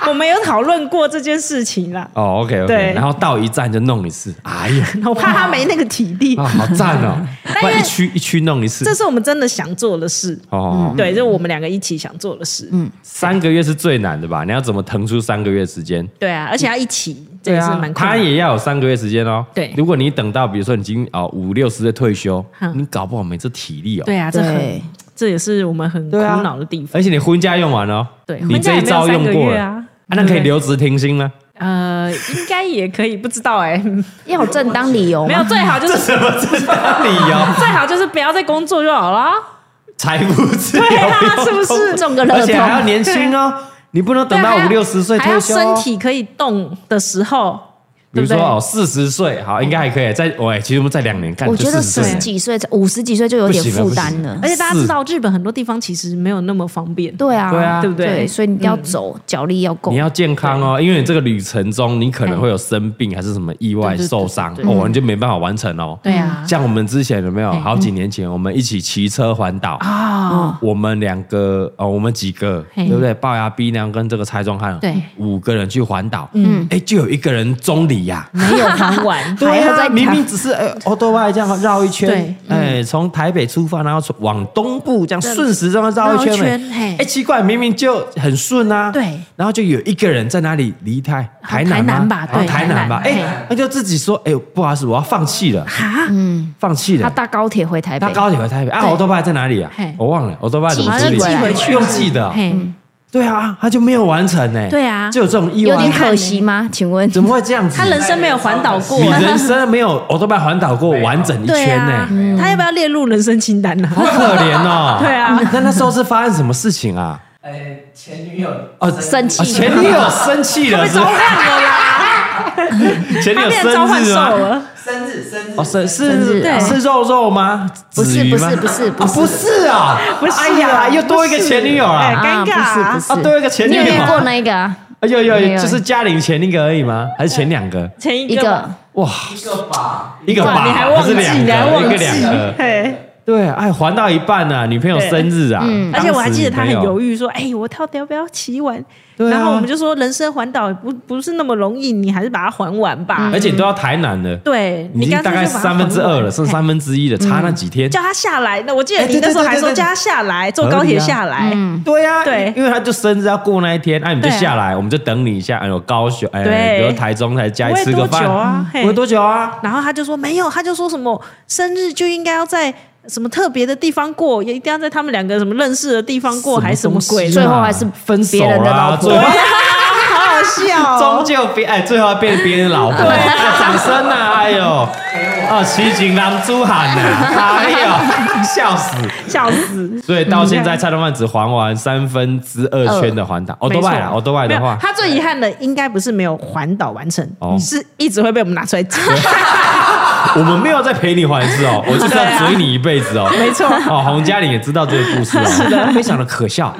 [SPEAKER 1] 我们有讨论过这件事情啦。
[SPEAKER 2] 哦，OK OK，
[SPEAKER 1] 对
[SPEAKER 2] 然后到一站就弄一次，哎呀，
[SPEAKER 1] 我怕他没那个体力
[SPEAKER 2] 啊、，好赞 哦！不然一区一区弄一次
[SPEAKER 1] 这，是嗯我们真的想做的事。
[SPEAKER 2] 哦，
[SPEAKER 1] 对，就是我们两个一起想做的事。嗯，
[SPEAKER 2] 三个月是最难的吧？你要怎么腾出三个月时间？
[SPEAKER 1] 对啊，而且要一起，这也是蛮困
[SPEAKER 2] 啊他
[SPEAKER 1] 难的。
[SPEAKER 2] 也要有三个月时间哦。
[SPEAKER 1] 对
[SPEAKER 2] 如果你等到比如说你已经哦五六十岁退休，
[SPEAKER 1] 嗯
[SPEAKER 2] 你搞不好没这体力哦。
[SPEAKER 1] 对啊，这很
[SPEAKER 3] 对，
[SPEAKER 1] 这也是我们很苦
[SPEAKER 2] 对啊
[SPEAKER 1] 恼的地方。
[SPEAKER 2] 而且你婚假用完了哦，
[SPEAKER 1] 对，
[SPEAKER 2] 你
[SPEAKER 1] 婚假
[SPEAKER 2] 这一
[SPEAKER 1] 也没有
[SPEAKER 2] 招
[SPEAKER 1] 三
[SPEAKER 2] 用
[SPEAKER 1] 个
[SPEAKER 2] 过
[SPEAKER 1] 月
[SPEAKER 2] 了，
[SPEAKER 1] 啊。
[SPEAKER 2] 啊那可
[SPEAKER 1] 对
[SPEAKER 2] 以留职停 薪吗？
[SPEAKER 1] 呃，应该也可以，不知道哎、
[SPEAKER 3] 要有正当理由
[SPEAKER 1] 没有
[SPEAKER 3] 吗？
[SPEAKER 1] 最好啊就是
[SPEAKER 2] 什么 知道理由？
[SPEAKER 1] 最好就是不要再工作就好了。
[SPEAKER 2] 哦财务自由
[SPEAKER 1] 对啊，是不是？
[SPEAKER 3] 中个
[SPEAKER 2] 而
[SPEAKER 3] 乐
[SPEAKER 2] 且还要
[SPEAKER 3] 透，
[SPEAKER 2] 年轻哦，你不能等到
[SPEAKER 1] 对啊
[SPEAKER 2] 五六十岁
[SPEAKER 1] 还要
[SPEAKER 2] 退休
[SPEAKER 1] 身
[SPEAKER 2] 哦。
[SPEAKER 1] 体可以动的时候，
[SPEAKER 2] 比如
[SPEAKER 1] 对不
[SPEAKER 2] 说
[SPEAKER 1] 对
[SPEAKER 2] 哦，四十岁好，应该还可以。再喂，其实我们再两年干，
[SPEAKER 3] 我觉得
[SPEAKER 2] 四十
[SPEAKER 3] 十
[SPEAKER 2] 岁，
[SPEAKER 3] 几岁、五十几岁就有点
[SPEAKER 2] 不行了
[SPEAKER 3] 负担了
[SPEAKER 1] 而。且大家知道日本很多地方其实没有那么方便。
[SPEAKER 3] 对嗯啊，
[SPEAKER 2] 对啊
[SPEAKER 1] 对不对
[SPEAKER 3] 所以你一定要走，脚力要够
[SPEAKER 2] 你。要健康哦，因为你这个旅程中你可能会有生病还是什么意外受伤哦，你就没办法完成哦。
[SPEAKER 1] 对啊，
[SPEAKER 2] 像我们之前有没有好几年前，我们一起骑车环岛
[SPEAKER 3] 哦
[SPEAKER 2] 啊？我们两个哦，我们几个
[SPEAKER 1] 嘿
[SPEAKER 2] 对不对？龅牙逼娘跟这个蔡宗汉，
[SPEAKER 1] 对，
[SPEAKER 2] 五个人去环岛，嗯，哎，就有一个人中里呀，
[SPEAKER 1] 没有还完
[SPEAKER 2] 对
[SPEAKER 3] 还要
[SPEAKER 2] 啊，
[SPEAKER 3] 再看
[SPEAKER 2] 明明只是呃欧多外这样绕一圈
[SPEAKER 1] 对，
[SPEAKER 2] 哎，从台北出发，然后从往东部这样顺时针绕一
[SPEAKER 1] 绕一
[SPEAKER 2] 圈
[SPEAKER 1] 圈
[SPEAKER 2] 哎
[SPEAKER 1] 嘿，
[SPEAKER 2] 哎，奇怪，明明就很顺啊，
[SPEAKER 1] 对，
[SPEAKER 2] 然后就有一个人在哪里离开台
[SPEAKER 1] 台
[SPEAKER 2] 南吗
[SPEAKER 1] 南吧对
[SPEAKER 2] 哦台南吧，
[SPEAKER 1] 台南
[SPEAKER 2] 哎，他就自己说，哎，不好意思，我要放弃了，
[SPEAKER 1] 哈，
[SPEAKER 2] 放弃
[SPEAKER 3] 他
[SPEAKER 2] 了。
[SPEAKER 3] 搭高铁回台北
[SPEAKER 2] 搭，高铁回台北啊，
[SPEAKER 1] 对
[SPEAKER 2] 欧多拜在哪里啊
[SPEAKER 1] 嘿？
[SPEAKER 2] 我忘了，欧多拜怎么
[SPEAKER 3] 寄
[SPEAKER 2] 处理？
[SPEAKER 3] 寄回去
[SPEAKER 2] 用寄的哦，
[SPEAKER 1] 嘿，
[SPEAKER 2] 对啊，他就没有完成呢。
[SPEAKER 1] 对啊
[SPEAKER 2] 就有这种意
[SPEAKER 3] 有点
[SPEAKER 2] 外，
[SPEAKER 3] 可惜吗？请问
[SPEAKER 2] 怎么会这样子？
[SPEAKER 1] 他人生没有环岛过
[SPEAKER 2] 你，人生没有欧多拜环岛过完整一
[SPEAKER 1] 对
[SPEAKER 2] 圈
[SPEAKER 1] 啊
[SPEAKER 2] 呢。，
[SPEAKER 1] 他要不要列入人生清单呢？
[SPEAKER 2] 好可怜哦。
[SPEAKER 1] 对啊，
[SPEAKER 2] 那那时候是发生什么事情啊？
[SPEAKER 4] 呃，前女友
[SPEAKER 2] 哦
[SPEAKER 3] 生
[SPEAKER 2] 啊
[SPEAKER 3] 气？
[SPEAKER 2] 前女友生气了，是
[SPEAKER 1] 召
[SPEAKER 2] 吧？
[SPEAKER 1] 唤了啦，
[SPEAKER 2] 前女
[SPEAKER 1] 他
[SPEAKER 2] 友
[SPEAKER 1] 变召
[SPEAKER 2] 生
[SPEAKER 1] 唤
[SPEAKER 2] 日
[SPEAKER 1] 兽
[SPEAKER 2] 吗？
[SPEAKER 1] 了，
[SPEAKER 4] 生日生日
[SPEAKER 2] 哦，是
[SPEAKER 3] 生日
[SPEAKER 2] 是
[SPEAKER 3] 对
[SPEAKER 2] 是肉肉吗？
[SPEAKER 3] 不是
[SPEAKER 2] 子瑜吗
[SPEAKER 3] 不是不是
[SPEAKER 2] 啊不是啊，
[SPEAKER 1] 不是啊
[SPEAKER 2] 哎呀，又多一个前女友
[SPEAKER 1] 哎，
[SPEAKER 2] 了。
[SPEAKER 1] 尴尬
[SPEAKER 3] 啊不
[SPEAKER 1] 啊
[SPEAKER 3] 是，不是
[SPEAKER 2] 啊，多一个前
[SPEAKER 3] 你
[SPEAKER 2] 女
[SPEAKER 3] 有
[SPEAKER 2] 友
[SPEAKER 3] 遇过那一个啊？
[SPEAKER 2] 哎呦
[SPEAKER 3] 没有
[SPEAKER 2] 呦，
[SPEAKER 3] 哎
[SPEAKER 2] 就是嘉玲前一个而已吗？还是前两个？
[SPEAKER 1] 前一
[SPEAKER 3] 一
[SPEAKER 1] 个吧
[SPEAKER 3] 个
[SPEAKER 2] 哇，
[SPEAKER 4] 一个吧，
[SPEAKER 2] 一个
[SPEAKER 1] 哇
[SPEAKER 2] 吧，
[SPEAKER 1] 你还忘
[SPEAKER 2] 不是
[SPEAKER 1] 记，
[SPEAKER 2] 两
[SPEAKER 1] 你还
[SPEAKER 2] 个，
[SPEAKER 1] 忘
[SPEAKER 2] 一
[SPEAKER 1] 记
[SPEAKER 2] 个两个，，
[SPEAKER 1] 嘿，
[SPEAKER 2] 对，哎，还到一半呢，女朋友
[SPEAKER 1] 对
[SPEAKER 2] 生日啊，
[SPEAKER 1] 嗯而且我还记得他很
[SPEAKER 2] 当时女朋友
[SPEAKER 1] 犹豫说：“哎，我到底要不要骑完？”
[SPEAKER 2] 对啊
[SPEAKER 1] 然后我们就说：“人生环岛不不是那么容易，你还是把它还完吧。
[SPEAKER 2] 而且你都要台南了，
[SPEAKER 1] 对
[SPEAKER 2] 嗯已
[SPEAKER 1] 你
[SPEAKER 2] 经
[SPEAKER 1] 干
[SPEAKER 2] 大
[SPEAKER 1] 脆
[SPEAKER 2] 概
[SPEAKER 1] 就把它
[SPEAKER 2] 三分之二了，
[SPEAKER 1] 还
[SPEAKER 2] 剩
[SPEAKER 1] 完哎
[SPEAKER 2] 三分之一了，差那几天。
[SPEAKER 1] 叫他下来。那我记得
[SPEAKER 2] 哎
[SPEAKER 1] 你那时候还
[SPEAKER 2] 对对对啊
[SPEAKER 1] 说
[SPEAKER 2] 对对
[SPEAKER 1] 叫他下来，坐高铁下来。
[SPEAKER 2] 对呀、
[SPEAKER 1] 嗯对
[SPEAKER 2] 因为他就生日要过那一天，哎、你们就
[SPEAKER 1] 对啊
[SPEAKER 2] 下来，我们就等你一下，哎呦，高雄，哎，
[SPEAKER 1] 对
[SPEAKER 2] 比如台中来家
[SPEAKER 1] 不
[SPEAKER 2] 里
[SPEAKER 1] 会
[SPEAKER 2] 吃个
[SPEAKER 1] 多
[SPEAKER 2] 饭，
[SPEAKER 1] 久啊
[SPEAKER 2] 不
[SPEAKER 1] 嘿
[SPEAKER 2] 会多久啊，
[SPEAKER 1] 然后他就说没有，他就说什么生日就应该要在什么特别的地方过，也一定要在他们两个什么认识的地方过，还是什么鬼
[SPEAKER 2] 东
[SPEAKER 1] 的
[SPEAKER 2] 西啊
[SPEAKER 3] 最。后还是
[SPEAKER 2] 分手
[SPEAKER 3] 别人的
[SPEAKER 2] 啦，
[SPEAKER 3] 老
[SPEAKER 2] 最
[SPEAKER 3] 婆
[SPEAKER 2] 后
[SPEAKER 1] 对。啊好好笑
[SPEAKER 2] 终
[SPEAKER 1] 哦！
[SPEAKER 2] 究变哎，最后变别人老婆，
[SPEAKER 1] 对
[SPEAKER 2] 啊掌声啊！哎呦，啊，齐景郎珠喊呐、哎呦， 笑死！
[SPEAKER 1] 笑死。
[SPEAKER 2] 所以到现
[SPEAKER 1] 嗯啊
[SPEAKER 2] 在，蔡东曼只还完三分之二圈的环岛，哦，
[SPEAKER 1] 没
[SPEAKER 2] 多
[SPEAKER 1] 错
[SPEAKER 2] 拜了，哦，多拜
[SPEAKER 1] 没
[SPEAKER 2] 的
[SPEAKER 1] 有
[SPEAKER 2] 话，
[SPEAKER 1] 他最遗憾的应该不是没有环岛完成
[SPEAKER 2] 哦，
[SPEAKER 1] 是一直会被我们拿出来 讲。
[SPEAKER 2] 我们没有在陪你还一次哦，我就是要追你一辈子哦，没错。哦，洪嘉玲也知道这个故事哦，非常的可笑，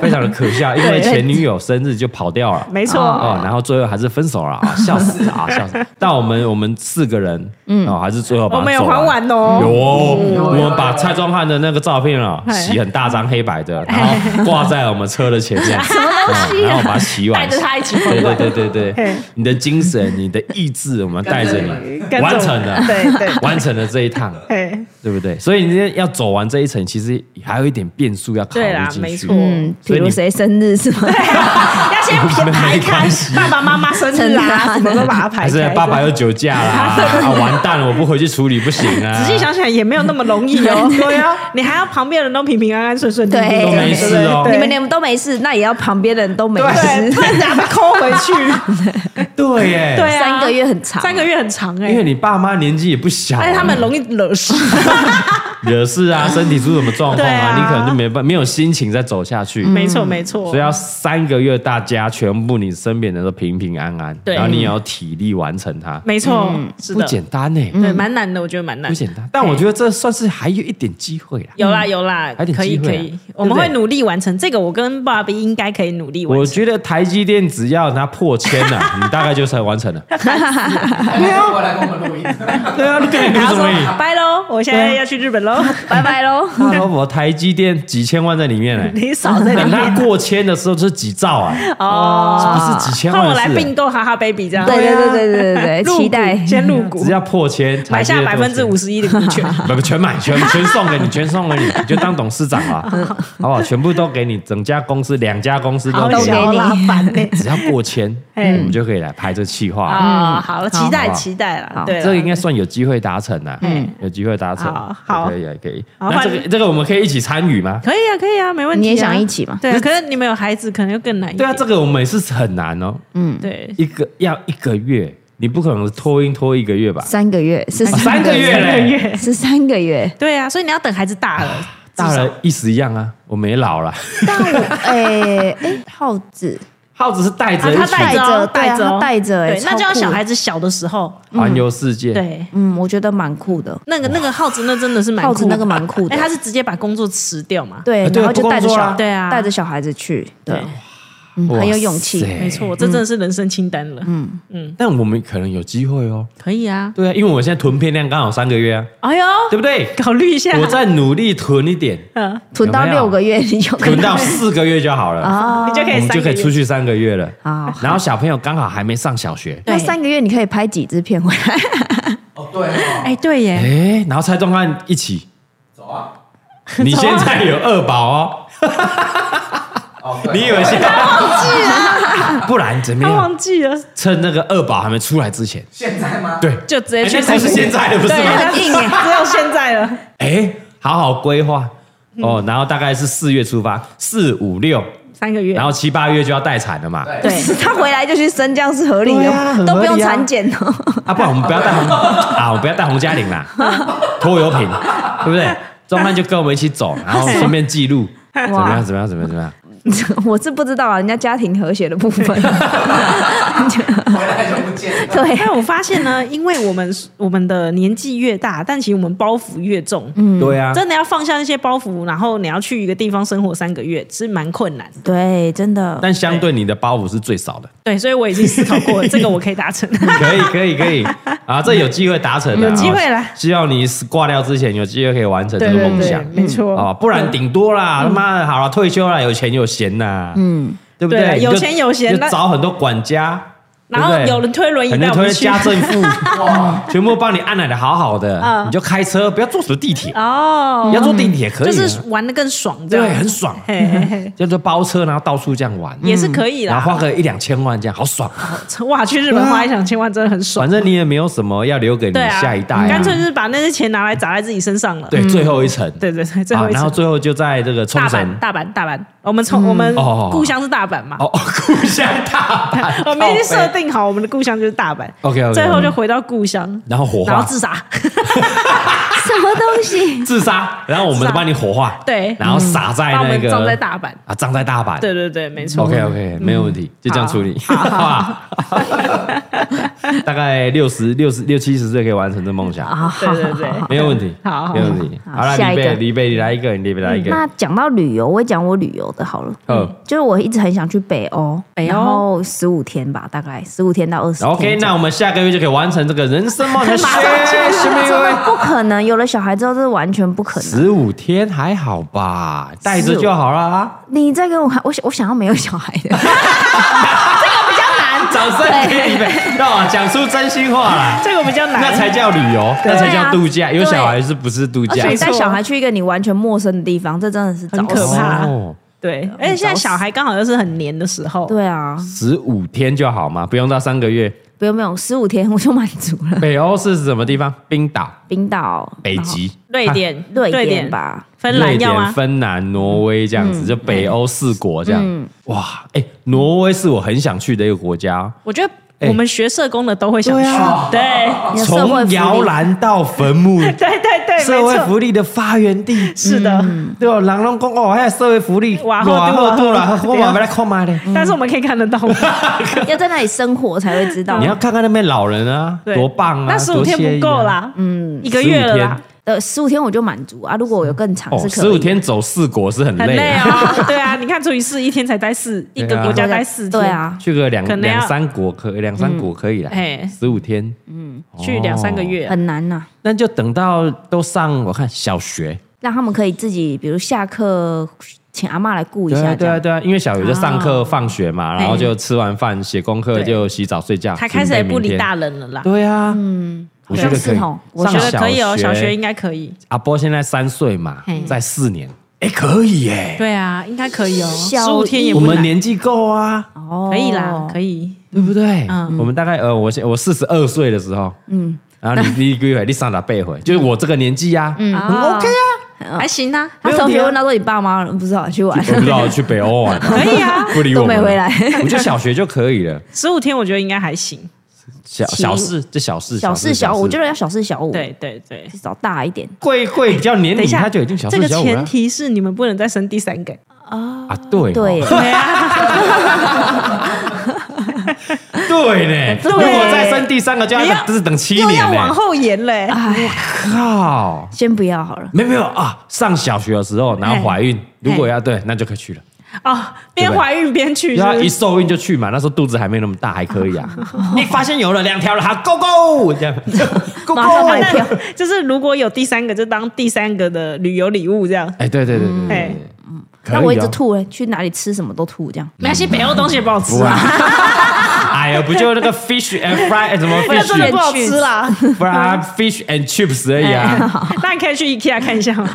[SPEAKER 2] 非常的可笑，因为前女友生日就跑掉了。
[SPEAKER 1] 没错，
[SPEAKER 2] 哦，然后最后还是分手了啊，笑死啊，笑死！但我们我们四个人，嗯，哦，还是最后把它
[SPEAKER 1] 我们有
[SPEAKER 2] 走
[SPEAKER 1] 还完哦
[SPEAKER 2] 有哦，我们把蔡庄汉的那个照片啊，
[SPEAKER 1] 嘿
[SPEAKER 2] 洗很大张黑白的，然后挂在我们车的前面，什么东西？然后把它洗完，
[SPEAKER 3] 带着他一起
[SPEAKER 2] 对对对对对
[SPEAKER 1] 嘿，
[SPEAKER 2] 你的精神、你的意志，我们带着你
[SPEAKER 1] 跟着我
[SPEAKER 2] 完成了，
[SPEAKER 1] 对对
[SPEAKER 2] 完成了这一趟，
[SPEAKER 1] 嘿，
[SPEAKER 2] 对不对？所以你要走完这一层，其实还有一点变数要考
[SPEAKER 1] 对
[SPEAKER 2] 虑
[SPEAKER 1] 啦
[SPEAKER 2] 进
[SPEAKER 1] 没
[SPEAKER 2] 去
[SPEAKER 1] 错。
[SPEAKER 3] 嗯，比
[SPEAKER 2] 所以你
[SPEAKER 3] 如谁生日是吗？
[SPEAKER 1] 要先排开爸爸妈妈生日啊，什么都把它排
[SPEAKER 2] 还是
[SPEAKER 1] 开。
[SPEAKER 2] 爸爸又酒驾啦， 啊，完蛋了，我不回去处理不行啊！
[SPEAKER 1] 仔细想想也没有那么容易 哦。对啊，你还要旁边的人都平平安安、顺顺利利，
[SPEAKER 3] 对都没
[SPEAKER 2] 事哦
[SPEAKER 1] 对
[SPEAKER 3] 你们你们都没事，那也要旁边的人都没
[SPEAKER 1] 对，啊
[SPEAKER 3] 事
[SPEAKER 1] 不。然把它抠回 去。
[SPEAKER 2] 对耶，
[SPEAKER 1] 对啊，
[SPEAKER 3] 三个月很长，
[SPEAKER 1] 三个月很长哎，哎
[SPEAKER 2] 因为你爸妈年纪也不小啊，
[SPEAKER 1] 而且他们容易惹事。
[SPEAKER 2] 惹事 啊，身体出什么状况啊，
[SPEAKER 1] 对啊
[SPEAKER 2] 你可能就没办没有心情再走下
[SPEAKER 3] 嗯
[SPEAKER 2] 去。
[SPEAKER 1] 没错没错，
[SPEAKER 2] 所以要三个月，大家全部你身边的人都平平安安，
[SPEAKER 1] 对
[SPEAKER 2] 然后你也要体力完成它，
[SPEAKER 1] 没错，是
[SPEAKER 2] 嗯不
[SPEAKER 1] 的，
[SPEAKER 2] 简单呢、
[SPEAKER 3] 嗯
[SPEAKER 1] 对，蛮难的，我觉得蛮难
[SPEAKER 2] 不
[SPEAKER 1] 的。
[SPEAKER 2] 简单。但我觉得这算是还有一点机会啊啦。
[SPEAKER 1] 有啦有啦
[SPEAKER 2] 嗯还有，点
[SPEAKER 1] 可以
[SPEAKER 2] 机会啊
[SPEAKER 1] 可
[SPEAKER 2] 对
[SPEAKER 1] 以
[SPEAKER 2] 不对，
[SPEAKER 1] 我们会努力完成这个。我跟爸比应该可以努力完
[SPEAKER 2] 我
[SPEAKER 1] 成。
[SPEAKER 2] 觉得台积电只要它破千了、 你大概就才完成了。
[SPEAKER 4] 没有过来跟我们录音，
[SPEAKER 2] 对啊，你跟 你
[SPEAKER 1] 然后
[SPEAKER 2] 什
[SPEAKER 1] 说
[SPEAKER 2] 么意？
[SPEAKER 1] 拜喽，我现在要去日本喽，
[SPEAKER 3] 拜拜喽。
[SPEAKER 2] 大老婆，台积电几千万在里 面呢、哎
[SPEAKER 1] 你少在那
[SPEAKER 2] 等
[SPEAKER 1] 边
[SPEAKER 2] 它过千的时候是几兆啊，
[SPEAKER 1] 哦。
[SPEAKER 2] 不是几千
[SPEAKER 1] 换
[SPEAKER 2] 万
[SPEAKER 1] 我
[SPEAKER 2] 的事、
[SPEAKER 1] 来并
[SPEAKER 2] 欸。
[SPEAKER 1] 购哈哈 baby 这样，
[SPEAKER 3] 对对对对对对
[SPEAKER 1] 入
[SPEAKER 3] 对，
[SPEAKER 1] 股
[SPEAKER 3] 期待。
[SPEAKER 1] 先入股
[SPEAKER 2] 只，嗯要破千，
[SPEAKER 1] 买下百
[SPEAKER 2] 台
[SPEAKER 1] 分
[SPEAKER 2] 积
[SPEAKER 1] 之
[SPEAKER 2] 电
[SPEAKER 1] 五
[SPEAKER 2] 多
[SPEAKER 1] 十一的股权。
[SPEAKER 2] 钱， 不不全买全全送给你，全送给你， 你就当董事长 啊，好不好？全部都给你，整家公司两家公司 都
[SPEAKER 1] 好
[SPEAKER 2] 给
[SPEAKER 3] 小
[SPEAKER 2] 你，
[SPEAKER 1] 小啦，烦 呢。
[SPEAKER 2] 只要 过千，
[SPEAKER 1] 嗯
[SPEAKER 2] 我们就可以来拍这企划了。
[SPEAKER 1] 啊，好了，期待
[SPEAKER 2] 好啊
[SPEAKER 1] 期待了，
[SPEAKER 3] 好
[SPEAKER 1] 对啦，啊
[SPEAKER 2] 这个应该算有机会达成啦，嗯，有机会达成
[SPEAKER 1] 好，好
[SPEAKER 2] 可以啊，可以。
[SPEAKER 1] 好
[SPEAKER 2] 那这个这个我们可以一起参与吗？
[SPEAKER 1] 可以啊，可以啊，没问题啊。
[SPEAKER 3] 你也想一起吗
[SPEAKER 1] 对啊，可是你们有孩子，可能又更难一
[SPEAKER 2] 对
[SPEAKER 1] 点。
[SPEAKER 2] 啊，这个我们也是很难哦，
[SPEAKER 1] 对
[SPEAKER 2] 一个要一个月，你不可能拖音拖一个月吧？
[SPEAKER 3] 三个月是
[SPEAKER 2] 啊三个月
[SPEAKER 1] 三个
[SPEAKER 2] 嘞，
[SPEAKER 1] 月，
[SPEAKER 3] 是三个月。
[SPEAKER 1] 对啊，所以你要等孩子大
[SPEAKER 2] 啊
[SPEAKER 1] 了，
[SPEAKER 2] 大了意思一样啊，我们也老了。
[SPEAKER 3] 但我哎哎，耗子
[SPEAKER 2] 耗子是带着
[SPEAKER 1] 啊
[SPEAKER 2] 一
[SPEAKER 1] 他
[SPEAKER 2] 群
[SPEAKER 1] 带着哦
[SPEAKER 3] 带着对啊
[SPEAKER 1] 着哦
[SPEAKER 3] 他带着哎
[SPEAKER 1] 对，
[SPEAKER 3] 超
[SPEAKER 1] 那就要
[SPEAKER 3] 酷
[SPEAKER 1] 小孩子小的时候，
[SPEAKER 2] 环游世界，
[SPEAKER 1] 对，
[SPEAKER 3] 嗯，我觉得蛮酷的。
[SPEAKER 1] 那个那个耗子那真的是蛮
[SPEAKER 3] 耗子
[SPEAKER 1] 酷
[SPEAKER 3] 那个蛮酷的
[SPEAKER 1] 哎，他是直接把工作辞掉嘛？
[SPEAKER 3] 对
[SPEAKER 2] 呃，对
[SPEAKER 3] 然后就
[SPEAKER 2] 不
[SPEAKER 3] 带着
[SPEAKER 2] 工作啊
[SPEAKER 3] 小
[SPEAKER 1] 对啊
[SPEAKER 3] 带着小孩子去，对，嗯
[SPEAKER 2] 哇塞
[SPEAKER 3] 很有勇气。
[SPEAKER 1] 没错，这真的是人生清单了。嗯，
[SPEAKER 2] 但我们可能有机会哦。
[SPEAKER 1] 可以啊，
[SPEAKER 2] 对啊，因为我现在囤片量刚好三个月 啊，
[SPEAKER 1] 哎呦，
[SPEAKER 2] 对不对？
[SPEAKER 1] 考虑一下，
[SPEAKER 2] 我再努力囤一点，
[SPEAKER 1] 嗯，
[SPEAKER 3] 囤到
[SPEAKER 2] 有没有
[SPEAKER 3] 六个月你就可以
[SPEAKER 2] 囤 到四个月就好了，
[SPEAKER 3] 啊
[SPEAKER 1] 你，就可
[SPEAKER 2] 我
[SPEAKER 1] 以
[SPEAKER 2] 们
[SPEAKER 1] 哦三
[SPEAKER 2] 就可
[SPEAKER 1] 个
[SPEAKER 2] 以
[SPEAKER 1] 月
[SPEAKER 2] 出。去三个月了
[SPEAKER 3] 好。
[SPEAKER 2] 然后小朋友刚好还没上小学，
[SPEAKER 3] 那
[SPEAKER 1] 对
[SPEAKER 3] 三个月你可以拍几支片回来？
[SPEAKER 4] 哦对哦，
[SPEAKER 1] 哎，对耶，
[SPEAKER 2] 哎，然后蔡宗汉 一起，
[SPEAKER 4] 走啊，
[SPEAKER 2] 你现在有二宝 哦，
[SPEAKER 4] 哦对，
[SPEAKER 2] 你以为现在忘记 了？不然怎么
[SPEAKER 1] 他
[SPEAKER 2] 样？
[SPEAKER 1] 忘记了，
[SPEAKER 2] 趁那个二宝还没出来之前，
[SPEAKER 4] 现在吗？
[SPEAKER 2] 对，
[SPEAKER 1] 就直
[SPEAKER 2] 哎
[SPEAKER 1] 接去
[SPEAKER 2] 那就是现在了，不是
[SPEAKER 1] 对，
[SPEAKER 2] 吗？
[SPEAKER 1] 他
[SPEAKER 3] 很硬 耶
[SPEAKER 1] 只有现在了。
[SPEAKER 2] 哎，好好规划
[SPEAKER 1] 嗯
[SPEAKER 2] 哦，然后大概是四月出发，四五六，
[SPEAKER 1] 三个月，
[SPEAKER 2] 然后七八月就要待产了嘛。
[SPEAKER 4] 对
[SPEAKER 1] 对，
[SPEAKER 3] 他回来就去生，这样是合理
[SPEAKER 2] 对
[SPEAKER 3] 的
[SPEAKER 2] 啊很合理啊
[SPEAKER 3] 吗，都不用产检 哦。
[SPEAKER 2] 啊，不然我们不要 带红啊，我们不要带红嘉玲啦，拖油瓶，对不对？钟汉就跟我们一起走，然后顺便记录。怎么样？怎么样？怎么样？怎么样？
[SPEAKER 3] 我是不知道啊，人家家庭和谐的部分。
[SPEAKER 4] 回来就不见了。
[SPEAKER 3] 对，
[SPEAKER 1] 但我发现呢，因为我们我们的年纪越大，但其实我们包袱越重。
[SPEAKER 3] 嗯
[SPEAKER 2] 对啊，
[SPEAKER 1] 嗯真的要放下那些包袱，然后你要去一个地方生活三个月，是蛮困难的。
[SPEAKER 3] 对，真的。
[SPEAKER 2] 但相对你的包袱是最少的，
[SPEAKER 1] 对，所以我已经思考过 了，这个我可以达成。
[SPEAKER 2] 可以，可以，可以啊！这有机会达成 的，
[SPEAKER 1] 有机会啦
[SPEAKER 2] 啊希望你挂掉之前有机会可以完成这个梦想
[SPEAKER 1] 没错。嗯
[SPEAKER 2] 啊！不然顶多啦，他妈的，好了，退休了，有钱有闲呐，嗯，对不
[SPEAKER 1] 对啊
[SPEAKER 2] 对？
[SPEAKER 1] 有
[SPEAKER 2] 你就
[SPEAKER 1] 钱有闲
[SPEAKER 2] 就
[SPEAKER 1] 那
[SPEAKER 2] 找很多管家，
[SPEAKER 1] 然后
[SPEAKER 2] 对不对
[SPEAKER 1] 有人推轮椅
[SPEAKER 2] 很
[SPEAKER 1] 带我
[SPEAKER 2] 多推
[SPEAKER 1] 们去。
[SPEAKER 2] 家政 妇。
[SPEAKER 4] 哇，
[SPEAKER 2] 全部帮你按奶的好好的，
[SPEAKER 1] 嗯
[SPEAKER 2] 你就开车，不要坐什么地铁，
[SPEAKER 1] 哦
[SPEAKER 2] 你，要坐地铁也可以
[SPEAKER 1] 就
[SPEAKER 2] 啊，
[SPEAKER 1] 是玩的更爽，这样
[SPEAKER 2] 对，很爽，嗯
[SPEAKER 1] 嘿嘿嘿
[SPEAKER 2] 叫做包车，然后到处这样玩，
[SPEAKER 1] 也是可以
[SPEAKER 2] 然
[SPEAKER 1] 啦。
[SPEAKER 2] 后花个一两千万这样，好爽。
[SPEAKER 1] 哇，去日本花一两千万真的很爽。
[SPEAKER 2] 反正你也没有什么要留给你
[SPEAKER 1] 对啊，
[SPEAKER 2] 下一代啊，
[SPEAKER 1] 干脆就是把那些钱拿来砸在自己身上了。
[SPEAKER 2] 对最后一层，
[SPEAKER 1] 嗯对对对，最
[SPEAKER 2] 啊
[SPEAKER 1] 后一
[SPEAKER 2] 然后
[SPEAKER 1] 次。
[SPEAKER 2] 最后就在这个冲
[SPEAKER 1] 大阪，
[SPEAKER 2] 绳，
[SPEAKER 1] 大阪，大阪，我们从我们
[SPEAKER 2] 哦
[SPEAKER 1] 故乡是大阪嘛，
[SPEAKER 2] 哦， 哦故乡大阪，
[SPEAKER 1] 我们已经设
[SPEAKER 2] 靠北
[SPEAKER 1] 定好，我们的故乡就是大阪。
[SPEAKER 2] OK，OK，OK
[SPEAKER 1] 最后就回到故乡，
[SPEAKER 2] 然后火
[SPEAKER 1] 然后
[SPEAKER 2] 化
[SPEAKER 1] 自杀。
[SPEAKER 3] 什么东西？
[SPEAKER 2] 自杀，然后我们
[SPEAKER 1] 自杀
[SPEAKER 2] 帮你火化，
[SPEAKER 1] 对
[SPEAKER 2] 然后撒在
[SPEAKER 1] 把我
[SPEAKER 2] 那
[SPEAKER 1] 们
[SPEAKER 2] 个
[SPEAKER 1] 葬在大阪。
[SPEAKER 2] 啊，葬在大阪，
[SPEAKER 1] 对嗯对对，没错。
[SPEAKER 2] OK OK，没有问题，就这样处理，好吧？ 大概六十六十六七十岁可以完成这梦想，
[SPEAKER 3] 啊，
[SPEAKER 1] 对对对，
[SPEAKER 2] 没有问题，
[SPEAKER 1] 好好
[SPEAKER 2] 没有问题。
[SPEAKER 3] 好
[SPEAKER 2] 好了，
[SPEAKER 3] 下
[SPEAKER 2] 李
[SPEAKER 3] 一个
[SPEAKER 2] 贝，李贝，你来一个，你来一
[SPEAKER 3] 那
[SPEAKER 1] 嗯
[SPEAKER 2] 个。
[SPEAKER 3] 讲到旅游，我也讲我旅游的好了。
[SPEAKER 2] 嗯
[SPEAKER 3] 就是我一直很想去北欧，
[SPEAKER 1] 北欧
[SPEAKER 3] 然后十五天吧，大概十五天到二十天这
[SPEAKER 2] OK，
[SPEAKER 3] 样。
[SPEAKER 2] 那我们下个月就可以完成这个人生 梦想。谢 谢每位。
[SPEAKER 3] 不可能，有了小孩之后，这是完全不可能。
[SPEAKER 2] 十五天还好吧，带着就好啦。
[SPEAKER 3] 你再给我看，我想我想要没有小孩的，
[SPEAKER 2] 掌声给李贝，让我讲出真心话来，
[SPEAKER 1] 这个比较难。
[SPEAKER 2] 嗯那才叫旅游，那才叫度假。
[SPEAKER 3] 对
[SPEAKER 2] 有小孩是不是度
[SPEAKER 3] 而
[SPEAKER 2] 假
[SPEAKER 3] 且？你带
[SPEAKER 1] 没错
[SPEAKER 3] 小孩去一个你完全陌生的地方，这真的是
[SPEAKER 1] 很
[SPEAKER 3] 找
[SPEAKER 1] 可
[SPEAKER 3] 死
[SPEAKER 1] 怕
[SPEAKER 2] 哦，
[SPEAKER 1] 对，而且现在小孩刚好又是很黏的时候。
[SPEAKER 3] 对啊，
[SPEAKER 2] 十五天就好嘛，不用到三个月。
[SPEAKER 3] 不用不用，十五天我就满足了。
[SPEAKER 2] 北欧是什么地方？冰岛、
[SPEAKER 3] 冰岛、
[SPEAKER 2] 北极、
[SPEAKER 1] 瑞典，
[SPEAKER 3] 啊瑞
[SPEAKER 1] 典
[SPEAKER 3] 典，吧，
[SPEAKER 1] 芬兰
[SPEAKER 2] 瑞
[SPEAKER 1] 要
[SPEAKER 2] 典、
[SPEAKER 1] 吗？
[SPEAKER 2] 芬兰、挪威这样子，就北欧四国这样。哇，哎，挪威是我很想去的一个国家。
[SPEAKER 1] 我觉得
[SPEAKER 2] 哎
[SPEAKER 1] 我们学社工的都会想去
[SPEAKER 2] 对啊，
[SPEAKER 1] 对
[SPEAKER 3] 你的社会福
[SPEAKER 2] 从
[SPEAKER 3] 利
[SPEAKER 2] 摇篮到坟墓，
[SPEAKER 1] 对对对，
[SPEAKER 2] 社
[SPEAKER 1] 没
[SPEAKER 2] 会
[SPEAKER 1] 错，
[SPEAKER 2] 福利的发源地。
[SPEAKER 1] 是的。
[SPEAKER 2] 对哦，人拢讲哦，还有社会福利，
[SPEAKER 1] 哇好
[SPEAKER 2] 哇
[SPEAKER 1] 对啊嗯哇
[SPEAKER 2] 好多啦
[SPEAKER 1] 好，
[SPEAKER 2] 我嘛要来看卖咧。
[SPEAKER 1] 但是我们可以看得到，
[SPEAKER 3] 要在那里生活才会 知道
[SPEAKER 2] 你。要看看那边老人啊，
[SPEAKER 1] 对
[SPEAKER 2] 多棒啊！
[SPEAKER 1] 那十五天
[SPEAKER 2] 多惬意
[SPEAKER 1] 不
[SPEAKER 2] 啊
[SPEAKER 1] 够，啦，嗯，一个月了啦，
[SPEAKER 3] 呃，十五天我就满足啊，如果我有更长
[SPEAKER 2] 哦，
[SPEAKER 3] 是可以。
[SPEAKER 2] 十五天走四国是很
[SPEAKER 1] 很
[SPEAKER 2] 累
[SPEAKER 1] 累
[SPEAKER 2] 的，
[SPEAKER 1] 啊， 对啊，你看除以四，一天才待四，一
[SPEAKER 2] 对
[SPEAKER 1] 个
[SPEAKER 2] 啊
[SPEAKER 1] 国
[SPEAKER 3] 对
[SPEAKER 1] 家待四天，
[SPEAKER 3] 对，啊，
[SPEAKER 2] 去个两
[SPEAKER 1] 可能要
[SPEAKER 2] 两三国可两三国可以啦
[SPEAKER 1] 哎，
[SPEAKER 2] 十五天
[SPEAKER 1] 去两三个
[SPEAKER 2] 哦
[SPEAKER 1] 月，
[SPEAKER 3] 很难呐、啊
[SPEAKER 2] 那就等到都上我看小学，
[SPEAKER 3] 让他们可以自己，比如下课请阿妈来顾一
[SPEAKER 2] 对
[SPEAKER 3] 下
[SPEAKER 2] 啊
[SPEAKER 3] 这
[SPEAKER 2] 对啊
[SPEAKER 3] 样。
[SPEAKER 2] 对啊，因为小学就上课放学嘛，然后
[SPEAKER 1] 哎
[SPEAKER 2] 就吃完饭写功课
[SPEAKER 1] 对
[SPEAKER 2] 就洗澡睡觉，
[SPEAKER 1] 他开始
[SPEAKER 2] 准备
[SPEAKER 1] 也不
[SPEAKER 2] 明
[SPEAKER 1] 理
[SPEAKER 2] 天
[SPEAKER 1] 大人了啦，
[SPEAKER 2] 对啊，嗯，我觉得可
[SPEAKER 3] 好像
[SPEAKER 2] 以
[SPEAKER 3] 是哦。我
[SPEAKER 1] 我觉
[SPEAKER 2] 上
[SPEAKER 1] 得可以哦，小
[SPEAKER 2] 小
[SPEAKER 1] 学
[SPEAKER 2] 学
[SPEAKER 1] 应该可以，
[SPEAKER 2] 阿波现在三岁嘛
[SPEAKER 1] 嘿，
[SPEAKER 2] 在四年，哎，可以耶，
[SPEAKER 1] 对啊，应该可以哦，
[SPEAKER 3] 小
[SPEAKER 1] 十五天也
[SPEAKER 2] 我
[SPEAKER 1] 不
[SPEAKER 2] 们
[SPEAKER 1] 难，
[SPEAKER 2] 年纪够啊，
[SPEAKER 3] 哦
[SPEAKER 1] 可以啦，可以，
[SPEAKER 2] 对不对？
[SPEAKER 1] 嗯
[SPEAKER 2] 我们大概呃，我现我四十二岁的时候，嗯，然后你你几回，你上哪背
[SPEAKER 1] 嗯
[SPEAKER 2] 回？就是我这个年纪啊，嗯，
[SPEAKER 1] 很
[SPEAKER 3] OK
[SPEAKER 1] 啊，还行啊，
[SPEAKER 3] 他
[SPEAKER 2] 没
[SPEAKER 3] 同
[SPEAKER 2] 问题啊
[SPEAKER 3] 学问他说：“你爸妈不知道去玩，
[SPEAKER 2] 我不 知道去北欧玩，可
[SPEAKER 1] 以啊
[SPEAKER 2] 不理我们
[SPEAKER 3] 都没回来
[SPEAKER 2] 我觉得小学就可以了，
[SPEAKER 1] 十五天我觉得应该还行，
[SPEAKER 2] 小
[SPEAKER 3] 起
[SPEAKER 2] 小事，这小事，
[SPEAKER 3] 小
[SPEAKER 2] 事
[SPEAKER 3] 四小五，我觉
[SPEAKER 2] 得
[SPEAKER 3] 得要小四小五，
[SPEAKER 1] 对对对。
[SPEAKER 3] 至少大一点。
[SPEAKER 2] 贵贵比较年
[SPEAKER 1] 等一
[SPEAKER 2] 龄，
[SPEAKER 1] 下，
[SPEAKER 2] 哎他就已经小
[SPEAKER 1] 这
[SPEAKER 2] 事
[SPEAKER 1] 个
[SPEAKER 2] 小五
[SPEAKER 1] 前
[SPEAKER 2] 了
[SPEAKER 1] 提是你们不能再生第三个。
[SPEAKER 2] 啊，对 哦
[SPEAKER 3] 对耶，
[SPEAKER 1] 对啊，
[SPEAKER 2] 对呢，
[SPEAKER 3] 对
[SPEAKER 2] 如果再生第三个，就
[SPEAKER 1] 你
[SPEAKER 2] 要
[SPEAKER 1] 要
[SPEAKER 2] 等是等七
[SPEAKER 1] 又
[SPEAKER 2] 年
[SPEAKER 1] 要往
[SPEAKER 2] 呢，
[SPEAKER 1] 后延嘞。
[SPEAKER 2] 靠。
[SPEAKER 3] 先不要好了。
[SPEAKER 2] 没有没有啊，上小学的时候，然后怀孕，如果要对，那就可以去了。
[SPEAKER 1] 哦，边怀孕边去是
[SPEAKER 2] 然
[SPEAKER 1] 不
[SPEAKER 2] 后啊一
[SPEAKER 1] 是，
[SPEAKER 2] 受孕就去嘛，那时候肚子还没那么大，还可以 啊。你发现有了两条了，好，Go Go，这样 Go
[SPEAKER 3] 马上
[SPEAKER 2] Go。
[SPEAKER 3] 买票，
[SPEAKER 1] 就是如果有第三个，就当第三个的旅游礼物这样。
[SPEAKER 2] 哎，对对对对对对
[SPEAKER 1] 哎
[SPEAKER 2] 对，可以
[SPEAKER 3] 嗯那
[SPEAKER 2] 哦
[SPEAKER 3] 我一直。吐了，去哪里吃什么都吐，这样
[SPEAKER 1] 没关系，北欧东西也不好吃
[SPEAKER 2] 不
[SPEAKER 1] 啊，
[SPEAKER 2] 啊哎呀，不就那个 fish and fry 哎什么
[SPEAKER 1] 那真的
[SPEAKER 2] fish
[SPEAKER 1] 不好吃啦。
[SPEAKER 2] 不然 fish and chips 而已
[SPEAKER 3] 哎
[SPEAKER 2] 啊，
[SPEAKER 1] 那你可以去 IKEA 看一下嘛。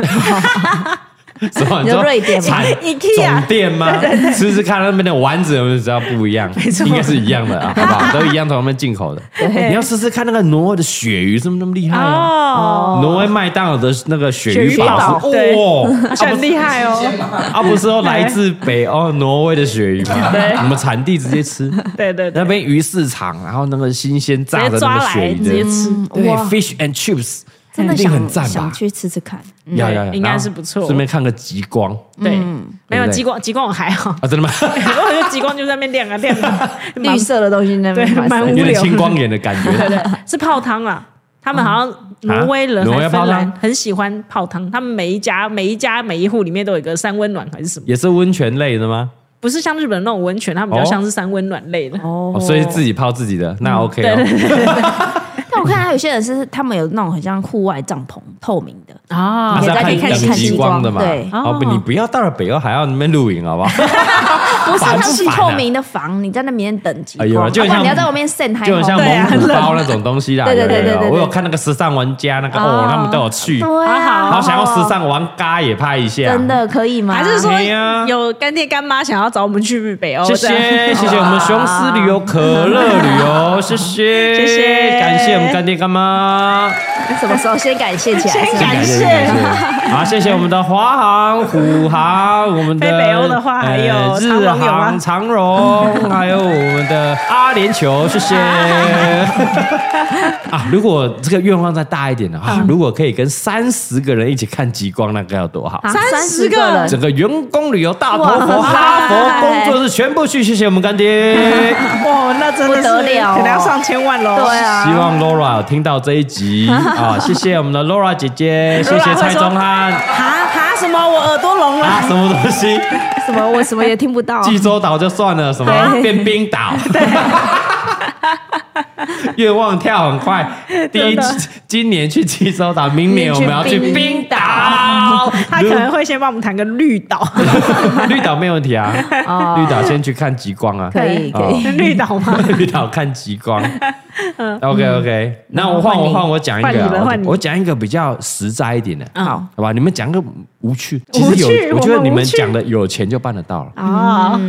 [SPEAKER 2] 什么
[SPEAKER 3] 你说瑞典吗
[SPEAKER 2] 产
[SPEAKER 1] IKEA
[SPEAKER 2] 总店吗？吃吃看那边的丸子，我们知道不一样，
[SPEAKER 1] 错
[SPEAKER 2] 应该是一样的啊，好不好？都一样从他们进口的。你要试试看那个挪威的鳕鱼是不是那么厉害啊？
[SPEAKER 1] 哦，
[SPEAKER 2] 挪威麦当劳的那个鳕鱼
[SPEAKER 1] 鳕鱼堡
[SPEAKER 2] 堡是，
[SPEAKER 1] 对
[SPEAKER 2] 哇，
[SPEAKER 1] 好 像很厉害哦。
[SPEAKER 2] 啊，不是说来自北欧挪威的鳕鱼吗？
[SPEAKER 1] 对
[SPEAKER 2] 我们产地直接 吃，
[SPEAKER 1] 对对对
[SPEAKER 2] 那，边鱼市场，然后那个新鲜炸
[SPEAKER 1] 直
[SPEAKER 2] 的
[SPEAKER 1] 接
[SPEAKER 2] 那
[SPEAKER 1] 抓
[SPEAKER 2] 个鳕
[SPEAKER 1] 来
[SPEAKER 2] 鱼
[SPEAKER 1] 直接
[SPEAKER 2] 的，
[SPEAKER 1] 吃。
[SPEAKER 2] 对
[SPEAKER 3] 哇
[SPEAKER 2] ，fish and chips，
[SPEAKER 3] 真的
[SPEAKER 2] 一定很
[SPEAKER 3] 想
[SPEAKER 2] 赞
[SPEAKER 3] 想
[SPEAKER 2] 吧？
[SPEAKER 3] 去吃吃看。嗯
[SPEAKER 2] 要
[SPEAKER 1] 对
[SPEAKER 2] 要要，
[SPEAKER 1] 应该
[SPEAKER 2] 然后
[SPEAKER 1] 是不错
[SPEAKER 2] 顺便看个极光
[SPEAKER 1] 对，没有
[SPEAKER 2] 对不对，
[SPEAKER 1] 极光，极光我还好
[SPEAKER 2] 啊，真的吗？
[SPEAKER 1] 我就极光就在那边亮啊亮 啊，蛮
[SPEAKER 3] 绿色的东西那边
[SPEAKER 1] 对蛮无
[SPEAKER 2] 有点
[SPEAKER 1] 聊
[SPEAKER 2] 青光眼的感
[SPEAKER 1] 对
[SPEAKER 2] 觉。
[SPEAKER 1] 对，是泡汤啦。他们好像挪威人
[SPEAKER 2] 啊挪
[SPEAKER 1] 还
[SPEAKER 2] 威
[SPEAKER 1] 是
[SPEAKER 2] 泡
[SPEAKER 1] 芬兰
[SPEAKER 2] 汤
[SPEAKER 1] 很喜欢泡汤，他们每一家每一家每一户里面都有一个三温暖还是什么，
[SPEAKER 2] 也是温泉类的吗？
[SPEAKER 1] 不是像日本那种温泉，他们比较像是三温暖类的。
[SPEAKER 2] 哦
[SPEAKER 3] 哦
[SPEAKER 2] 所以自己泡自己的，
[SPEAKER 1] 嗯
[SPEAKER 2] 那 OK 哦。
[SPEAKER 3] 但我看还有些人是他们有那种很像户外帐篷，透明的，
[SPEAKER 1] 啊
[SPEAKER 2] 那是要
[SPEAKER 3] 大家可以看
[SPEAKER 2] 等
[SPEAKER 3] 看
[SPEAKER 2] 极
[SPEAKER 3] 极
[SPEAKER 2] 光
[SPEAKER 3] 光
[SPEAKER 2] 的嘛？
[SPEAKER 3] 对
[SPEAKER 2] 哦，不
[SPEAKER 1] 哦
[SPEAKER 2] 你不要到了北欧还要那边露营，好不好？烦不
[SPEAKER 3] 不是它是
[SPEAKER 2] 烦啊
[SPEAKER 3] 透明的房，你在那里面等极
[SPEAKER 2] 哎有啊
[SPEAKER 3] 光，
[SPEAKER 2] 就很
[SPEAKER 3] 不然你
[SPEAKER 2] 像
[SPEAKER 3] 要在外面晒太
[SPEAKER 2] 就很像
[SPEAKER 3] 阳。
[SPEAKER 1] 对啊
[SPEAKER 2] 蒙古包那种东西啦。
[SPEAKER 3] 对对对
[SPEAKER 2] 有有有
[SPEAKER 3] 对对对
[SPEAKER 2] 我有看那个时尚玩家那个哦，他们都有去，
[SPEAKER 3] 对啊，
[SPEAKER 2] 然后想要啊时尚玩咖也拍一下。
[SPEAKER 3] 真，的可以吗？
[SPEAKER 1] 还是说
[SPEAKER 2] 哎呀
[SPEAKER 1] 有干爹干妈想要找我们去北欧？
[SPEAKER 2] 谢
[SPEAKER 3] 哦
[SPEAKER 1] 这样
[SPEAKER 3] 啊
[SPEAKER 2] 谢谢谢我们雄狮旅游、可乐旅游，谢 谢
[SPEAKER 1] 谢谢
[SPEAKER 2] 感谢我们干爹干妈，
[SPEAKER 3] 什么时候先感谢起来？
[SPEAKER 1] 先
[SPEAKER 3] 是吗
[SPEAKER 1] 感谢
[SPEAKER 2] 好，谢谢我们的华航、虎航，我们的
[SPEAKER 1] 飞北欧的话还有
[SPEAKER 2] 呃
[SPEAKER 1] 长荣
[SPEAKER 2] 日
[SPEAKER 1] 有啊吗
[SPEAKER 2] 航、长荣，还有我们的阿联 酋，谢谢。啊，如果这个愿望再大一点的
[SPEAKER 1] 嗯
[SPEAKER 2] 话，如果可以跟三十个人一起看极光，那该有多好！
[SPEAKER 3] 啊
[SPEAKER 1] 30
[SPEAKER 3] 30
[SPEAKER 1] 个人
[SPEAKER 2] 整个员工旅游大头佛
[SPEAKER 3] 哇
[SPEAKER 2] 哈佛工作室全部去，谢谢我们 干爹。
[SPEAKER 1] 哇，哦那真的是
[SPEAKER 3] 不得了
[SPEAKER 1] 可能要上千万喽。
[SPEAKER 3] 对啊
[SPEAKER 2] 希望 Laura 有听到这一集啊，谢谢我们的 Laura 姐姐，谢谢蔡宗汉
[SPEAKER 1] 哈哈什么？我耳朵聋
[SPEAKER 2] 啊，
[SPEAKER 1] 了。
[SPEAKER 2] 什么东西？
[SPEAKER 3] 什么？哦我什么也听不
[SPEAKER 1] 哦
[SPEAKER 3] 到。啊
[SPEAKER 2] 济州岛就算了，什么
[SPEAKER 3] 对
[SPEAKER 2] 变冰 岛。 愿望跳很快，第 一
[SPEAKER 1] 真的
[SPEAKER 2] 今年去济州岛，明年我们要去冰岛。
[SPEAKER 1] 他可能会先帮我们谈个绿岛，
[SPEAKER 2] 绿岛没问题啊，
[SPEAKER 3] 哦
[SPEAKER 2] 绿岛先去看极光啊，
[SPEAKER 3] 可以
[SPEAKER 2] 哦
[SPEAKER 3] 可以，
[SPEAKER 1] 绿岛吗？
[SPEAKER 2] 绿岛看极光。OK OK，那我换
[SPEAKER 3] 换
[SPEAKER 2] 我
[SPEAKER 3] 你
[SPEAKER 2] 换我讲一
[SPEAKER 1] 嗯换
[SPEAKER 2] 个
[SPEAKER 1] 你了
[SPEAKER 2] 啊，
[SPEAKER 1] 换你
[SPEAKER 2] 我我讲一个比较实在一点的，
[SPEAKER 3] 嗯
[SPEAKER 1] 好
[SPEAKER 2] 好吧？你们讲个无趣，其实
[SPEAKER 1] 无趣
[SPEAKER 2] 有，我觉
[SPEAKER 1] 我
[SPEAKER 2] 得
[SPEAKER 1] 们
[SPEAKER 2] 你
[SPEAKER 1] 无
[SPEAKER 2] 们
[SPEAKER 1] 趣
[SPEAKER 2] 讲的有钱就办得到了，
[SPEAKER 1] 啊，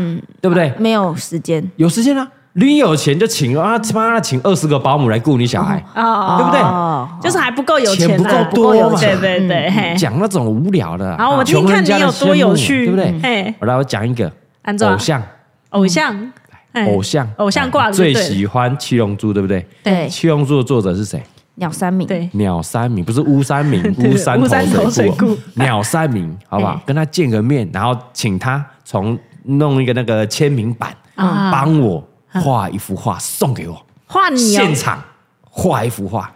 [SPEAKER 2] 对不对？
[SPEAKER 3] 没有时间
[SPEAKER 2] 有时间啊，你有钱就请啊，他妈的请二十个保姆来雇你小孩，
[SPEAKER 1] 哦
[SPEAKER 2] 对不对？
[SPEAKER 3] 哦，
[SPEAKER 1] 就是还不够有钱
[SPEAKER 2] 钱不
[SPEAKER 1] 啊，
[SPEAKER 2] 够多嘛嗯
[SPEAKER 1] 对对对，嘿
[SPEAKER 2] 讲那种无聊的啊，
[SPEAKER 1] 好，我听
[SPEAKER 2] 穷人
[SPEAKER 1] 看你
[SPEAKER 2] 家的
[SPEAKER 1] 有
[SPEAKER 2] 羡慕
[SPEAKER 1] 多有趣，
[SPEAKER 2] 对不对？
[SPEAKER 1] 嘿，
[SPEAKER 2] 我来我讲一个
[SPEAKER 1] 安总
[SPEAKER 2] 偶像，
[SPEAKER 1] 偶像哎
[SPEAKER 2] 嗯偶像，
[SPEAKER 1] 啊
[SPEAKER 2] 啊
[SPEAKER 1] 偶像挂了就对
[SPEAKER 2] 最
[SPEAKER 1] 了
[SPEAKER 2] 喜欢《七龙珠》，对不对？
[SPEAKER 3] 对
[SPEAKER 2] 《七龙珠》的作者是谁？
[SPEAKER 3] 鸟山明，
[SPEAKER 1] 对，
[SPEAKER 2] 鸟山明不是乌山明，
[SPEAKER 1] 对
[SPEAKER 2] 乌山
[SPEAKER 1] 乌山
[SPEAKER 2] 头
[SPEAKER 1] 头水
[SPEAKER 2] 水
[SPEAKER 1] 库
[SPEAKER 2] 库，鸟山明，好不好
[SPEAKER 3] 对？
[SPEAKER 2] 跟他见个面，然后请他从弄一个那个签名版，
[SPEAKER 1] 啊
[SPEAKER 2] 帮我画一幅画送给我，
[SPEAKER 1] 画你哦
[SPEAKER 2] 现场画一幅画，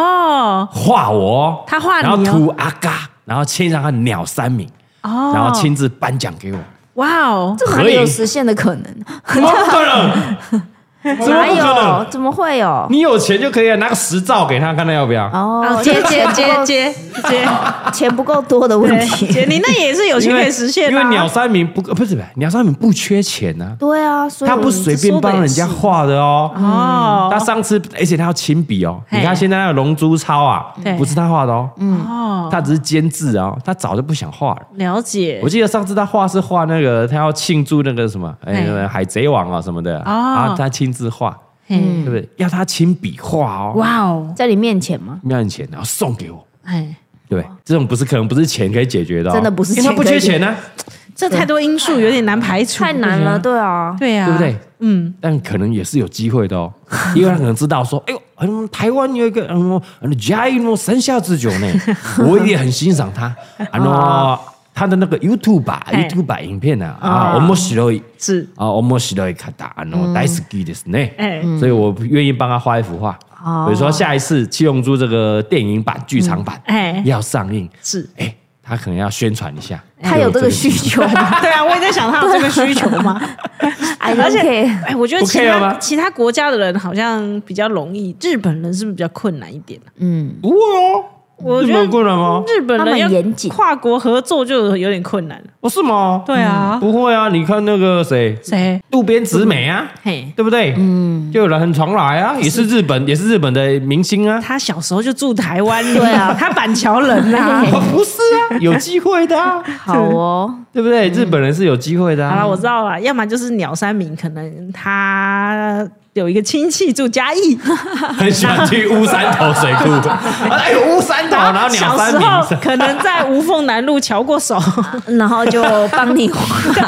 [SPEAKER 1] 哦
[SPEAKER 2] 画我哦，
[SPEAKER 1] 他画你哦
[SPEAKER 2] 然后涂阿嘎，然后签上他鸟山明，
[SPEAKER 1] 哦，
[SPEAKER 2] 然后亲自颁奖给我，
[SPEAKER 1] 哇哦，
[SPEAKER 3] 这哪
[SPEAKER 2] 可以
[SPEAKER 3] 里有实现的可能？
[SPEAKER 2] 怎么可能？ 怎么不
[SPEAKER 3] 哪
[SPEAKER 2] 可能
[SPEAKER 3] 有？？哦怎么会有？
[SPEAKER 2] 你有钱就可以啊了，拿个十兆给他，看他要不要？
[SPEAKER 3] 哦
[SPEAKER 1] 啊，接接
[SPEAKER 3] 钱不
[SPEAKER 1] 接
[SPEAKER 3] 够
[SPEAKER 1] 接接，
[SPEAKER 2] 哦
[SPEAKER 3] 钱不够多的问
[SPEAKER 1] 对
[SPEAKER 3] 题。
[SPEAKER 1] 姐你那也是有
[SPEAKER 2] 因
[SPEAKER 1] 钱
[SPEAKER 2] 为
[SPEAKER 1] 可以实现
[SPEAKER 2] 因
[SPEAKER 1] 的啊，
[SPEAKER 2] 为鸟山明不不是不是鸟山明不缺钱啊，
[SPEAKER 3] 对啊，所以
[SPEAKER 2] 他不是随便帮人家画的哦。
[SPEAKER 1] 哦，
[SPEAKER 2] 他上次，而且他要亲笔哦。
[SPEAKER 1] 嘿
[SPEAKER 2] 你看现在那个《龙珠超》啊
[SPEAKER 1] 对，
[SPEAKER 2] 不是他画的哦，
[SPEAKER 1] 哦，
[SPEAKER 2] 他只是监制哦，他早就不想画了。
[SPEAKER 1] 了解
[SPEAKER 2] 我记得上次他画是画那个，他要庆祝那个什么，哎，
[SPEAKER 1] 嘿
[SPEAKER 2] 那个海贼王啊什么
[SPEAKER 3] 哦
[SPEAKER 2] 的，啊，他亲自画，
[SPEAKER 1] 嘿
[SPEAKER 2] 对不对？要他亲笔画哦，
[SPEAKER 1] 哇哦，
[SPEAKER 3] 在你面前吗？
[SPEAKER 2] 要你钱，然后送给我，
[SPEAKER 1] 哎，
[SPEAKER 2] 对，这种不是可能不是钱可以解决的哦，
[SPEAKER 3] 真的不是
[SPEAKER 2] 因为他
[SPEAKER 3] 钱
[SPEAKER 2] 不
[SPEAKER 3] 可
[SPEAKER 2] 缺
[SPEAKER 3] 以
[SPEAKER 2] 钱啊呢，
[SPEAKER 1] 这太多因素有点难排除，
[SPEAKER 3] 太难了，
[SPEAKER 1] 我觉得
[SPEAKER 3] 对啊，
[SPEAKER 1] 对啊，
[SPEAKER 2] 对不对？
[SPEAKER 1] 嗯，
[SPEAKER 2] 但可能也是有机会的哦，因为他可能知道 说，哎呦，嗯，台湾有一个嗯，嗯嘉义诺三下之久 呢，我也很欣赏他，
[SPEAKER 3] 哦
[SPEAKER 2] 啊喏，他的那个 YouTube 啊
[SPEAKER 3] 哎
[SPEAKER 1] 嘿
[SPEAKER 2] YouTube 啊影片啊，啊，
[SPEAKER 3] 哦
[SPEAKER 2] 我们喜欢。
[SPEAKER 1] 是
[SPEAKER 2] 啊，我们喜欢看他，啊喏，大好きですね。
[SPEAKER 1] 哎
[SPEAKER 2] 所以我愿意帮他画一幅画。比如说下一次《七龙珠》这个电影版、剧场版
[SPEAKER 1] 哎
[SPEAKER 2] 要上映，
[SPEAKER 1] 是，
[SPEAKER 2] 哎，他可能要宣传一下，
[SPEAKER 3] 哎他有这个需
[SPEAKER 2] 求。
[SPEAKER 3] 求 吗
[SPEAKER 1] 对啊，我也在想他有这个需求吗？
[SPEAKER 3] ？I
[SPEAKER 1] 而
[SPEAKER 3] don't
[SPEAKER 1] 且
[SPEAKER 3] care。
[SPEAKER 1] 哎，我觉得
[SPEAKER 2] 不
[SPEAKER 1] 其
[SPEAKER 2] care
[SPEAKER 1] 他
[SPEAKER 2] 吗
[SPEAKER 1] 其他国家的人好像比较容易，日本人是不是比较困难一点？
[SPEAKER 2] 不会哦，
[SPEAKER 1] 我
[SPEAKER 2] 日
[SPEAKER 1] 觉
[SPEAKER 2] 本
[SPEAKER 1] 得
[SPEAKER 2] 有困难啊吗？
[SPEAKER 1] 日本人要
[SPEAKER 3] 他们严谨
[SPEAKER 1] 跨国合作就有点困难。
[SPEAKER 2] 不哦是吗？
[SPEAKER 1] 对啊，
[SPEAKER 2] 不会啊，你看那个谁，
[SPEAKER 1] 谁？
[SPEAKER 2] 渡边直美啊，
[SPEAKER 1] 嘿，
[SPEAKER 2] 对不对？嗯，就有人很常来啊，也是日本，也是日本的明星 啊。
[SPEAKER 1] 他小时候就住台湾，
[SPEAKER 3] 对啊
[SPEAKER 1] 他板桥人 呐。
[SPEAKER 2] 啊不是啊， 有机会的啊，
[SPEAKER 3] 好哦，
[SPEAKER 2] 对不对？日本人是有机会的
[SPEAKER 1] 好
[SPEAKER 2] 啊。
[SPEAKER 1] 了，我知道了，要么就是鸟山明，可能他有一个亲戚住嘉义，
[SPEAKER 2] 很喜欢去乌山头水库，哎呦，乌山头，然后
[SPEAKER 1] 小
[SPEAKER 2] 鸟
[SPEAKER 1] 时
[SPEAKER 2] 山
[SPEAKER 1] 候
[SPEAKER 2] 明，
[SPEAKER 1] 可能在无缝南路瞧过手，
[SPEAKER 3] 然后就帮你画。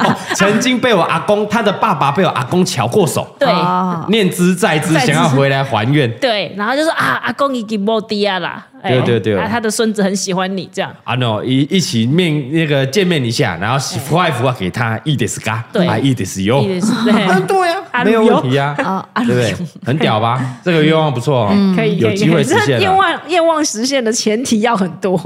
[SPEAKER 2] 哦曾经被我阿公，他的爸爸被我阿公瞧过手，
[SPEAKER 1] 对
[SPEAKER 3] 哦
[SPEAKER 2] 念之在之，
[SPEAKER 1] 在之
[SPEAKER 2] 想要回来还愿。
[SPEAKER 1] 对，然后就说啊，阿公已经莫迪亚啦，哎
[SPEAKER 2] 对对对
[SPEAKER 1] 啊，他的孙子很喜欢你这样，
[SPEAKER 2] 啊 no，一一起面那个见面一下，然后洗画一幅画给他，一点是嘎，
[SPEAKER 1] 对
[SPEAKER 2] 啊一点是哟，
[SPEAKER 1] 也是对，
[SPEAKER 2] 对呀、
[SPEAKER 1] 啊
[SPEAKER 2] 没有
[SPEAKER 1] 旅游
[SPEAKER 2] 问题呀、
[SPEAKER 3] 哦
[SPEAKER 2] 对不对？很屌吧？这个愿望不错哦，
[SPEAKER 1] 嗯可以
[SPEAKER 2] 有
[SPEAKER 1] 可以
[SPEAKER 2] 机
[SPEAKER 1] 可
[SPEAKER 2] 会
[SPEAKER 1] 以
[SPEAKER 2] 实
[SPEAKER 1] 这
[SPEAKER 2] 现啊
[SPEAKER 1] 愿
[SPEAKER 2] 了。
[SPEAKER 1] 望愿望实现的前提要很 多。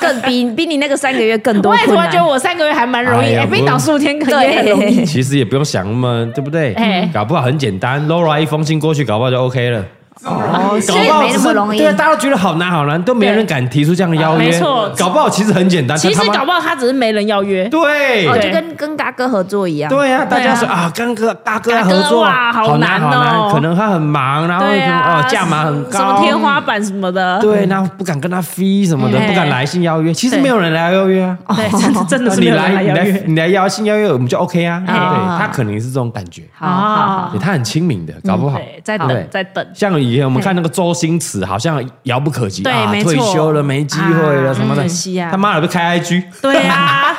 [SPEAKER 3] 更比比你那个三个月更多
[SPEAKER 1] 我也突
[SPEAKER 3] 困
[SPEAKER 1] 然
[SPEAKER 3] 难
[SPEAKER 1] 觉得。我三个月还蛮容
[SPEAKER 2] 哎
[SPEAKER 1] 易，
[SPEAKER 2] 呀
[SPEAKER 1] 哎，被
[SPEAKER 2] 不
[SPEAKER 1] 倒数天可能也很容易。
[SPEAKER 2] 其实也不用想那么，对不对
[SPEAKER 1] 哎？
[SPEAKER 2] 搞不好很简单，Laura 一封信过去，搞不好就 OK 了。
[SPEAKER 3] 哦，
[SPEAKER 2] 搞
[SPEAKER 3] 所以
[SPEAKER 2] 不好
[SPEAKER 3] 没那么容易
[SPEAKER 2] 对啊，。大家都觉得好难好难，都没人敢提出这样的邀约。
[SPEAKER 1] 啊没错
[SPEAKER 2] 搞不好其实很简 单。
[SPEAKER 1] 其
[SPEAKER 2] 但
[SPEAKER 1] 实
[SPEAKER 2] 他妈
[SPEAKER 1] 搞不好他只是没人要约，
[SPEAKER 2] 对
[SPEAKER 3] 哦，就跟跟嘎哥合作一样。
[SPEAKER 2] 对呀、啊，大家
[SPEAKER 1] 对啊
[SPEAKER 2] 说啊，跟哥大哥合作
[SPEAKER 1] 大哥哇好
[SPEAKER 2] 难
[SPEAKER 1] 难哦
[SPEAKER 2] 可能他很忙，然后
[SPEAKER 1] 对
[SPEAKER 2] 什么
[SPEAKER 1] 啊，
[SPEAKER 2] 哦价码很高，
[SPEAKER 1] 什么天花板什么的，
[SPEAKER 2] 对，那不敢跟他飞什么的，
[SPEAKER 1] 嗯
[SPEAKER 2] 不敢来信邀约。其实
[SPEAKER 1] 对
[SPEAKER 2] 没有人来邀约啊，
[SPEAKER 1] 对，真的 真的是没
[SPEAKER 2] 你
[SPEAKER 1] 有人来
[SPEAKER 2] 来你
[SPEAKER 1] 邀
[SPEAKER 2] 来
[SPEAKER 1] 约。
[SPEAKER 2] 你来邀信邀约，我们就 OK 啊。对，
[SPEAKER 3] 啊
[SPEAKER 2] 他可能是这种感觉，
[SPEAKER 3] 好，好好，
[SPEAKER 2] 对他很亲民的，搞不好。
[SPEAKER 1] 嗯对，在
[SPEAKER 2] 对
[SPEAKER 1] 等，在等。
[SPEAKER 2] 像以前我们看那个周星驰，好像遥不可及
[SPEAKER 1] 对
[SPEAKER 2] 啊，
[SPEAKER 1] 没错
[SPEAKER 2] 退休了没机会了
[SPEAKER 1] 啊
[SPEAKER 2] 什么的
[SPEAKER 1] 可惜，啊
[SPEAKER 2] 他妈的都 开 IG，IG
[SPEAKER 1] 对啊，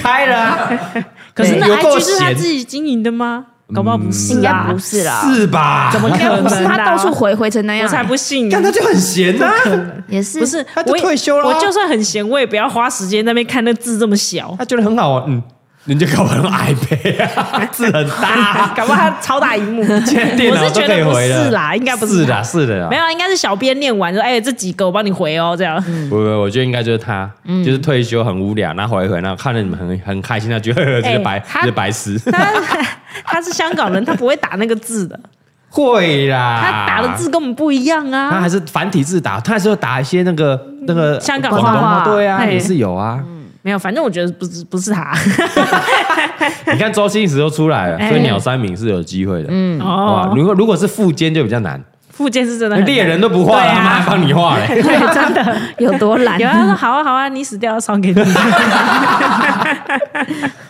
[SPEAKER 2] 开了啊，
[SPEAKER 1] 可是那
[SPEAKER 2] 有够
[SPEAKER 1] IG 是他
[SPEAKER 2] 闲嗯
[SPEAKER 1] 自己经营的吗？搞不好不
[SPEAKER 3] 应
[SPEAKER 1] 是
[SPEAKER 3] 该
[SPEAKER 1] 啊，
[SPEAKER 3] 不是啦，
[SPEAKER 2] 是吧？怎么
[SPEAKER 3] 应该不是，
[SPEAKER 1] 可能啊
[SPEAKER 3] 他到处回回成那样，
[SPEAKER 1] 我才不信。
[SPEAKER 2] 看他就很闲啊
[SPEAKER 1] 啊
[SPEAKER 2] 呐，
[SPEAKER 3] 也是
[SPEAKER 1] 不是，
[SPEAKER 2] 他就
[SPEAKER 1] 我也
[SPEAKER 2] 退休了啊
[SPEAKER 1] 我就算很闲，我也不要花时间在那边看那字这么小，
[SPEAKER 2] 他觉得很好玩，嗯，人家搞很矮呗，啊 字很大，
[SPEAKER 1] 啊搞不好他超大一幕。
[SPEAKER 2] 现在电脑都可以
[SPEAKER 1] 我是
[SPEAKER 2] 回
[SPEAKER 1] 觉得不
[SPEAKER 2] 了，
[SPEAKER 1] 是啦应该不是
[SPEAKER 2] 是啊啦，是的啦
[SPEAKER 1] 没，有，应该是小编念完说：“哎，这几个我帮你回哦。”这样，
[SPEAKER 2] 不不，我觉得应该就是他，
[SPEAKER 1] 嗯
[SPEAKER 2] 就是退休很无聊，然后回一回，然后看着你们很很开心，他觉得呵呵这
[SPEAKER 1] 哎
[SPEAKER 2] 是白
[SPEAKER 1] 他
[SPEAKER 2] 这是白 痴，
[SPEAKER 1] 他他是香港人，他不会打那个字的，
[SPEAKER 2] 会啦，
[SPEAKER 1] 他打的字。跟我们不一样
[SPEAKER 2] 他还
[SPEAKER 1] 啊。嗯
[SPEAKER 2] 是繁体字打，他还是有打一些那个那个
[SPEAKER 1] 香港
[SPEAKER 2] 广
[SPEAKER 1] 话
[SPEAKER 2] 东话，对啊，
[SPEAKER 1] 嘿
[SPEAKER 2] 也是有啊。
[SPEAKER 1] 没有，反正我觉得不是不是 他。嗯
[SPEAKER 2] 你看周星驰都出来了，
[SPEAKER 1] 哎
[SPEAKER 2] 所以鸟山明是有机会的。嗯，哇，
[SPEAKER 1] 哦，
[SPEAKER 2] 如果如果是副监就比较难，
[SPEAKER 1] 附件是真的很
[SPEAKER 2] 猎人都不画了，
[SPEAKER 1] 对啊
[SPEAKER 2] 他妈还帮你 画嘞。
[SPEAKER 1] 对，真的。
[SPEAKER 3] 有多懒
[SPEAKER 1] 有啊，他说好啊好啊，你 死掉要送给你。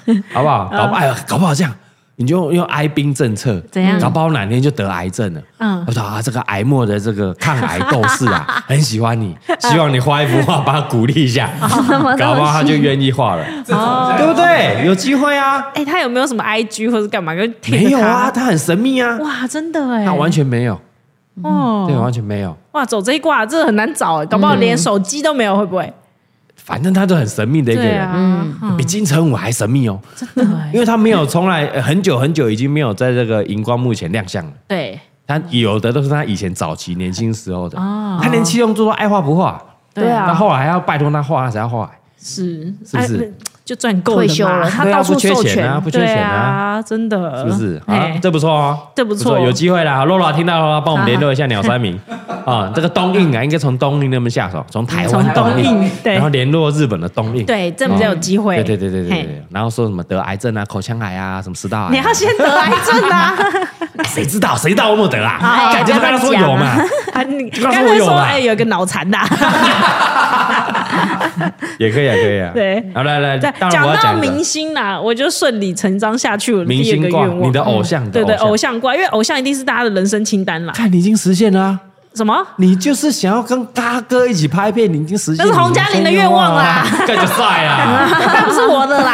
[SPEAKER 1] 嗯
[SPEAKER 2] 好不好？搞不哎呀，搞不好这样，你就用哀兵政策，
[SPEAKER 1] 怎样
[SPEAKER 2] 搞不好哪天就得癌症了。
[SPEAKER 1] 嗯
[SPEAKER 2] 我说啊，这个癌末的这个抗癌斗士 啊，很喜欢你，希望你画一幅画帮他鼓励一下，
[SPEAKER 1] 哦
[SPEAKER 2] 搞不好他就愿 意画了，
[SPEAKER 4] 这种
[SPEAKER 2] 哦对不对？有机会啊，
[SPEAKER 1] 哎、他有没有什么 IG 或者干嘛？跟
[SPEAKER 2] 没有啊，，他很神秘啊，
[SPEAKER 1] 哇，真的哎、
[SPEAKER 2] 他完全没有，对，啊嗯
[SPEAKER 1] 哦，
[SPEAKER 2] 完全没有。
[SPEAKER 1] 哇，走这一卦这很难找、哎，搞不好连手机都没有，会不会？
[SPEAKER 2] 反正他都很神秘的一个
[SPEAKER 1] 对
[SPEAKER 2] 人，
[SPEAKER 1] 啊，
[SPEAKER 2] 比金城武还神秘哦，
[SPEAKER 1] 真的哎、
[SPEAKER 2] 嗯因为他没有从来呃很久很久已经没有在这个荧光幕前亮相了。
[SPEAKER 1] 对
[SPEAKER 2] 他有的都是他以前早期年轻时候的，
[SPEAKER 1] 嗯哦
[SPEAKER 2] 他连七龙珠都爱画不画，
[SPEAKER 3] 对啊
[SPEAKER 2] 他后来还要拜托他画，他才要画。
[SPEAKER 1] 是
[SPEAKER 2] 是不是
[SPEAKER 1] 哎就赚够了
[SPEAKER 3] 退
[SPEAKER 1] 嘛
[SPEAKER 3] 休 了，他
[SPEAKER 2] 对啊
[SPEAKER 3] 到处
[SPEAKER 2] 不缺
[SPEAKER 3] 授
[SPEAKER 2] 钱
[SPEAKER 3] 权，
[SPEAKER 2] 啊不缺
[SPEAKER 1] 对
[SPEAKER 2] 钱
[SPEAKER 1] 啊，
[SPEAKER 2] 啊
[SPEAKER 1] 真的
[SPEAKER 2] 是不是？啊
[SPEAKER 1] 哎，
[SPEAKER 2] 这不错哦，
[SPEAKER 1] 这不错
[SPEAKER 2] 有机会啦。洛洛听到了，帮我们联络一下鸟山 明啊。这个东映啊，应该从东映那边下手，从台
[SPEAKER 1] 从
[SPEAKER 2] 湾
[SPEAKER 1] 东
[SPEAKER 2] 映，
[SPEAKER 1] 印对
[SPEAKER 2] 然后联络日本的东映，
[SPEAKER 1] 对，这比较有机会。
[SPEAKER 2] 对对对对对对
[SPEAKER 1] 嘿。
[SPEAKER 2] 对。然后说什么得癌症啊、口腔癌啊、什么食道癌啊，
[SPEAKER 1] 你要先得癌症啊！
[SPEAKER 2] 谁知道谁知道我没得 啊？
[SPEAKER 1] 哎
[SPEAKER 2] 感觉
[SPEAKER 1] 不
[SPEAKER 2] 刚
[SPEAKER 1] 要再
[SPEAKER 2] 刚说
[SPEAKER 1] 讲
[SPEAKER 2] 有嘛
[SPEAKER 1] 啊，啊你
[SPEAKER 2] 就告
[SPEAKER 1] 刚
[SPEAKER 2] 诉
[SPEAKER 1] 才
[SPEAKER 2] 我有
[SPEAKER 1] 说
[SPEAKER 2] 嘛
[SPEAKER 1] 哎，有一个脑残的啊，
[SPEAKER 2] 也可以啊，可以啊。
[SPEAKER 1] 对
[SPEAKER 2] 好来来，
[SPEAKER 1] 对
[SPEAKER 2] 当然
[SPEAKER 1] 讲
[SPEAKER 2] 我要
[SPEAKER 1] 到
[SPEAKER 2] 讲
[SPEAKER 1] 明
[SPEAKER 2] 的
[SPEAKER 1] 星啦，我就顺理成章下去我的
[SPEAKER 2] 明
[SPEAKER 1] 第二个
[SPEAKER 2] 星挂，
[SPEAKER 1] 愿
[SPEAKER 2] 你
[SPEAKER 1] 望嗯
[SPEAKER 2] 的。偶像，你的
[SPEAKER 1] 对对，偶
[SPEAKER 2] 偶像，
[SPEAKER 1] 像挂，因为偶像一定是大家的人生清单啦。
[SPEAKER 2] 看你已经实现了啊。
[SPEAKER 1] 什么？
[SPEAKER 2] 你就是想要跟大哥一起拍片，你已经实
[SPEAKER 1] 那
[SPEAKER 2] 现你
[SPEAKER 1] 是
[SPEAKER 2] 的
[SPEAKER 1] 洪嘉玲的愿望啦
[SPEAKER 2] 愿望啊， 这就 帅啦！
[SPEAKER 1] 那不是我的啦。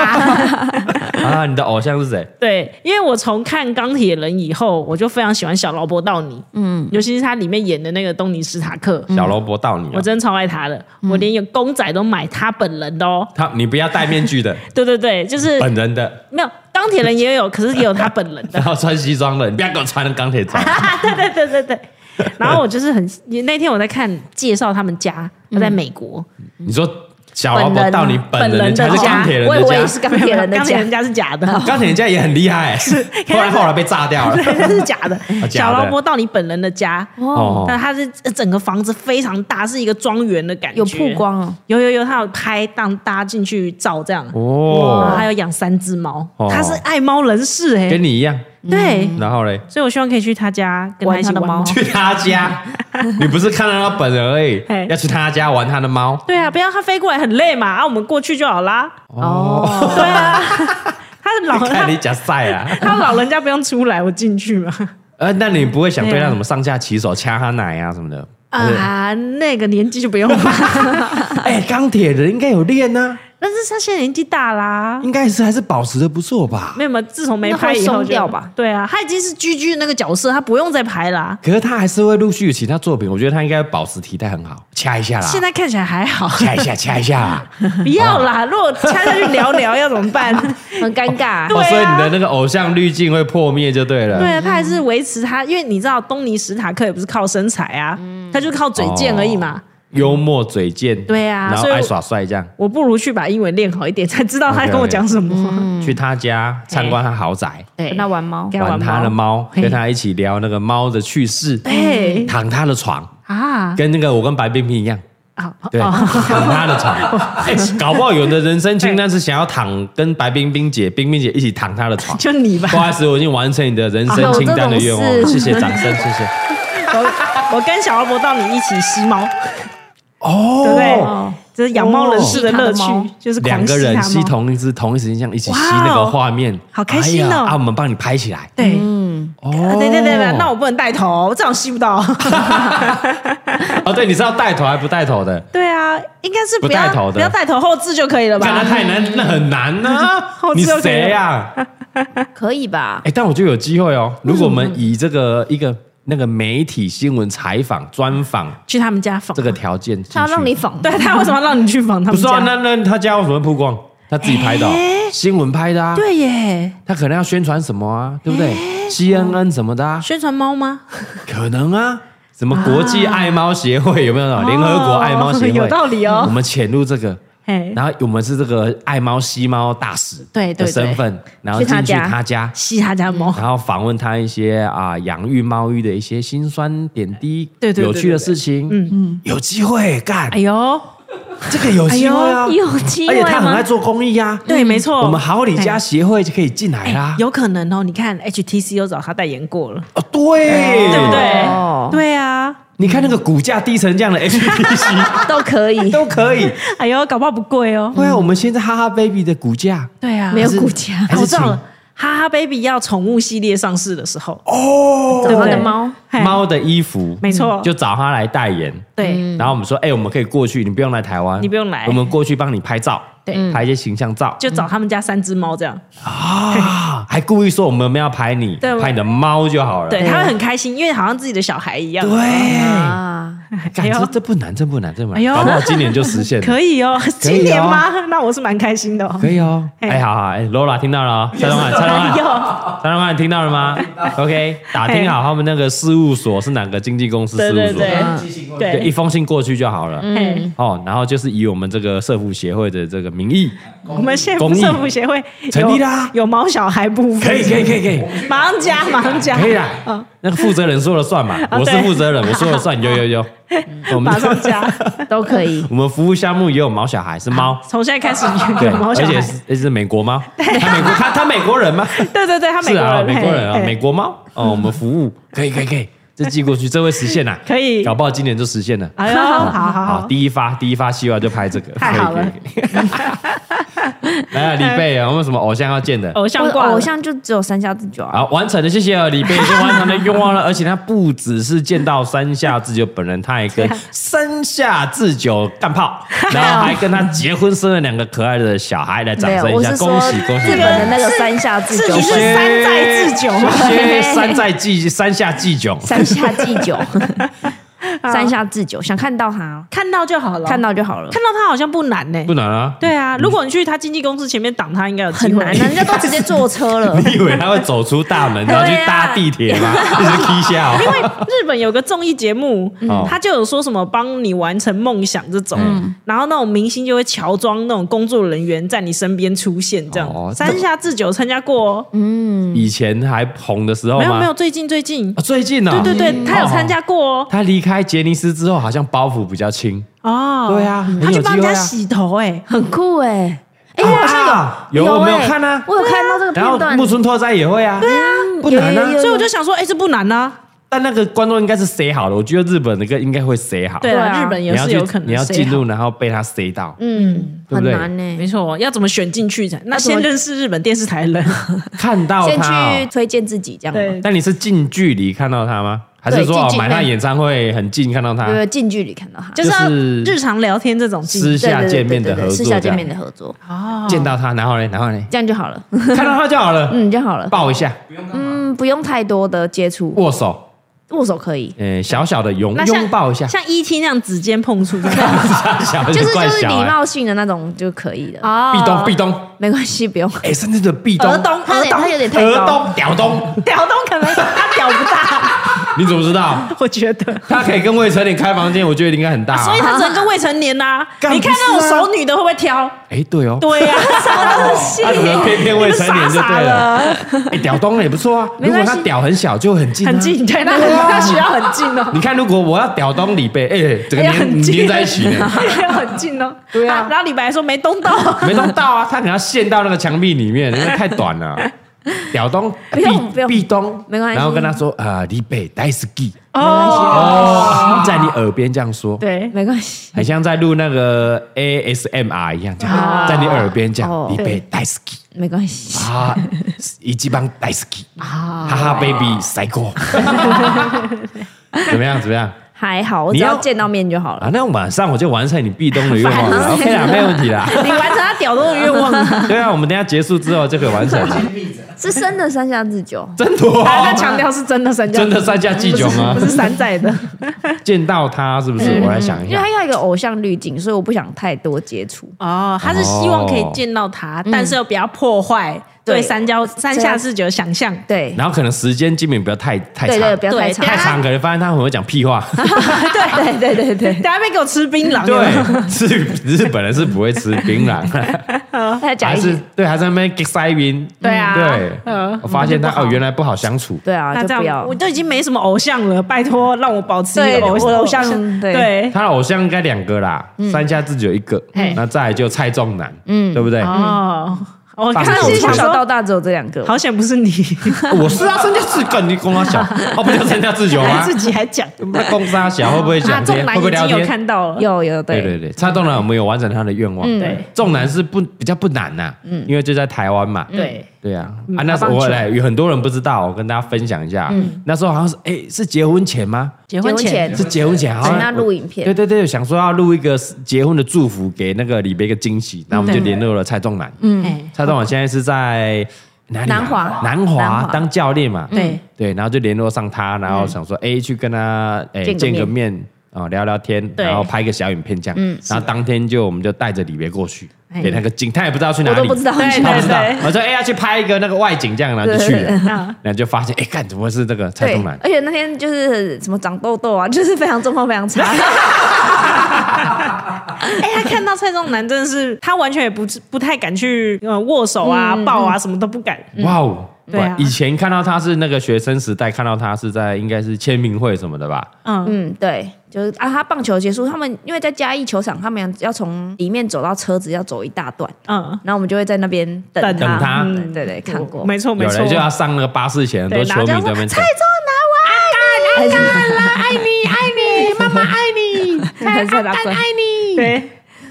[SPEAKER 2] 啊，你的偶像是谁？
[SPEAKER 1] 对，因为我从看《钢铁人》以后，我就非常喜欢小劳勃道尼，嗯，尤其是他里面演的那个东尼史塔克，
[SPEAKER 2] 小萝卜到你
[SPEAKER 1] 嗯我
[SPEAKER 2] 了，
[SPEAKER 1] 真超爱他的，
[SPEAKER 3] 嗯
[SPEAKER 1] 我连有公仔都买他本人的哦。
[SPEAKER 2] 他你不要戴面具的，
[SPEAKER 1] 对对对， 就是
[SPEAKER 2] 本人的，
[SPEAKER 1] 没有钢铁人也有，可是也有他本人的
[SPEAKER 2] 然。后穿西装的，你不要给我穿钢铁
[SPEAKER 1] 啊
[SPEAKER 2] 装。
[SPEAKER 1] 对对对对对。然后我就是很，那天我在看介绍他们家，我
[SPEAKER 3] 嗯
[SPEAKER 1] 在美国，
[SPEAKER 2] 你说小萝卜到你本人
[SPEAKER 1] 本人的
[SPEAKER 2] 的家还是钢铁人
[SPEAKER 3] 我以为
[SPEAKER 2] 的
[SPEAKER 3] 是
[SPEAKER 2] 家？
[SPEAKER 3] 钢铁人的
[SPEAKER 1] 钢铁
[SPEAKER 3] 家哦
[SPEAKER 1] 人。家是假 的，
[SPEAKER 2] 钢铁人家也很厉害，是 后来后来被炸掉了。
[SPEAKER 1] 对，是假的。
[SPEAKER 2] 哦的
[SPEAKER 1] 小劳勃到你本人的家，
[SPEAKER 2] 哦
[SPEAKER 1] 但他是整个房子非常大，是一个庄园的感觉，
[SPEAKER 3] 有曝，光哦，
[SPEAKER 1] 有有有，他有拍让大家进去照这样。然后
[SPEAKER 2] 哦，
[SPEAKER 1] 还有养三只猫，
[SPEAKER 2] 哦
[SPEAKER 1] 他是爱猫人士哎、
[SPEAKER 2] 跟你一样。
[SPEAKER 3] 嗯
[SPEAKER 1] 对，
[SPEAKER 2] 然后嘞，
[SPEAKER 1] 所以我希望可以去他家跟他一起
[SPEAKER 3] 玩他的
[SPEAKER 1] 猫
[SPEAKER 3] 猫。
[SPEAKER 2] 去他 家，你不是看到他本人而已
[SPEAKER 1] 嘿，
[SPEAKER 2] 要去他家玩他的猫。
[SPEAKER 1] 对啊，不要他飞过来很累嘛，啊，我们过去就好啦。
[SPEAKER 2] 哦，
[SPEAKER 1] 对 啊，他老
[SPEAKER 2] 看你
[SPEAKER 1] 他
[SPEAKER 2] 假晒 啊！
[SPEAKER 1] 他老人家不用出来，我进去嘛。
[SPEAKER 2] 呃，那你不会想对他什么上下其手、掐他奶啊什 么的？
[SPEAKER 1] 啊，那个年纪就不用吧。
[SPEAKER 2] 哎，钢铁人应该有练呐，
[SPEAKER 1] 但是他现在年纪大啦，
[SPEAKER 2] 应该是还是保持的不错吧？
[SPEAKER 1] 没有嘛，自从没拍以
[SPEAKER 3] 那
[SPEAKER 1] 后就
[SPEAKER 3] 会松掉吧。
[SPEAKER 1] 对啊，他已经是居居那个角色，他不用再拍啦。
[SPEAKER 2] 可是他还是会陆续有其他作品，我觉得他应该保持体态很好，掐一下啦，
[SPEAKER 1] 现在看起来还 好，
[SPEAKER 2] 掐一下，掐一下啦。
[SPEAKER 1] 不要
[SPEAKER 2] 哦
[SPEAKER 1] 啦。如果掐下去聊聊要怎么办？
[SPEAKER 3] 很尴尬
[SPEAKER 1] 对。
[SPEAKER 2] 哦，
[SPEAKER 1] 啊
[SPEAKER 2] 所以你的那个偶像滤镜会破灭就对了。
[SPEAKER 1] 对啊，他还是维持他，因为你知道东尼史塔克也不是靠身材啊，
[SPEAKER 2] 嗯
[SPEAKER 1] 他就是靠嘴
[SPEAKER 2] 哦
[SPEAKER 1] 贱而已嘛。
[SPEAKER 2] 幽默嘴贱，
[SPEAKER 1] 对啊
[SPEAKER 2] 然后
[SPEAKER 1] 所以我
[SPEAKER 2] 爱耍帅这样。
[SPEAKER 1] 我不如去把英文练好一点，才知道他跟我讲什么。
[SPEAKER 2] 去他家参观他豪宅，
[SPEAKER 1] 对
[SPEAKER 3] 跟他玩猫
[SPEAKER 1] 对，
[SPEAKER 2] 玩他的猫，
[SPEAKER 1] 嘿
[SPEAKER 2] 跟他一起聊那个猫的趣事，
[SPEAKER 1] 对
[SPEAKER 2] 躺他的床，
[SPEAKER 1] 啊
[SPEAKER 2] 跟那个我跟白冰冰一样，
[SPEAKER 1] 啊
[SPEAKER 2] 对，躺他的床。哎， 搞不好有的人生清单是想要躺跟白冰冰姐、冰冰姐一起躺他的 床。
[SPEAKER 1] 就哦你吧
[SPEAKER 2] 不，好意思，我已经完成你的人生清单的愿望
[SPEAKER 3] 有这
[SPEAKER 2] 了，
[SPEAKER 3] 种
[SPEAKER 2] 谢
[SPEAKER 3] 事
[SPEAKER 2] 谢掌声，谢谢。
[SPEAKER 1] 我我跟小劳勃到你一起吸猫，对不 对
[SPEAKER 2] 哦，？
[SPEAKER 1] 这是养猫人士的乐趣
[SPEAKER 3] 吸它的猫，
[SPEAKER 1] 就是
[SPEAKER 2] 两
[SPEAKER 1] 狂
[SPEAKER 2] 个人
[SPEAKER 1] 它
[SPEAKER 2] 吸
[SPEAKER 1] 猫。
[SPEAKER 2] 同一只同一时间这样一起吸
[SPEAKER 1] 哇哦
[SPEAKER 2] 那个画面，
[SPEAKER 1] 好开心哦
[SPEAKER 2] 哎呀啊，我们帮你拍起来。
[SPEAKER 1] 对，
[SPEAKER 2] 哦，
[SPEAKER 1] 啊对对对对，那我不能带头，这样吸不 到。
[SPEAKER 2] 哦，对，你是要带头还不带头的？
[SPEAKER 1] 对啊，应该是
[SPEAKER 2] 不
[SPEAKER 1] 不要
[SPEAKER 2] 带头的
[SPEAKER 1] 不要带头后置就可以了
[SPEAKER 2] 那
[SPEAKER 1] 吧？
[SPEAKER 2] 太难，那很难呐、
[SPEAKER 1] 好
[SPEAKER 2] 你
[SPEAKER 1] 吃 OK
[SPEAKER 2] 谁呀、啊？
[SPEAKER 3] 可以吧
[SPEAKER 2] 哎、？但我觉得有机会哦。如果我们以这个一个那个媒体新闻采访专访
[SPEAKER 1] 去他们家访
[SPEAKER 2] 这个，条件进去，
[SPEAKER 3] 他要让你仿，
[SPEAKER 1] 对他为什么要让你去访他
[SPEAKER 2] 不
[SPEAKER 1] 们
[SPEAKER 2] 是啊？那
[SPEAKER 1] 家？
[SPEAKER 2] 那他家有什么曝光？他自己拍的哦、
[SPEAKER 1] 哎
[SPEAKER 2] 新闻拍的啊，
[SPEAKER 1] 对耶，
[SPEAKER 2] 他可能要宣传什么啊，对不对、c N N 什么的啊，
[SPEAKER 1] 宣传猫吗？
[SPEAKER 2] 可能啊。什么国际爱猫协会有没有？联合国爱猫协会
[SPEAKER 1] 哦有道理哦
[SPEAKER 2] 我们潜入这个，
[SPEAKER 1] 嘿，
[SPEAKER 2] 然后我们是这个爱猫吸猫大使
[SPEAKER 1] 对对
[SPEAKER 2] 的
[SPEAKER 1] 对
[SPEAKER 2] 身份，然后
[SPEAKER 3] 去他
[SPEAKER 2] 进去
[SPEAKER 3] 家
[SPEAKER 2] 他家，
[SPEAKER 1] 吸他家猫。
[SPEAKER 2] 然后访问他一些啊养育猫育的一些辛酸点滴，
[SPEAKER 1] 对对对
[SPEAKER 2] 有趣的事情，嗯嗯，有机会干
[SPEAKER 1] 哎，呦，哎
[SPEAKER 2] 这个有机会啊，
[SPEAKER 3] 有机
[SPEAKER 2] 而
[SPEAKER 3] 会
[SPEAKER 2] 且他很爱
[SPEAKER 3] 吗？
[SPEAKER 2] 做公益啊，
[SPEAKER 1] 对，没错，
[SPEAKER 2] 我们好礼家协会就可以进来啦，
[SPEAKER 1] 有可能哦。你看 HTC 又找他代言过了，
[SPEAKER 2] 哦对，
[SPEAKER 1] 对不对？
[SPEAKER 3] 哦
[SPEAKER 1] 对啊，
[SPEAKER 2] 你看那个股价低成这样的 HTC
[SPEAKER 3] 哦都可以，
[SPEAKER 2] 都可以，
[SPEAKER 1] 哎呦，搞不好不贵哦。
[SPEAKER 2] 对啊，我们现在哈哈 baby 的股价
[SPEAKER 1] 对啊，
[SPEAKER 3] 没有骨架，
[SPEAKER 2] 还
[SPEAKER 1] 哦，
[SPEAKER 2] 是
[SPEAKER 1] 我知道
[SPEAKER 2] 请哦
[SPEAKER 1] 了，哈哈 baby 要宠物系列上市的时候，
[SPEAKER 3] 找他的猫，
[SPEAKER 1] 嘿
[SPEAKER 2] 猫的衣服，
[SPEAKER 1] 哎没错
[SPEAKER 2] 就找他来代言。
[SPEAKER 1] 对
[SPEAKER 2] 然后我们说，哎、我们可以过去，你不用来台湾，
[SPEAKER 1] 嗯你不用来
[SPEAKER 2] 我们过去帮你拍照，
[SPEAKER 1] 对
[SPEAKER 2] 拍一些形象照。
[SPEAKER 1] 就找他们家三只猫这样，
[SPEAKER 2] 嗯啊，还故意说我们没有要拍你，
[SPEAKER 1] 对我
[SPEAKER 2] 拍你的猫就好了。
[SPEAKER 1] 对，他会很开心，因为好像自己的小孩一样。
[SPEAKER 2] 对，
[SPEAKER 3] 啊，
[SPEAKER 1] 哎
[SPEAKER 2] 感
[SPEAKER 1] 呦
[SPEAKER 2] 这这不难，这不难，这不
[SPEAKER 1] 哎呦
[SPEAKER 2] 难，搞不好今年就实现 了。
[SPEAKER 1] 可以哦，今年吗？那我是蛮开心的哦。
[SPEAKER 2] 可以哦，
[SPEAKER 1] 嘿
[SPEAKER 2] 哎，好好，哎，Lola 听到 了哦，蔡东汉，蔡东
[SPEAKER 1] 哎
[SPEAKER 2] 汉，
[SPEAKER 1] 呦，哎
[SPEAKER 2] 蔡东汉听到了吗？OK，打听好他们那个事务所是哪个经纪公司事
[SPEAKER 1] 对对
[SPEAKER 2] 务所，
[SPEAKER 1] 对嗯
[SPEAKER 4] 记性哎过去
[SPEAKER 2] 对，
[SPEAKER 1] 对
[SPEAKER 2] 一封信过去就好了。
[SPEAKER 1] 嘿
[SPEAKER 2] 哦，然后就是以我们这个社服协会的这个名义，
[SPEAKER 1] 我们县
[SPEAKER 2] 公
[SPEAKER 1] 府
[SPEAKER 2] 益
[SPEAKER 1] 社福协会
[SPEAKER 2] 成立啦
[SPEAKER 1] 有有毛小孩部分，
[SPEAKER 2] 可以，可以，可以，可以，
[SPEAKER 1] 马上加，马上加，
[SPEAKER 2] 可以啊啦。那个负责人说了算嘛，
[SPEAKER 1] 嗯啊
[SPEAKER 2] 我是
[SPEAKER 1] 对
[SPEAKER 2] 负 责人，我说了算，有有有。我们。
[SPEAKER 1] 马上加。
[SPEAKER 3] 都可以
[SPEAKER 2] 我们服务项目也有毛小孩，是猫，
[SPEAKER 1] 从现在开始
[SPEAKER 2] 对，
[SPEAKER 1] 有啊毛
[SPEAKER 2] 而
[SPEAKER 1] 小
[SPEAKER 2] 且
[SPEAKER 1] 孩，
[SPEAKER 2] 是而且是美国猫，他美国他他美国人吗？
[SPEAKER 1] 对对对， 他美
[SPEAKER 2] 是
[SPEAKER 1] 国
[SPEAKER 2] 啊，
[SPEAKER 1] 人，
[SPEAKER 2] 美国人啊，
[SPEAKER 1] 嘿
[SPEAKER 2] 美
[SPEAKER 1] 嘿
[SPEAKER 2] 国猫哦，我们服务可以可以可以，这寄过去，这会实现呐，
[SPEAKER 1] 可以
[SPEAKER 2] 搞不好今年就实现了。
[SPEAKER 1] 哎呦，好好
[SPEAKER 2] 好，
[SPEAKER 1] 好，
[SPEAKER 2] 第一发第一发希望就拍这个，
[SPEAKER 1] 太好了
[SPEAKER 2] 可以。可以可 以来啊，李贝啊，有没有什么偶像要见的？
[SPEAKER 1] 偶
[SPEAKER 3] 我
[SPEAKER 1] 像
[SPEAKER 3] 的
[SPEAKER 1] 挂了
[SPEAKER 3] 偶像就只有三下智久啊，
[SPEAKER 2] 好，完成了，谢谢哦，李贝已经完成了愿望了，而且他不只是见到山下智久本人，他还 跟山下智久干炮，然后还跟他结婚，生了两个可爱的小孩，来掌
[SPEAKER 3] 没有，
[SPEAKER 2] 声一
[SPEAKER 3] 我
[SPEAKER 2] 下，
[SPEAKER 3] 是说
[SPEAKER 2] 恭喜恭喜！
[SPEAKER 3] 日本的那个三下智久
[SPEAKER 1] 你，是
[SPEAKER 2] 谢谢
[SPEAKER 1] 山寨智久吗
[SPEAKER 2] 谢谢山寨纪山下纪囧，
[SPEAKER 3] 三下智 久，三下智久，想看到他，
[SPEAKER 1] 看到就好了，
[SPEAKER 3] 看到就好了。
[SPEAKER 1] 看到他好像不难呢。
[SPEAKER 2] 不难啊。
[SPEAKER 1] 对啊，如果你去他经纪公司前面挡他，应该有机
[SPEAKER 3] 很
[SPEAKER 1] 会
[SPEAKER 3] 难。啊，人家都直接坐车了。
[SPEAKER 2] 你以为他会走出大门，然后去搭地铁吗？一直踢下哦。
[SPEAKER 1] 因为日本有个综艺节目
[SPEAKER 2] 哦，嗯
[SPEAKER 1] 他就有说什么帮你完成梦想这种，然后那种明星就会乔装那种工作人员在你身边出现，这
[SPEAKER 2] 哦嗯
[SPEAKER 1] 样。山下智久参加过哦，
[SPEAKER 2] 以前还红的时候
[SPEAKER 1] 没有
[SPEAKER 2] 吗？
[SPEAKER 1] 没有，最近最近
[SPEAKER 2] 啊，，嗯最近呢？
[SPEAKER 1] 对对对，他有参加过哦。
[SPEAKER 2] 他离开杰尼斯之后，好像包袱比较轻。
[SPEAKER 1] 哦，
[SPEAKER 2] 对啊很有
[SPEAKER 1] 他去帮人
[SPEAKER 2] 机
[SPEAKER 1] 家
[SPEAKER 2] 会啊
[SPEAKER 1] 洗头，哎，
[SPEAKER 3] 很酷哎、哎、
[SPEAKER 2] 啊
[SPEAKER 3] 我好像有、
[SPEAKER 2] 啊有我没有
[SPEAKER 3] 哎
[SPEAKER 2] 看啊
[SPEAKER 3] 我有看到这个
[SPEAKER 2] 然后
[SPEAKER 3] 片段，
[SPEAKER 2] 木村拓哉也会啊，对啊，不难
[SPEAKER 3] 有有有
[SPEAKER 2] 啊。
[SPEAKER 1] 所以我就想说，哎，这不难啊。
[SPEAKER 2] 但那个观众应该是塞好的，我觉得日本那个应该会塞好。
[SPEAKER 1] 对
[SPEAKER 3] 啊
[SPEAKER 1] 啊，日本
[SPEAKER 2] 你
[SPEAKER 1] 也
[SPEAKER 2] 要
[SPEAKER 1] 是
[SPEAKER 2] 去
[SPEAKER 1] 有可能
[SPEAKER 2] 你要
[SPEAKER 1] 谁好
[SPEAKER 2] 进入，然后被他塞到，
[SPEAKER 3] 嗯，
[SPEAKER 2] 对不
[SPEAKER 3] 很
[SPEAKER 2] 对
[SPEAKER 3] 难呢、
[SPEAKER 1] 没错，要怎么选进去才？那
[SPEAKER 3] 要怎
[SPEAKER 1] 先
[SPEAKER 3] 么
[SPEAKER 1] 认识日本电视 台人，
[SPEAKER 2] 看到
[SPEAKER 3] 先
[SPEAKER 2] 他哦
[SPEAKER 3] 去推荐自己这样吗？
[SPEAKER 1] 对
[SPEAKER 2] 那你是近距离看到他吗？还是
[SPEAKER 3] 对
[SPEAKER 2] 说哦
[SPEAKER 3] 近距离
[SPEAKER 2] 买他演唱会很近看到他
[SPEAKER 3] 有？没有近距离看到他？
[SPEAKER 1] 就是是要日常聊天这种技
[SPEAKER 2] 私
[SPEAKER 1] 能
[SPEAKER 2] 下
[SPEAKER 3] 对对对
[SPEAKER 2] 见面的
[SPEAKER 3] 对对
[SPEAKER 2] 合
[SPEAKER 3] 对
[SPEAKER 2] 作，
[SPEAKER 3] 私
[SPEAKER 2] 这
[SPEAKER 3] 下
[SPEAKER 2] 样
[SPEAKER 3] 见面的合作，
[SPEAKER 1] 哦
[SPEAKER 2] 见到他，然后呢，然后 呢，
[SPEAKER 3] 这样就 好了，
[SPEAKER 2] 看到他就好了，
[SPEAKER 3] 嗯，就好了，
[SPEAKER 2] 抱一下，
[SPEAKER 4] 不用干嘛，
[SPEAKER 3] 嗯，不用太多的接触，
[SPEAKER 2] 握手，
[SPEAKER 3] 握手可以，
[SPEAKER 2] 呃，小小的拥
[SPEAKER 1] 那像
[SPEAKER 2] 拥抱一下，
[SPEAKER 1] 像 E.T. 那样指尖碰触这样，
[SPEAKER 2] 小
[SPEAKER 3] 就是
[SPEAKER 2] 怪
[SPEAKER 3] 就是礼
[SPEAKER 2] 小啊，
[SPEAKER 3] 貌性的那种就可以了，
[SPEAKER 1] 哦
[SPEAKER 2] 壁咚壁咚，
[SPEAKER 3] 没关系，不用。
[SPEAKER 2] 哎，甚至的壁咚
[SPEAKER 1] 耳，东
[SPEAKER 3] 他有
[SPEAKER 1] 耳
[SPEAKER 3] 点他有呃点太
[SPEAKER 2] 耳
[SPEAKER 3] 高，
[SPEAKER 2] 咚 屌咚，
[SPEAKER 1] 屌东可能他屌不大，
[SPEAKER 2] 你怎么知道？
[SPEAKER 1] 我觉得。
[SPEAKER 2] 他可以跟魏晨你开房间，我觉得应该很大啊。
[SPEAKER 1] 所以他只能跟未成年呐、
[SPEAKER 2] 干
[SPEAKER 1] 你看
[SPEAKER 2] 不是
[SPEAKER 1] 那种
[SPEAKER 2] 啊
[SPEAKER 1] 熟女的会不会挑？
[SPEAKER 2] 哎，对哦，
[SPEAKER 1] 对 呀、啊，什么东西？
[SPEAKER 2] 他只能偏偏未成年就对了。哎，屌咚也不错啊，
[SPEAKER 3] 没
[SPEAKER 2] 如
[SPEAKER 3] 关系
[SPEAKER 2] 果他屌很小就很近，啊
[SPEAKER 1] 很。近， 对，那啊很那需要很近哦，
[SPEAKER 2] 你看，如果我要屌咚李 贝，哎，整个
[SPEAKER 1] 哎呀
[SPEAKER 2] 粘
[SPEAKER 1] 很近
[SPEAKER 2] 粘在一起
[SPEAKER 3] 哎
[SPEAKER 2] 呢。
[SPEAKER 1] 要很近哦。
[SPEAKER 2] 对啊
[SPEAKER 1] 然后李白还说没东到，
[SPEAKER 2] 没弄到啊，他可能要陷到那个墙壁里面，因为太短 了。屌东，
[SPEAKER 3] 不用不
[SPEAKER 2] 壁
[SPEAKER 3] 用
[SPEAKER 2] 壁咚，
[SPEAKER 3] 没关系
[SPEAKER 2] 然后跟他说啊，李北 d a i s k
[SPEAKER 1] 哦，
[SPEAKER 2] 哦，在你耳边这样说，
[SPEAKER 1] 对，
[SPEAKER 3] 没关系，
[SPEAKER 2] 很像在录那个 ASMR 一样，这样在你耳边讲
[SPEAKER 3] 哦
[SPEAKER 2] 李北 d a i s k
[SPEAKER 3] 没关系。
[SPEAKER 2] 啊，一级棒 d a i s k 哈哈 baby psycho，怎么样怎么样
[SPEAKER 3] 还好，我
[SPEAKER 2] 你
[SPEAKER 3] 只
[SPEAKER 2] 要
[SPEAKER 3] 要见到面就好了。
[SPEAKER 2] 啊？那晚上我就完成你壁咚的愿望
[SPEAKER 3] 烦
[SPEAKER 2] 了
[SPEAKER 3] 死
[SPEAKER 2] ，OK 啦，没问题啦。
[SPEAKER 1] 你完成他屌东 的愿望，
[SPEAKER 2] 对啊，我们等一下结束之后就可以完成了，
[SPEAKER 4] 闭着，
[SPEAKER 3] 是真的三下智久，
[SPEAKER 2] 真的哦。
[SPEAKER 1] 还在强调是真的三角，
[SPEAKER 2] 真的三家祭酒吗
[SPEAKER 1] 不？是山寨的，
[SPEAKER 2] 见到他是不是？我来想一
[SPEAKER 3] 嗯因为
[SPEAKER 2] 下
[SPEAKER 3] 他，要一个偶像滤镜，所以我不想太多接触。
[SPEAKER 1] 哦，他是希望可以见到他，但是又不要破坏
[SPEAKER 3] 哦对
[SPEAKER 1] 对三交三下四九的想象。
[SPEAKER 3] 对，
[SPEAKER 2] 然后可能时间基本不要太太
[SPEAKER 3] 对对，
[SPEAKER 2] 长
[SPEAKER 3] 不，要太长，
[SPEAKER 2] 太长可能发现他很会讲屁话。
[SPEAKER 3] 对 对对对，
[SPEAKER 1] 大家别给我吃槟榔。有没有，
[SPEAKER 2] 对，是日本人是不会吃槟榔，
[SPEAKER 3] 再讲
[SPEAKER 2] 还
[SPEAKER 3] 一
[SPEAKER 2] 是
[SPEAKER 3] 次。
[SPEAKER 2] 对，还在那边给塞云。
[SPEAKER 1] 对啊
[SPEAKER 2] 对，我发现他哦，原来不好相处。
[SPEAKER 3] 对啊，
[SPEAKER 1] 那
[SPEAKER 3] 就
[SPEAKER 1] 这
[SPEAKER 3] 不
[SPEAKER 1] 样
[SPEAKER 3] 要
[SPEAKER 1] 我。都已经没什么偶像了，拜托让我保持
[SPEAKER 3] 对
[SPEAKER 1] 偶
[SPEAKER 3] 我的
[SPEAKER 1] 偶
[SPEAKER 3] 偶
[SPEAKER 1] 像
[SPEAKER 3] 像。对
[SPEAKER 1] 对，嗯
[SPEAKER 2] 他的偶像应该两个啦，三家自己有一个
[SPEAKER 1] 嘿，
[SPEAKER 2] 那再来就蔡仲南，嗯，对不对？
[SPEAKER 1] 哦，我
[SPEAKER 2] 大
[SPEAKER 1] 刚
[SPEAKER 2] 拇
[SPEAKER 1] 才
[SPEAKER 2] 指
[SPEAKER 3] 他
[SPEAKER 1] 我
[SPEAKER 3] 是
[SPEAKER 1] 从
[SPEAKER 3] 从
[SPEAKER 1] 小
[SPEAKER 3] 小
[SPEAKER 1] 到
[SPEAKER 3] 到大只有这两个，
[SPEAKER 1] 好险不是你，
[SPEAKER 2] 我是啊，三家自干你公 他小，哦，不叫三家自酒吗
[SPEAKER 1] 还？自己还讲。
[SPEAKER 2] 那公他小会不会
[SPEAKER 1] 啊，
[SPEAKER 2] 讲
[SPEAKER 1] 仲
[SPEAKER 2] 天？
[SPEAKER 1] 南
[SPEAKER 2] 会不会
[SPEAKER 1] 已
[SPEAKER 2] 聊
[SPEAKER 1] 经有
[SPEAKER 2] 天？
[SPEAKER 1] 看到了，
[SPEAKER 3] 有有
[SPEAKER 2] 对
[SPEAKER 3] 对，
[SPEAKER 2] 对对，蔡东南我们有完成他的愿望。
[SPEAKER 3] 嗯
[SPEAKER 1] 对
[SPEAKER 2] 重男是不比较不难呐，因为就在台湾嘛。
[SPEAKER 1] 嗯对，
[SPEAKER 2] 对啊，
[SPEAKER 1] 嗯
[SPEAKER 2] 啊，那时
[SPEAKER 1] 打
[SPEAKER 2] 候
[SPEAKER 1] 棒
[SPEAKER 2] 我
[SPEAKER 1] 球
[SPEAKER 2] 来有很多人不知道，我跟大家分享一下。
[SPEAKER 1] 嗯
[SPEAKER 2] 那时候好像是哎，是结婚前吗？
[SPEAKER 1] 结
[SPEAKER 3] 婚
[SPEAKER 1] 婚
[SPEAKER 3] 前
[SPEAKER 1] 前
[SPEAKER 2] 是结婚前，好
[SPEAKER 3] 等
[SPEAKER 2] 像
[SPEAKER 3] 他录影片
[SPEAKER 2] 对，对对，想说要录一个结婚的祝福给那个里边一个惊喜，然后我们就
[SPEAKER 1] 嗯
[SPEAKER 2] 联络了蔡仲南。
[SPEAKER 3] 嗯
[SPEAKER 1] 哎
[SPEAKER 2] 蔡仲南现在是在哪里啊？
[SPEAKER 3] 南华
[SPEAKER 2] 南
[SPEAKER 3] 南
[SPEAKER 2] 华
[SPEAKER 3] 华嗯
[SPEAKER 2] 当教练嘛。
[SPEAKER 1] 对，
[SPEAKER 2] 对，然后就联络上他，然后想说，哎，去跟他哎
[SPEAKER 3] 嗯见个
[SPEAKER 2] 见个
[SPEAKER 3] 面
[SPEAKER 2] 面。哦，聊聊天，
[SPEAKER 1] 对
[SPEAKER 2] 然后拍个小影片这样，
[SPEAKER 3] 嗯
[SPEAKER 2] 然后当天就我们就带着李别过去，
[SPEAKER 1] 哎
[SPEAKER 2] 给那个景，他也不知道去哪
[SPEAKER 3] 我
[SPEAKER 2] 里，
[SPEAKER 3] 都不知道
[SPEAKER 1] 对
[SPEAKER 3] 你 去
[SPEAKER 2] 他不
[SPEAKER 3] 哪里
[SPEAKER 2] 知道
[SPEAKER 1] 对，
[SPEAKER 2] 我说哎要去拍一个那个外景这样，然后就去了，然后就发现哎干怎么是这个蔡
[SPEAKER 3] 对
[SPEAKER 2] 宗南，？
[SPEAKER 3] 而且那天就是什么长痘痘啊，就是非常状况非常差。嗯
[SPEAKER 1] 哎，他看到蔡仲南真的是，他完全也不不太敢去呃握手
[SPEAKER 3] 嗯
[SPEAKER 1] 啊、抱啊，什么都不敢。
[SPEAKER 2] 哇哦！
[SPEAKER 1] 对啊
[SPEAKER 2] 哇以前看到他是那个学生时代，看到他是在应该是签名会什么的吧？
[SPEAKER 1] 嗯，
[SPEAKER 3] 嗯，对，就是啊，他棒球结束，他们因为在嘉义球场，他们要从里面走到车子要走一大段，
[SPEAKER 1] 嗯，
[SPEAKER 3] 然后我们就会在那边等
[SPEAKER 1] 等
[SPEAKER 3] 他。
[SPEAKER 2] 他
[SPEAKER 3] 嗯对对，看过。
[SPEAKER 1] 没哦错没
[SPEAKER 2] 有
[SPEAKER 1] 错
[SPEAKER 2] 人，就要上那个巴士前，很多
[SPEAKER 1] 对
[SPEAKER 2] 球
[SPEAKER 1] 然
[SPEAKER 2] 迷在
[SPEAKER 1] 后就
[SPEAKER 2] 那边
[SPEAKER 1] 说
[SPEAKER 2] 等。
[SPEAKER 3] 爱你，爱你，妈妈爱你，还是爱你。
[SPEAKER 1] 对，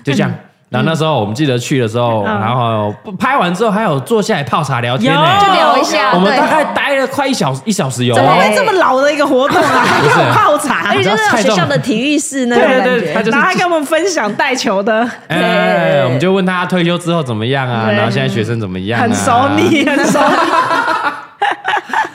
[SPEAKER 2] 就这样。然后那时候我们记得去的时候，
[SPEAKER 1] 嗯
[SPEAKER 2] 然后拍完之后还有坐下来泡茶聊天
[SPEAKER 1] 有
[SPEAKER 2] 呢，
[SPEAKER 1] 就
[SPEAKER 3] 留一下
[SPEAKER 2] 我们
[SPEAKER 3] 对
[SPEAKER 2] 大概待了快一小时一小时有
[SPEAKER 1] 怎么
[SPEAKER 2] 哦。
[SPEAKER 1] 会这么老的一个活动啊？
[SPEAKER 2] 不是
[SPEAKER 1] 又泡茶
[SPEAKER 3] 而，且就是那种学校的体育室那种
[SPEAKER 2] 对
[SPEAKER 3] 感
[SPEAKER 2] 对对，他
[SPEAKER 3] 觉，
[SPEAKER 2] 就是
[SPEAKER 1] 然后还跟我们分享带球的，
[SPEAKER 2] 哎，我们就问他退休之后怎么样啊？
[SPEAKER 1] 对
[SPEAKER 2] 然后现在学生怎么样？啊
[SPEAKER 1] 很熟。你，很熟你。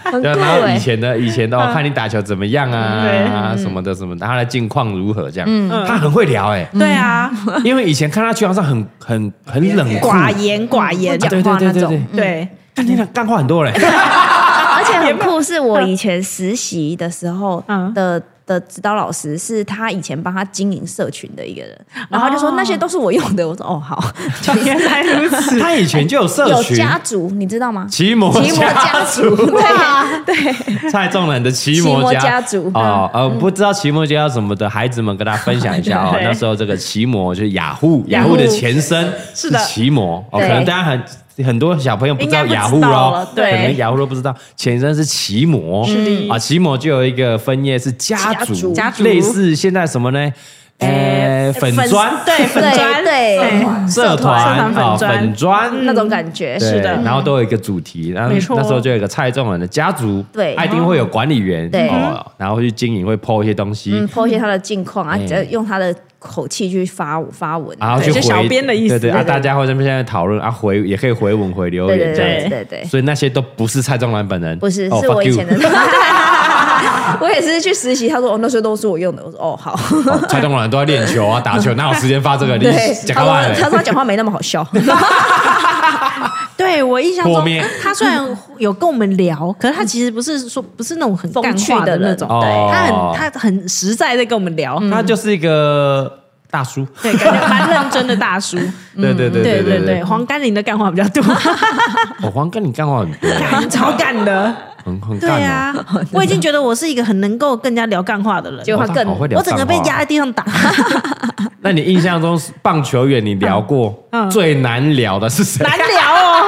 [SPEAKER 3] 很
[SPEAKER 2] 对啊，
[SPEAKER 3] 酷
[SPEAKER 2] 然后以
[SPEAKER 3] 哎。
[SPEAKER 2] 前的以前的，哦我看你打球怎么样啊？
[SPEAKER 1] 嗯对嗯
[SPEAKER 2] 什么的什么的，他的近况如何？这样，他很会聊哎，
[SPEAKER 1] 对啊，
[SPEAKER 2] 因为以前看他球场上很很很冷酷，啊
[SPEAKER 1] 寡言寡言
[SPEAKER 3] 不，讲
[SPEAKER 2] 对对
[SPEAKER 3] 话
[SPEAKER 2] 对
[SPEAKER 3] 那
[SPEAKER 2] 对
[SPEAKER 3] 种嗯
[SPEAKER 2] 对，
[SPEAKER 1] 对，
[SPEAKER 2] 看你俩干话很多 嘞，
[SPEAKER 3] 而且很酷，是我以前实习的时候
[SPEAKER 1] 嗯
[SPEAKER 3] 的。的指导老师是他以前帮他经营社群的一个人，然后他就说
[SPEAKER 1] 哦
[SPEAKER 3] 那些都是我用的。我说哦好，
[SPEAKER 1] 原来如此。
[SPEAKER 2] 他以前就有社
[SPEAKER 3] 有
[SPEAKER 2] 群，
[SPEAKER 3] 家族你知道吗？
[SPEAKER 2] 骑摩
[SPEAKER 3] 骑摩家族， 对
[SPEAKER 2] 蔡仲南的奇摩
[SPEAKER 3] 奇摩家族
[SPEAKER 2] 哦，
[SPEAKER 1] 嗯
[SPEAKER 2] 呃，不知道奇摩家族什么的，孩子们跟大家分享一 下哦。
[SPEAKER 1] 对
[SPEAKER 2] 那时候这个奇摩就是雅虎，雅
[SPEAKER 1] 雅
[SPEAKER 2] 虎
[SPEAKER 1] 虎
[SPEAKER 2] 的前身
[SPEAKER 1] 是的哎
[SPEAKER 2] 奇摩哦，可
[SPEAKER 3] 对
[SPEAKER 2] 能大家很。很多小朋友不知道
[SPEAKER 1] 应该
[SPEAKER 2] 雅
[SPEAKER 1] 不
[SPEAKER 2] 虎
[SPEAKER 1] 知道
[SPEAKER 2] 咯
[SPEAKER 1] 了，
[SPEAKER 2] 可
[SPEAKER 1] 对
[SPEAKER 2] 能雅虎都不知道，前身是奇摩，
[SPEAKER 1] 的
[SPEAKER 2] 啊，奇摩就有一个分页是家族，
[SPEAKER 1] 家族
[SPEAKER 2] 类似现在什么呢？呃，粉砖
[SPEAKER 1] 对粉砖
[SPEAKER 3] 对对，
[SPEAKER 1] 社
[SPEAKER 2] 社团
[SPEAKER 1] 团粉
[SPEAKER 2] 啊，
[SPEAKER 1] 专
[SPEAKER 2] 粉砖
[SPEAKER 3] 那种感觉
[SPEAKER 2] 对
[SPEAKER 1] 是的
[SPEAKER 2] 然后都有一个主题，然后
[SPEAKER 1] 没错
[SPEAKER 2] 那时候就有一个蔡仲仁的家族，
[SPEAKER 3] 对
[SPEAKER 2] 他一定会有管理员，
[SPEAKER 3] 对
[SPEAKER 2] 哦，然后去经营，会 PO 一些东西
[SPEAKER 3] 嗯，，剖一些他的近况啊，
[SPEAKER 2] 哎
[SPEAKER 3] 只要用他的口气去发发文，
[SPEAKER 2] 然后去
[SPEAKER 1] 对
[SPEAKER 2] 回
[SPEAKER 1] 就小编的意思
[SPEAKER 2] 对对啊，
[SPEAKER 1] 对对
[SPEAKER 2] 大家会在那边现在讨论啊，回也可以回文回留
[SPEAKER 3] 对
[SPEAKER 2] 言
[SPEAKER 3] 对
[SPEAKER 2] 这样
[SPEAKER 3] 对
[SPEAKER 2] 子，
[SPEAKER 3] 对对，
[SPEAKER 2] 所以那些都不是蔡仲仁本人，
[SPEAKER 3] 不是
[SPEAKER 2] 哦
[SPEAKER 3] 是我
[SPEAKER 2] fuck
[SPEAKER 3] 以
[SPEAKER 2] you
[SPEAKER 3] 前的， 我也是去实习，他说哦那些都是我用的，我说哦好，
[SPEAKER 2] 哦 蔡仲仁都在练球啊，打 球，哪有时间发这个？你
[SPEAKER 3] 对，
[SPEAKER 2] 讲
[SPEAKER 3] 他
[SPEAKER 2] 干嘛
[SPEAKER 3] 说他
[SPEAKER 2] 嘞？
[SPEAKER 3] 说他讲话没那么好笑，
[SPEAKER 1] 对我印象
[SPEAKER 2] 破
[SPEAKER 1] 中
[SPEAKER 2] 灭，
[SPEAKER 1] 他虽然有跟我们聊，可是他其实不是说不是那种很
[SPEAKER 3] 风
[SPEAKER 1] 干
[SPEAKER 3] 趣
[SPEAKER 1] 话
[SPEAKER 3] 的
[SPEAKER 1] 那
[SPEAKER 3] 人
[SPEAKER 1] 种，
[SPEAKER 2] 哦
[SPEAKER 1] 对，他很他很实在在跟我们聊，
[SPEAKER 2] 他就是一个大叔，
[SPEAKER 1] 对，感觉蛮认真的大叔。
[SPEAKER 3] 嗯
[SPEAKER 2] 对对对
[SPEAKER 1] 对
[SPEAKER 2] 对
[SPEAKER 1] 对对，，黄甘霖的干话比较多，
[SPEAKER 2] 我黄跟你干话很多，
[SPEAKER 1] 超干的。
[SPEAKER 2] 很很
[SPEAKER 1] 对
[SPEAKER 2] 干哦。
[SPEAKER 1] 啊，我已经觉得我是一个很能够跟人家聊干话的人，
[SPEAKER 3] 结果他
[SPEAKER 2] 哦
[SPEAKER 3] 更
[SPEAKER 2] 好会聊
[SPEAKER 1] 我整个被
[SPEAKER 2] 干话
[SPEAKER 1] 压在地上打。
[SPEAKER 2] 那你印象中棒球员你聊过
[SPEAKER 1] 嗯
[SPEAKER 2] 最难聊的是谁？
[SPEAKER 1] 难聊哦，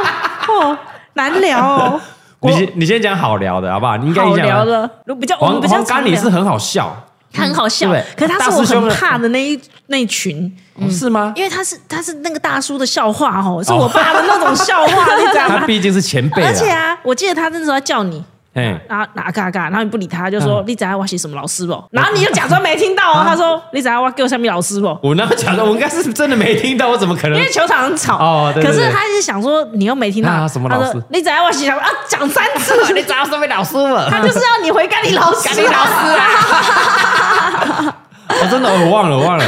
[SPEAKER 1] 哦，难聊哦。
[SPEAKER 2] 你先你先讲好聊的好不好？你应该
[SPEAKER 1] 好
[SPEAKER 2] 印象
[SPEAKER 1] 聊的，比较我们
[SPEAKER 2] 黄
[SPEAKER 1] 比较
[SPEAKER 2] 黄
[SPEAKER 1] 常
[SPEAKER 2] 咖喱
[SPEAKER 1] 聊
[SPEAKER 2] 是很好笑，
[SPEAKER 1] 他很好笑
[SPEAKER 2] 对，
[SPEAKER 1] 可是他
[SPEAKER 2] 大
[SPEAKER 1] 是
[SPEAKER 2] 师
[SPEAKER 1] 我
[SPEAKER 2] 兄啊
[SPEAKER 1] 很
[SPEAKER 2] 的
[SPEAKER 1] 怕的那一那一群，
[SPEAKER 2] 哦是吗？
[SPEAKER 1] 因为他是他是那个大叔的笑话哦，是我爸的那种笑话， 你知道
[SPEAKER 2] 他
[SPEAKER 1] 吗？
[SPEAKER 2] 毕竟是前辈
[SPEAKER 1] 而且
[SPEAKER 2] 啊，
[SPEAKER 1] 啊，我记得他那时候在叫你。
[SPEAKER 2] 哎，
[SPEAKER 1] 然后哪嘎嘎，然后你不理他，就说
[SPEAKER 2] 嗯
[SPEAKER 1] 你知道我是什么老师不？然后你就假装没听到哦。他说你知道我给我下面老师不？
[SPEAKER 2] 我那么讲的，我应该是真的没听到，我怎么可能
[SPEAKER 1] 因为？球场很吵。
[SPEAKER 2] 哦对对
[SPEAKER 1] 可是
[SPEAKER 2] 对
[SPEAKER 1] 他是想说你又没听到
[SPEAKER 2] 啊什么老师
[SPEAKER 1] 他说你知道我是什么啊？讲三次 了，你知道什么老师
[SPEAKER 2] 了
[SPEAKER 1] 他就是要你回咖喱老师，咖喱老师啊。
[SPEAKER 2] 我哦真的我忘了，我忘了，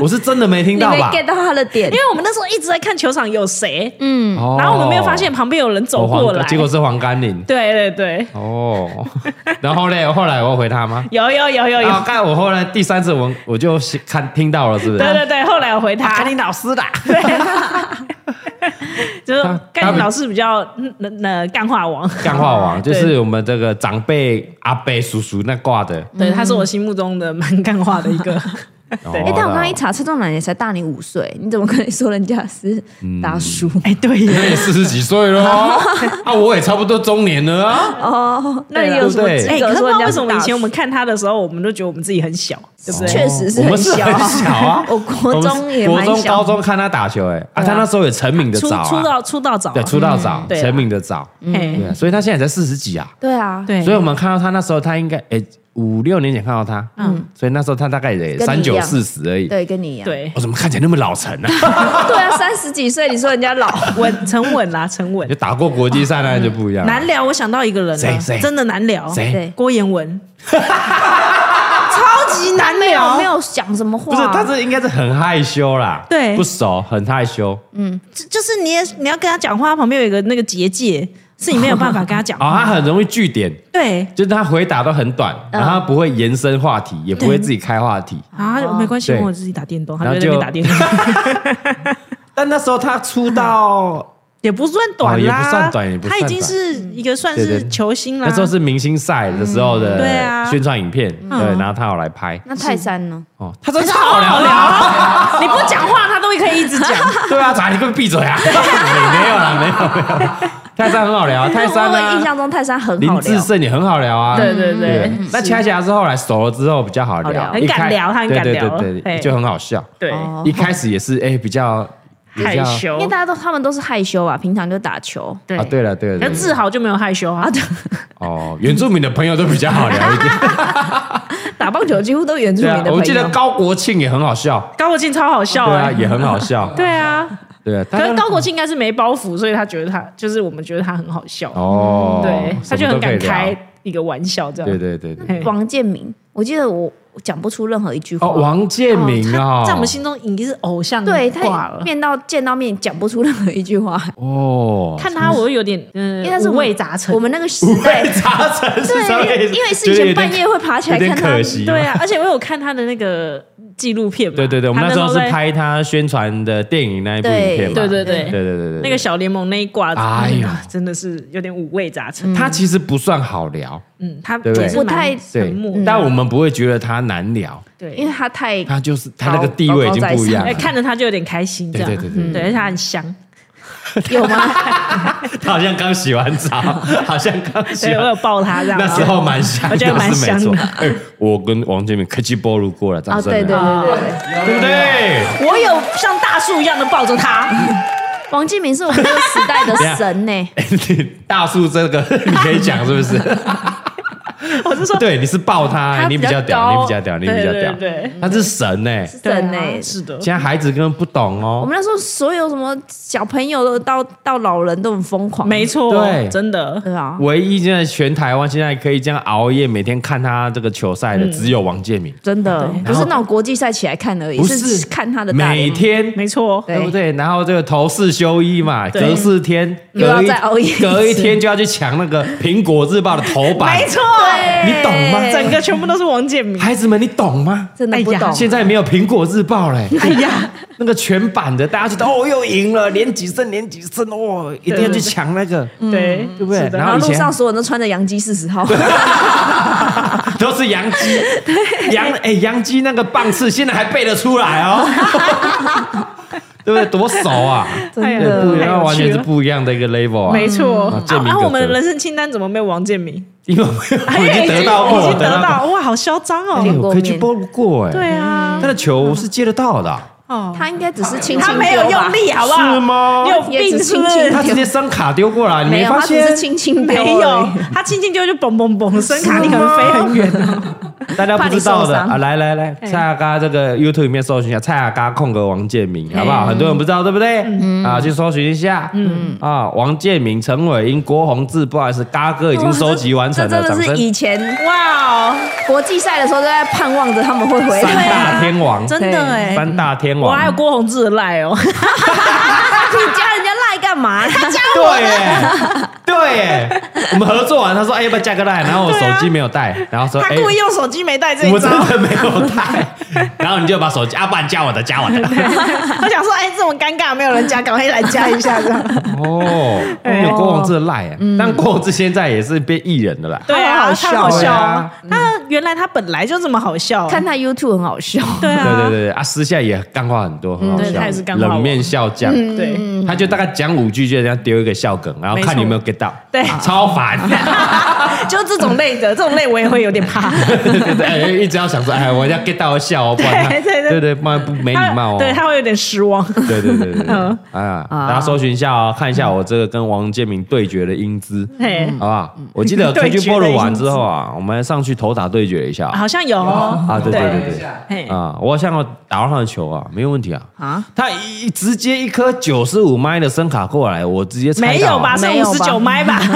[SPEAKER 2] 我是真的没 听
[SPEAKER 3] 你
[SPEAKER 2] 到
[SPEAKER 3] 没
[SPEAKER 2] 吧？
[SPEAKER 3] get 到他的点
[SPEAKER 1] 因，为我们那时候一直在看球场有谁，
[SPEAKER 3] 嗯，
[SPEAKER 2] 哦
[SPEAKER 1] 然后我们没有发现旁边有人走过
[SPEAKER 2] 哦
[SPEAKER 1] 来，
[SPEAKER 2] 黄结果是黄甘霖
[SPEAKER 1] 对对对，
[SPEAKER 2] 哦。然后嘞，后来我回他吗？
[SPEAKER 1] 有有有有有，
[SPEAKER 2] 啊，刚才我后来第三次我我就看听到了，是不是？
[SPEAKER 1] 对对对，后来我回他，甘霖老师啦， 对， 就是
[SPEAKER 2] 啊他
[SPEAKER 1] 甘霖老师比较那那干话王，
[SPEAKER 2] 干话王就
[SPEAKER 1] 对
[SPEAKER 2] 是我们这个长辈阿伯叔叔那挂的，
[SPEAKER 1] 嗯对，他是我心目中的蛮干话的一个，
[SPEAKER 2] 哎
[SPEAKER 3] 哎、但我刚刚一查，车中奶奶才大你五岁，你怎么可以说人家是
[SPEAKER 2] 嗯
[SPEAKER 3] 大叔？
[SPEAKER 1] 哎，对
[SPEAKER 2] 那
[SPEAKER 1] 耶，
[SPEAKER 2] 也四十几岁了哦啊，我也差不多中年了啊。
[SPEAKER 3] 哦， 那你
[SPEAKER 1] 对啦
[SPEAKER 3] 有什么
[SPEAKER 2] 对
[SPEAKER 3] 资
[SPEAKER 1] 哎，可
[SPEAKER 3] 格
[SPEAKER 1] 是不
[SPEAKER 3] 说
[SPEAKER 1] 知道
[SPEAKER 3] 人
[SPEAKER 1] 为
[SPEAKER 3] 家
[SPEAKER 1] 什
[SPEAKER 3] 是
[SPEAKER 1] 么
[SPEAKER 3] 大
[SPEAKER 1] 以前我
[SPEAKER 3] 叔？
[SPEAKER 1] 们看他的时候，我们都觉得我们自己很小，对不对？
[SPEAKER 3] 确实是
[SPEAKER 2] 我们
[SPEAKER 3] 很
[SPEAKER 2] 是
[SPEAKER 3] 小啊。
[SPEAKER 2] 很小啊
[SPEAKER 3] 我国中也
[SPEAKER 2] 我们
[SPEAKER 3] 蛮
[SPEAKER 2] 国中、
[SPEAKER 3] 小
[SPEAKER 2] 高中看他打球，哎啊，
[SPEAKER 1] 对啊
[SPEAKER 2] 他那时候也成名的
[SPEAKER 1] 出
[SPEAKER 2] 早
[SPEAKER 1] 出
[SPEAKER 2] 啊，
[SPEAKER 1] 道出道早啊，
[SPEAKER 2] 对，出道早，
[SPEAKER 1] 对啊
[SPEAKER 2] 成名的早，对
[SPEAKER 1] 嘿
[SPEAKER 2] 啊，所以他现在才四十几啊。
[SPEAKER 3] 对啊，
[SPEAKER 1] 对，
[SPEAKER 2] 所以我们看到他那时候，他应该哎五六年前看到他，嗯，所以那时候他大概也
[SPEAKER 3] 跟你
[SPEAKER 2] 三
[SPEAKER 3] 一
[SPEAKER 2] 九
[SPEAKER 3] 样
[SPEAKER 2] 四十而已。哦
[SPEAKER 3] 对，跟你一样。
[SPEAKER 1] 对
[SPEAKER 2] 我怎么看起来那么老成啊？
[SPEAKER 3] 对啊，三十几岁，你说人家老，
[SPEAKER 1] 稳沉稳啦，沉稳
[SPEAKER 2] 就。打过国际赛那就不一样了。
[SPEAKER 1] 难聊，我想到一个人
[SPEAKER 2] 啊谁
[SPEAKER 1] 了
[SPEAKER 2] 谁，
[SPEAKER 1] 真的难聊，
[SPEAKER 2] 谁
[SPEAKER 3] 对
[SPEAKER 1] 郭彦 文，超级难
[SPEAKER 3] 没有
[SPEAKER 1] 聊，
[SPEAKER 3] 没有讲什么话，
[SPEAKER 2] 不是，他是应该是很害羞啦，
[SPEAKER 1] 对
[SPEAKER 2] 不熟，很害羞。
[SPEAKER 1] 就就是你也你要跟他讲话，他旁边有一个那个结界，是你没有办法跟他讲
[SPEAKER 2] 哦，
[SPEAKER 1] 话。
[SPEAKER 2] 他很容易据点，
[SPEAKER 1] 对，
[SPEAKER 2] 就是他回答都很短，然后他不会延伸话题，也不会自己开话题。
[SPEAKER 1] 然后他啊就没关系，
[SPEAKER 2] 哦对
[SPEAKER 1] 我自己打电动，他
[SPEAKER 2] 然
[SPEAKER 1] 就
[SPEAKER 2] 后
[SPEAKER 1] 在那边
[SPEAKER 2] 就
[SPEAKER 1] 打电动，
[SPEAKER 2] 但那时候他出道，
[SPEAKER 1] 也不算短
[SPEAKER 2] 哦
[SPEAKER 1] 啦，
[SPEAKER 2] 也不算短也不算
[SPEAKER 1] 他已经是一个算
[SPEAKER 2] 对
[SPEAKER 1] 是
[SPEAKER 2] 对
[SPEAKER 1] 球星啦。
[SPEAKER 2] 那时候是明星赛的时候
[SPEAKER 1] 嗯对啊
[SPEAKER 2] 的宣传影片，对，然后他有来拍。
[SPEAKER 3] 那泰山呢？
[SPEAKER 2] 哦，他真的好聊
[SPEAKER 1] 啊
[SPEAKER 2] 聊，
[SPEAKER 1] 你不讲话，他都可以一直 讲。
[SPEAKER 2] 对啊，咋你给我闭嘴啊？ 没有啦，没有没有，泰山很好聊，泰山
[SPEAKER 3] 我印
[SPEAKER 2] 啊，
[SPEAKER 3] 象中泰山很好
[SPEAKER 2] 林志
[SPEAKER 3] 聊，
[SPEAKER 2] 胜也很好聊啊，
[SPEAKER 1] 对对对
[SPEAKER 2] 那恰恰是后来熟了之后比较好
[SPEAKER 1] 好聊
[SPEAKER 2] 聊，
[SPEAKER 1] 很
[SPEAKER 2] 一开
[SPEAKER 1] 敢聊他很敢
[SPEAKER 2] 对
[SPEAKER 1] 聊
[SPEAKER 2] 对对
[SPEAKER 1] 嘿
[SPEAKER 2] 对，就很好笑。
[SPEAKER 1] 对，
[SPEAKER 3] 哦
[SPEAKER 2] 一开始也是哎比较比
[SPEAKER 1] 害
[SPEAKER 2] 较
[SPEAKER 1] 羞
[SPEAKER 3] 因为。大家都他们都是害羞啊，平常就打球。
[SPEAKER 1] 对
[SPEAKER 2] 啊，对了对了，对
[SPEAKER 1] 那
[SPEAKER 2] 了
[SPEAKER 1] 志豪就没有害羞啊，
[SPEAKER 2] 哦，原住民的朋友都比较好 聊一点。
[SPEAKER 3] 打棒球几乎都原住
[SPEAKER 2] 对
[SPEAKER 3] 民
[SPEAKER 2] 啊
[SPEAKER 3] 的，朋友。
[SPEAKER 2] 我记得高国庆也很好笑，
[SPEAKER 1] 高国庆超好笑
[SPEAKER 2] 对啊，
[SPEAKER 1] 哎。
[SPEAKER 2] 也很好笑。
[SPEAKER 1] 对啊，
[SPEAKER 2] 对啊，
[SPEAKER 1] 可
[SPEAKER 2] 他
[SPEAKER 1] 是高国庆应该是没包袱，所以他觉得他就是我们觉得他很好笑，嗯
[SPEAKER 2] 哦，
[SPEAKER 1] 对，他就
[SPEAKER 2] 什
[SPEAKER 1] 很
[SPEAKER 2] 么都可以
[SPEAKER 1] 敢
[SPEAKER 2] 聊
[SPEAKER 1] 开一个玩笑这
[SPEAKER 2] 对
[SPEAKER 1] 样。
[SPEAKER 2] 对对对。
[SPEAKER 1] 嘿
[SPEAKER 3] 王建民，我记得我我讲不出任何一句话。
[SPEAKER 2] 哦，王建民
[SPEAKER 1] 哦他
[SPEAKER 2] 啊，
[SPEAKER 1] 在我们心中已经是偶像
[SPEAKER 3] 对
[SPEAKER 1] 挂
[SPEAKER 3] 他
[SPEAKER 1] 了。
[SPEAKER 3] 面到见到面讲不出任何一 句话，
[SPEAKER 2] 哦，
[SPEAKER 1] 看他，我有点嗯，
[SPEAKER 3] 因为他是
[SPEAKER 1] 五
[SPEAKER 3] 我们
[SPEAKER 1] 味杂陈
[SPEAKER 3] 我。们那个时代，
[SPEAKER 2] 查成是什么
[SPEAKER 3] 对，
[SPEAKER 2] 意
[SPEAKER 3] 因
[SPEAKER 2] 思
[SPEAKER 3] 为因为是
[SPEAKER 2] 觉得有点
[SPEAKER 3] 以前半夜会爬起来
[SPEAKER 2] 有点
[SPEAKER 3] 看他
[SPEAKER 2] 可。惜，
[SPEAKER 1] 对啊，而且我有看他的那个纪录片嘛。
[SPEAKER 2] 对对对，我们
[SPEAKER 1] 他
[SPEAKER 2] 那时候是
[SPEAKER 1] 在
[SPEAKER 2] 拍他宣传的电影那一部影
[SPEAKER 3] 对
[SPEAKER 2] 片嘛，
[SPEAKER 1] 对对
[SPEAKER 2] 对
[SPEAKER 1] 对
[SPEAKER 2] 对对对，
[SPEAKER 1] 那个小联盟那一挂，
[SPEAKER 2] 哎
[SPEAKER 1] 哎
[SPEAKER 2] 呦
[SPEAKER 1] 呀，真的是有点五味杂陈。
[SPEAKER 2] 他其实不算好聊，
[SPEAKER 1] 嗯，他
[SPEAKER 2] 对不对
[SPEAKER 1] 也是蛮
[SPEAKER 3] 不太
[SPEAKER 1] 沉默的，
[SPEAKER 2] 但我们不会觉得他难聊，
[SPEAKER 3] 因
[SPEAKER 1] 对，
[SPEAKER 3] 为他 太
[SPEAKER 2] 他就是他那个地位已经不一样
[SPEAKER 1] 哎，
[SPEAKER 2] 了。
[SPEAKER 1] 看着他就有点开心，这样嗯
[SPEAKER 2] 对对对对
[SPEAKER 1] 对，而且他很香。
[SPEAKER 3] 有吗？
[SPEAKER 2] 他好像刚洗完澡， 好像刚洗
[SPEAKER 1] 对我
[SPEAKER 2] 完
[SPEAKER 1] 有。抱他这样。
[SPEAKER 2] 啊那时候蛮香的，
[SPEAKER 1] 我觉得蛮
[SPEAKER 2] 是没错
[SPEAKER 1] 香的哦
[SPEAKER 2] 哎，我跟王建民科技波路过了，掌
[SPEAKER 3] 啊，
[SPEAKER 2] 声
[SPEAKER 3] 对对对
[SPEAKER 2] 了，
[SPEAKER 3] 对对，
[SPEAKER 2] 对不对？
[SPEAKER 1] 我有像大树一样的抱着 他，
[SPEAKER 3] 王建民是我们那个时代的神呢。
[SPEAKER 2] 哎你 大树这个你可以讲是不是？
[SPEAKER 1] 我是说
[SPEAKER 2] 对，你是抱他，
[SPEAKER 1] 他
[SPEAKER 2] 你
[SPEAKER 1] 比
[SPEAKER 2] 比较
[SPEAKER 1] 较
[SPEAKER 2] 屌，
[SPEAKER 1] 高
[SPEAKER 2] 你比较屌，你比较屌
[SPEAKER 1] 对对对，
[SPEAKER 2] 他是神哎！
[SPEAKER 3] 神呢、
[SPEAKER 1] 对啊是的
[SPEAKER 2] 现，在孩子根本不懂
[SPEAKER 3] 我
[SPEAKER 2] 哦。
[SPEAKER 3] 们那时候所有什么小朋友都到到老人都很疯狂，
[SPEAKER 1] 没错，
[SPEAKER 2] 对
[SPEAKER 1] 真的。
[SPEAKER 3] 对啊，
[SPEAKER 2] 唯一现在全台湾现在可以这样熬夜每天看他这个球赛
[SPEAKER 3] 嗯
[SPEAKER 2] 的，只有王建民，
[SPEAKER 3] 真的不是那种国际赛起来看而已，
[SPEAKER 2] 不
[SPEAKER 3] 是看他的大
[SPEAKER 2] 每
[SPEAKER 3] 脸，
[SPEAKER 2] 天
[SPEAKER 1] 没错，
[SPEAKER 3] 对
[SPEAKER 2] 对不对？然后这个头四休一嘛，
[SPEAKER 1] 对
[SPEAKER 2] 隔四天，
[SPEAKER 3] 又要
[SPEAKER 2] 隔一
[SPEAKER 3] 再熬夜一次
[SPEAKER 2] 隔一天就要去抢那个《苹果日报》的头版，
[SPEAKER 1] 没错，
[SPEAKER 2] 你懂吗？
[SPEAKER 1] 整个全部都是王建民。
[SPEAKER 2] 孩子们，你懂吗？
[SPEAKER 3] 真的不懂。
[SPEAKER 1] 哎呀
[SPEAKER 2] 现在没有《苹果日报》嘞，
[SPEAKER 1] 哎呀，
[SPEAKER 2] 那个全版的，大家觉得哦又赢了，连几胜连几胜，哦，一定要去抢那个，
[SPEAKER 1] 对，
[SPEAKER 2] 对不对？
[SPEAKER 1] 是的啊
[SPEAKER 2] 然
[SPEAKER 3] 然
[SPEAKER 2] 后
[SPEAKER 3] 后
[SPEAKER 2] 以
[SPEAKER 3] 路
[SPEAKER 2] 前
[SPEAKER 3] 上所有人都穿着洋基四十号，
[SPEAKER 2] 都是洋 基，洋哎洋基那个棒次现在还背得出来 哦，对不对？多熟啊！
[SPEAKER 3] 真
[SPEAKER 1] 哎呀
[SPEAKER 2] 对，不一
[SPEAKER 1] 太有
[SPEAKER 2] 样，
[SPEAKER 1] 趣
[SPEAKER 2] 完全是
[SPEAKER 1] 了
[SPEAKER 2] 不一样的一个 level 啊。
[SPEAKER 1] 没错。
[SPEAKER 2] 啊
[SPEAKER 1] 啊
[SPEAKER 2] 建民
[SPEAKER 1] 啊，
[SPEAKER 2] 哥哥
[SPEAKER 1] 我们人生清单怎么没有王建民？
[SPEAKER 2] 因为我我已
[SPEAKER 1] 哎
[SPEAKER 2] 经得到过，
[SPEAKER 1] 已
[SPEAKER 2] 我
[SPEAKER 1] 经得到，哇，好嚣张哦！
[SPEAKER 2] 哎我可以去包过哎。
[SPEAKER 1] 对啊，
[SPEAKER 2] 他的球是接得到的啊，
[SPEAKER 1] 哦，
[SPEAKER 3] 他应该只是 轻轻
[SPEAKER 1] 他没有
[SPEAKER 3] 丢吧
[SPEAKER 1] 用，力，好不好？
[SPEAKER 2] 是吗
[SPEAKER 1] 啊你有病是不是？
[SPEAKER 2] 他直接伸卡丢过来，你
[SPEAKER 3] 没有，
[SPEAKER 2] 发
[SPEAKER 3] 他只
[SPEAKER 2] 现
[SPEAKER 3] 是？轻轻丢而已
[SPEAKER 1] 没有，他轻轻丢就嘣嘣嘣，声卡
[SPEAKER 2] 是
[SPEAKER 1] 你可能飞很远哦。
[SPEAKER 2] 大家不知道
[SPEAKER 3] 怕你受
[SPEAKER 2] 的
[SPEAKER 3] 伤
[SPEAKER 2] 啊，来来
[SPEAKER 1] 哎
[SPEAKER 2] 来，蔡阿嘎这个 YouTube 里面搜寻一下蔡阿嘎空格王建民，好不好？
[SPEAKER 1] 嗯
[SPEAKER 2] 很多人不知道，对不对？啊，去搜寻一下。嗯啊，王建民、陈伟英、郭宏志，不好意思，嘎哥已经收集完成
[SPEAKER 3] 这
[SPEAKER 2] 了，
[SPEAKER 3] 真
[SPEAKER 2] 掌
[SPEAKER 3] 的是
[SPEAKER 2] 声！
[SPEAKER 3] 以前
[SPEAKER 1] 哇哦，
[SPEAKER 3] 国际赛的时候都在盼望着他们会回
[SPEAKER 2] 三
[SPEAKER 3] 来。
[SPEAKER 2] 大天王，
[SPEAKER 1] 啊真
[SPEAKER 3] 对
[SPEAKER 1] 的哎，
[SPEAKER 2] 三大天
[SPEAKER 1] 我还有
[SPEAKER 2] 王，
[SPEAKER 1] 郭宏志的赖哦，
[SPEAKER 3] 啊你加人家赖干嘛？
[SPEAKER 2] 对耶，对耶，我们合作完，他说哎，要不要加个赖？然后我手机没有带，然后说
[SPEAKER 1] 啊他
[SPEAKER 2] 哎。
[SPEAKER 1] 故意用手机没带这
[SPEAKER 2] 我
[SPEAKER 1] 一
[SPEAKER 2] 真
[SPEAKER 1] 招。
[SPEAKER 2] 的没有带， 然后你就把手机，啊，不然加我的，加我的。
[SPEAKER 1] 我想说，哎，这种尴尬没有人加，赶快来加一下这 样。
[SPEAKER 2] 哦，有啊郭宏志的赖耶，但郭宏志现在也是变艺人的啦。
[SPEAKER 1] 哦嗯对啊，
[SPEAKER 3] 好好
[SPEAKER 1] 他
[SPEAKER 3] 笑
[SPEAKER 1] 好笑
[SPEAKER 2] 对
[SPEAKER 1] 啊
[SPEAKER 2] 啊，
[SPEAKER 1] 他原来他本来就这么好笑，
[SPEAKER 3] 看他 YouTube 很好笑，
[SPEAKER 1] 对
[SPEAKER 2] 对对
[SPEAKER 1] 啊，嗯
[SPEAKER 2] 对啊，私下也干话很多，很好
[SPEAKER 1] 对他也是
[SPEAKER 2] 笑，
[SPEAKER 1] 干话王嗯
[SPEAKER 2] 冷面笑匠，
[SPEAKER 1] 对
[SPEAKER 2] 他就大概讲五句，就人家丢一个笑梗，然后
[SPEAKER 1] 没
[SPEAKER 2] 看
[SPEAKER 1] 错
[SPEAKER 2] 你有没有 get 到，
[SPEAKER 1] 对
[SPEAKER 2] 超烦，
[SPEAKER 1] 啊就这种类的，这种类我也会有点 怕。
[SPEAKER 2] 对对对，哎一直要想说，哎，我要 get 到笑哦，不然他
[SPEAKER 1] 对对对
[SPEAKER 2] 对对，不然不没礼貌哦，
[SPEAKER 1] 对，他哦会有点失望。
[SPEAKER 2] 对对对对对，啊，大家搜寻一下哦，看一下我这个跟王建民对决的英姿，
[SPEAKER 1] 嘿
[SPEAKER 2] 好不好？我 记得
[SPEAKER 1] 嗯对决
[SPEAKER 2] KG
[SPEAKER 1] 的
[SPEAKER 2] b o l 完之后啊，我们上去头打对决一下啊
[SPEAKER 1] 好像有哦
[SPEAKER 2] 啊，对对对对
[SPEAKER 4] 对
[SPEAKER 1] 嘿，
[SPEAKER 2] 啊，我想要打到他的球啊，没有问题啊。
[SPEAKER 3] 啊，
[SPEAKER 2] 他一一直接一颗九十五迈的声卡过来，我直接猜
[SPEAKER 1] 没
[SPEAKER 2] 到啊
[SPEAKER 1] 有吧？是
[SPEAKER 3] 没有
[SPEAKER 1] 五
[SPEAKER 3] 吧
[SPEAKER 1] 十九麦吧？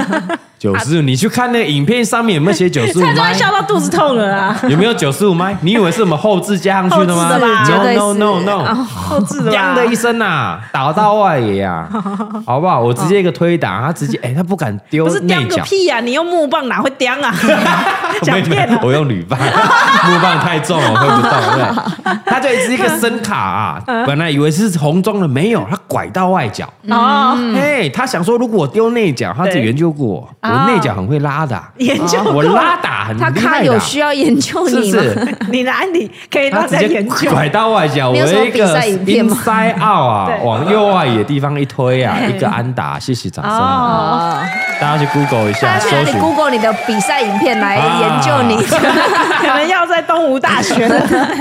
[SPEAKER 2] 九十五，你去看那个影片上面有没有写九十五
[SPEAKER 1] 他都要
[SPEAKER 2] 迈？
[SPEAKER 1] 笑到肚子痛了啊！
[SPEAKER 2] 有没有九十五迈？你以为是我们后置加上去的吗
[SPEAKER 1] 后置的吧绝
[SPEAKER 3] 对
[SPEAKER 2] ？No no
[SPEAKER 3] 是
[SPEAKER 2] no no，
[SPEAKER 3] 哦
[SPEAKER 1] 后置的吧
[SPEAKER 2] 砰的一声呐，打到外 野啊，好不好？我直接一个推打，他直接哎，他不敢丢
[SPEAKER 1] 不是
[SPEAKER 2] 内
[SPEAKER 1] 叼个
[SPEAKER 2] 角，
[SPEAKER 1] 屁啊呀、你用木棒哪会叼啊？ 讲骗啊了
[SPEAKER 2] 我用铝棒， 木棒太重了，我挥不动。 对，他就只是一个声卡啊，
[SPEAKER 3] 嗯
[SPEAKER 2] 本来以为是红中的，没有，他拐到外角。
[SPEAKER 1] 哦，
[SPEAKER 3] 嗯
[SPEAKER 2] 嘿，他想说，如果我丢内角，他只
[SPEAKER 1] 对
[SPEAKER 2] 研究过我，我
[SPEAKER 3] 哦
[SPEAKER 2] 内角很会拉的啊，
[SPEAKER 1] 研究过
[SPEAKER 2] 我拉打很
[SPEAKER 3] 他
[SPEAKER 2] 厉
[SPEAKER 3] 咖
[SPEAKER 2] 害
[SPEAKER 3] 有
[SPEAKER 2] 的啊，
[SPEAKER 3] 需要研究
[SPEAKER 2] 是不
[SPEAKER 3] 你吗？
[SPEAKER 2] 是？
[SPEAKER 1] 你哪里可以
[SPEAKER 2] 他
[SPEAKER 1] 让
[SPEAKER 2] 直
[SPEAKER 1] 在
[SPEAKER 2] 接
[SPEAKER 1] 研究？
[SPEAKER 2] 拐到外角，我
[SPEAKER 3] 你有什么
[SPEAKER 2] 一个
[SPEAKER 3] 比赛影片吗
[SPEAKER 2] inside out 啊，
[SPEAKER 1] 对
[SPEAKER 2] 往右外野地方一推 啊，一个安打，谢谢掌声啊，
[SPEAKER 3] 哦，
[SPEAKER 2] 大家去 Google 一
[SPEAKER 3] 大
[SPEAKER 2] 下，
[SPEAKER 3] 家
[SPEAKER 2] 搜
[SPEAKER 3] 去哪里
[SPEAKER 2] 寻
[SPEAKER 3] Google 你的比赛影片来研究你？
[SPEAKER 1] 可能要在东吴大学 的。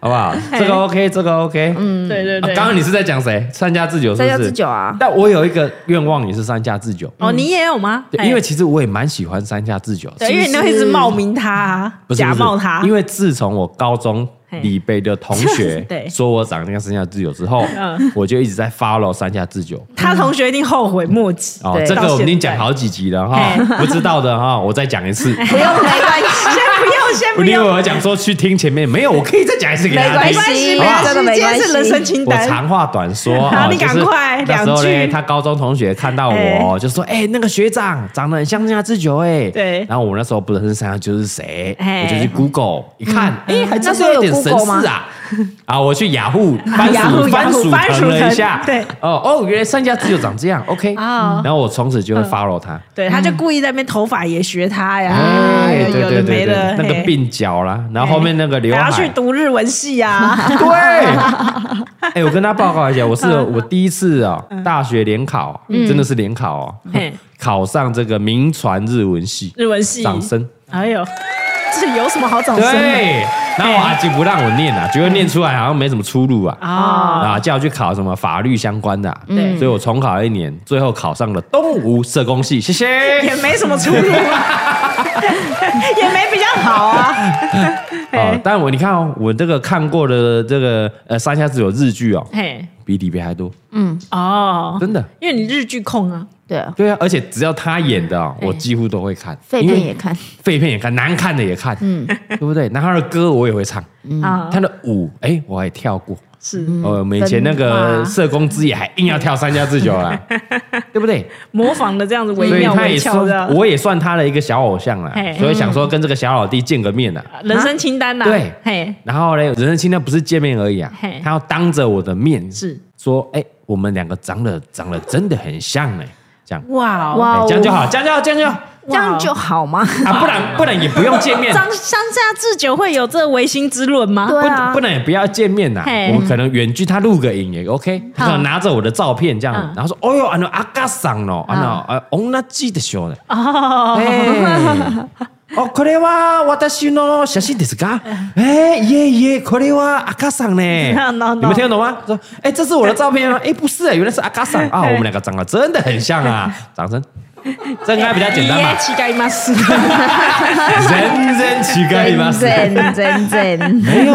[SPEAKER 2] 好不好？这个 OK，这个 OK，嗯。
[SPEAKER 1] 对对
[SPEAKER 2] 啊
[SPEAKER 1] 对，
[SPEAKER 2] 刚刚你是在讲谁？三家之久是
[SPEAKER 3] 三
[SPEAKER 2] 不
[SPEAKER 3] 家
[SPEAKER 2] 是？
[SPEAKER 3] 之久啊，
[SPEAKER 2] 但我有一个愿望也是三家之久，
[SPEAKER 1] 哦，你也有吗？
[SPEAKER 2] 对因为其实我也蛮喜欢三家之久的，
[SPEAKER 1] 对，因为你都会一直冒名他、啊，
[SPEAKER 2] 不是
[SPEAKER 1] 假
[SPEAKER 2] 不是
[SPEAKER 1] 冒他，
[SPEAKER 2] 因为自从我高中
[SPEAKER 1] 嘿
[SPEAKER 2] 李北的同学
[SPEAKER 1] 对
[SPEAKER 2] 说我长得像三家之久之后，
[SPEAKER 1] 嗯
[SPEAKER 2] 我就一直在 follow 三家之久。
[SPEAKER 1] 他同学一定后悔莫及。
[SPEAKER 2] 哦
[SPEAKER 3] 对，
[SPEAKER 2] 这个我
[SPEAKER 1] 到现
[SPEAKER 2] 们已经
[SPEAKER 1] 在
[SPEAKER 2] 讲好几集了哈，不知道的哈，我再讲一次。
[SPEAKER 3] 不用没关系，
[SPEAKER 1] 先不要，先 不
[SPEAKER 2] 你以
[SPEAKER 1] 要，
[SPEAKER 2] 为我讲说去听前面没有？我可以再讲一次给大
[SPEAKER 3] 没
[SPEAKER 2] 家
[SPEAKER 3] 关
[SPEAKER 2] 听。
[SPEAKER 3] 系，
[SPEAKER 1] 没关
[SPEAKER 3] 真的
[SPEAKER 1] 系，今
[SPEAKER 3] 没关
[SPEAKER 1] 天
[SPEAKER 3] 系
[SPEAKER 1] 是。人生清
[SPEAKER 2] 哦我
[SPEAKER 1] 单。
[SPEAKER 2] 长话 短说
[SPEAKER 1] 好
[SPEAKER 2] 啊，
[SPEAKER 1] 你赶快
[SPEAKER 2] 就是那时候
[SPEAKER 1] 两
[SPEAKER 2] 呢，
[SPEAKER 1] 句
[SPEAKER 2] 他高中同学看到我，就说：“哎、那个学长长得很像夏之久。”哎，
[SPEAKER 1] 对
[SPEAKER 2] 然后我那时候不认识他就是谁，
[SPEAKER 1] 哎
[SPEAKER 2] 我就去 Google 一看，哎、
[SPEAKER 1] 嗯
[SPEAKER 2] 还真
[SPEAKER 3] 那时
[SPEAKER 2] 是
[SPEAKER 3] 候有
[SPEAKER 2] 点神
[SPEAKER 3] Google
[SPEAKER 2] 似啊！啊，我去雅虎番
[SPEAKER 1] 雅虎雅
[SPEAKER 2] 薯番
[SPEAKER 1] 虎
[SPEAKER 2] 薯
[SPEAKER 1] 番薯
[SPEAKER 2] 腾了
[SPEAKER 1] 藤
[SPEAKER 2] 一下，
[SPEAKER 1] 对，
[SPEAKER 2] 哦哦，原来三家之久长这样，OK
[SPEAKER 1] 哦
[SPEAKER 2] 然后我从此就会 follow 他。
[SPEAKER 1] 对，
[SPEAKER 3] 嗯
[SPEAKER 1] 他就故意在那边头发也学他呀，
[SPEAKER 2] 哎，
[SPEAKER 1] 嗯
[SPEAKER 2] 对
[SPEAKER 1] 有
[SPEAKER 2] 对
[SPEAKER 1] 的
[SPEAKER 2] 对
[SPEAKER 1] 没
[SPEAKER 2] 对
[SPEAKER 1] 的，，
[SPEAKER 2] 那个
[SPEAKER 1] 嘿
[SPEAKER 2] 鬓角啦，然后后面那个刘
[SPEAKER 1] 还
[SPEAKER 2] 海，
[SPEAKER 1] 要去读日文系 啊，
[SPEAKER 2] 对，哎、我跟他报告一下，我是
[SPEAKER 1] 嗯
[SPEAKER 2] 我第一次啊、大学联考，啊真的是联考哦，
[SPEAKER 1] 嘿
[SPEAKER 2] 考上这个名传日文系，
[SPEAKER 1] 日文系。
[SPEAKER 2] 掌声，
[SPEAKER 1] 哎呦，这有什么好掌声的？
[SPEAKER 2] 对。然后我阿姐不让我念啊，觉得念出来好像没什么出路啊，
[SPEAKER 1] 啊，嗯
[SPEAKER 2] 啊，叫我去考什么法律相关的、啊，
[SPEAKER 1] 对
[SPEAKER 2] 所以我重考了一年，最后考上了东吴社工系，谢谢。
[SPEAKER 1] 也没什么出路啊， 也没比较好啊。
[SPEAKER 2] 哦，但我你看哦，我这个看过的这个呃三下子有日剧哦，
[SPEAKER 1] 嘿，
[SPEAKER 2] 比李别还多，
[SPEAKER 1] 哦，
[SPEAKER 2] 真的。
[SPEAKER 1] 因为你日剧控啊，
[SPEAKER 3] 对，
[SPEAKER 2] 对啊，而且只要他演的、哦，我几乎都会看，
[SPEAKER 3] 废
[SPEAKER 2] 因为
[SPEAKER 3] 片也看，
[SPEAKER 2] 废片也看，难看的也看，嗯，对不对？然后他的歌我也会唱，
[SPEAKER 1] 啊
[SPEAKER 2] 他的舞，哎，我还跳过。
[SPEAKER 1] 是
[SPEAKER 2] 呃，我们以前那
[SPEAKER 3] 真
[SPEAKER 2] 个
[SPEAKER 3] 的
[SPEAKER 2] 社工之夜还硬要跳三加之九 啦，对不对？
[SPEAKER 1] 模仿的这样子惟
[SPEAKER 2] 所以
[SPEAKER 1] 妙
[SPEAKER 2] 他也
[SPEAKER 1] 惟肖
[SPEAKER 2] 算，
[SPEAKER 1] 的
[SPEAKER 2] 我也算他的一个小偶像啦
[SPEAKER 1] 嘿，嗯
[SPEAKER 2] 所以想说跟这个小老弟见个面啊。
[SPEAKER 1] 人生清单呐。
[SPEAKER 2] 对
[SPEAKER 1] 嘿，
[SPEAKER 2] 然后呢，人生清单不是见面而已啊
[SPEAKER 1] 嘿，
[SPEAKER 2] 他要当着我的面
[SPEAKER 1] 是
[SPEAKER 2] 说，哎，我们两个长得长得真的很像哎，这样，
[SPEAKER 1] 哇哦，
[SPEAKER 3] 哇
[SPEAKER 2] 哎
[SPEAKER 3] 哦，
[SPEAKER 2] 这样就好，这样就好，这样就好
[SPEAKER 3] 这样就好吗？
[SPEAKER 2] 啊，不然不然也不用见面，
[SPEAKER 1] 张乡下智久会有这唯心之论吗？
[SPEAKER 3] 对啊
[SPEAKER 2] 不不能也不要见面呐、
[SPEAKER 1] 嘿
[SPEAKER 2] 我们可能远距他录个影也 OK，他可能
[SPEAKER 1] 嗯
[SPEAKER 2] 拿着我的照片这样，
[SPEAKER 1] 嗯
[SPEAKER 2] 然后说：“哦哟，啊那阿嘎桑哦，啊那啊哦那记得说呢，
[SPEAKER 1] 哦，
[SPEAKER 2] 哎，哦これは私の写真ですか？哎耶耶，これは阿嘎桑呢？
[SPEAKER 1] No, no, no
[SPEAKER 2] 你们听得懂吗？说哎，这是我的照片 吗？哎，不是，原来是阿嘎桑啊，我们两个长得真的很 像啊，掌声，这应该比较简单吧
[SPEAKER 1] 耶？ 乞丐吗？ 是，
[SPEAKER 2] 人人乞 丐吗？
[SPEAKER 3] 真真真
[SPEAKER 2] 没有，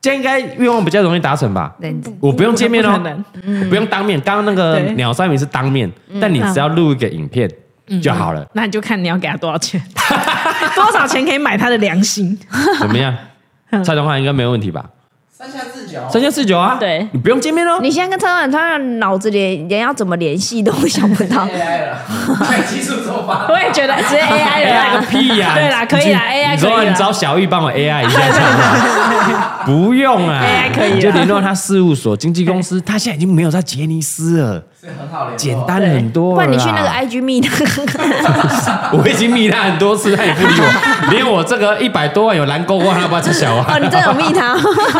[SPEAKER 2] 这样应该愿望比较容易达成吧？
[SPEAKER 3] 真，
[SPEAKER 2] 我不用见
[SPEAKER 1] 嗯
[SPEAKER 2] 面
[SPEAKER 1] 不
[SPEAKER 2] 哦
[SPEAKER 1] 可能，
[SPEAKER 2] 我不用当面。刚刚那个
[SPEAKER 1] 对嗯
[SPEAKER 2] 鸟三明是当面，但你只要录一个影片就好了，
[SPEAKER 1] 那你就看你要给他多少钱， 多少钱可以买他的良心？
[SPEAKER 2] 怎么样？
[SPEAKER 1] 嗯
[SPEAKER 2] 蔡东汉应该没有问题吧？
[SPEAKER 4] 三下四角，。
[SPEAKER 2] 三千四九啊，
[SPEAKER 1] 对
[SPEAKER 2] 你不用见面哦。
[SPEAKER 3] 你现在跟蔡老板，他脑子连连要怎么联系都想不 到
[SPEAKER 4] AI 了，看技术怎么发
[SPEAKER 1] 我也觉得直接 AI 了
[SPEAKER 2] AI
[SPEAKER 1] 啦
[SPEAKER 2] 个屁呀！
[SPEAKER 1] 啊 对啦，可以啦，AI
[SPEAKER 2] 你
[SPEAKER 1] 可
[SPEAKER 2] 说
[SPEAKER 1] 以
[SPEAKER 2] 你
[SPEAKER 1] 啦。
[SPEAKER 2] 找小玉帮 我 AI 一下就好了，不用啊
[SPEAKER 1] AI 可以啦
[SPEAKER 2] 你就联络他事务所经纪公司，他现在已经没有在杰尼斯了，
[SPEAKER 4] 是很好联络，
[SPEAKER 2] 简单很多
[SPEAKER 3] 不
[SPEAKER 1] 哎
[SPEAKER 2] 了啦。
[SPEAKER 3] 然你去那个 IG 密他看看，
[SPEAKER 2] 我已经密他很多次，他也不理我。连我这个一百多万有蓝勾勾，他不要吃小
[SPEAKER 3] 哦，
[SPEAKER 2] 啊？
[SPEAKER 3] 你真的有密他，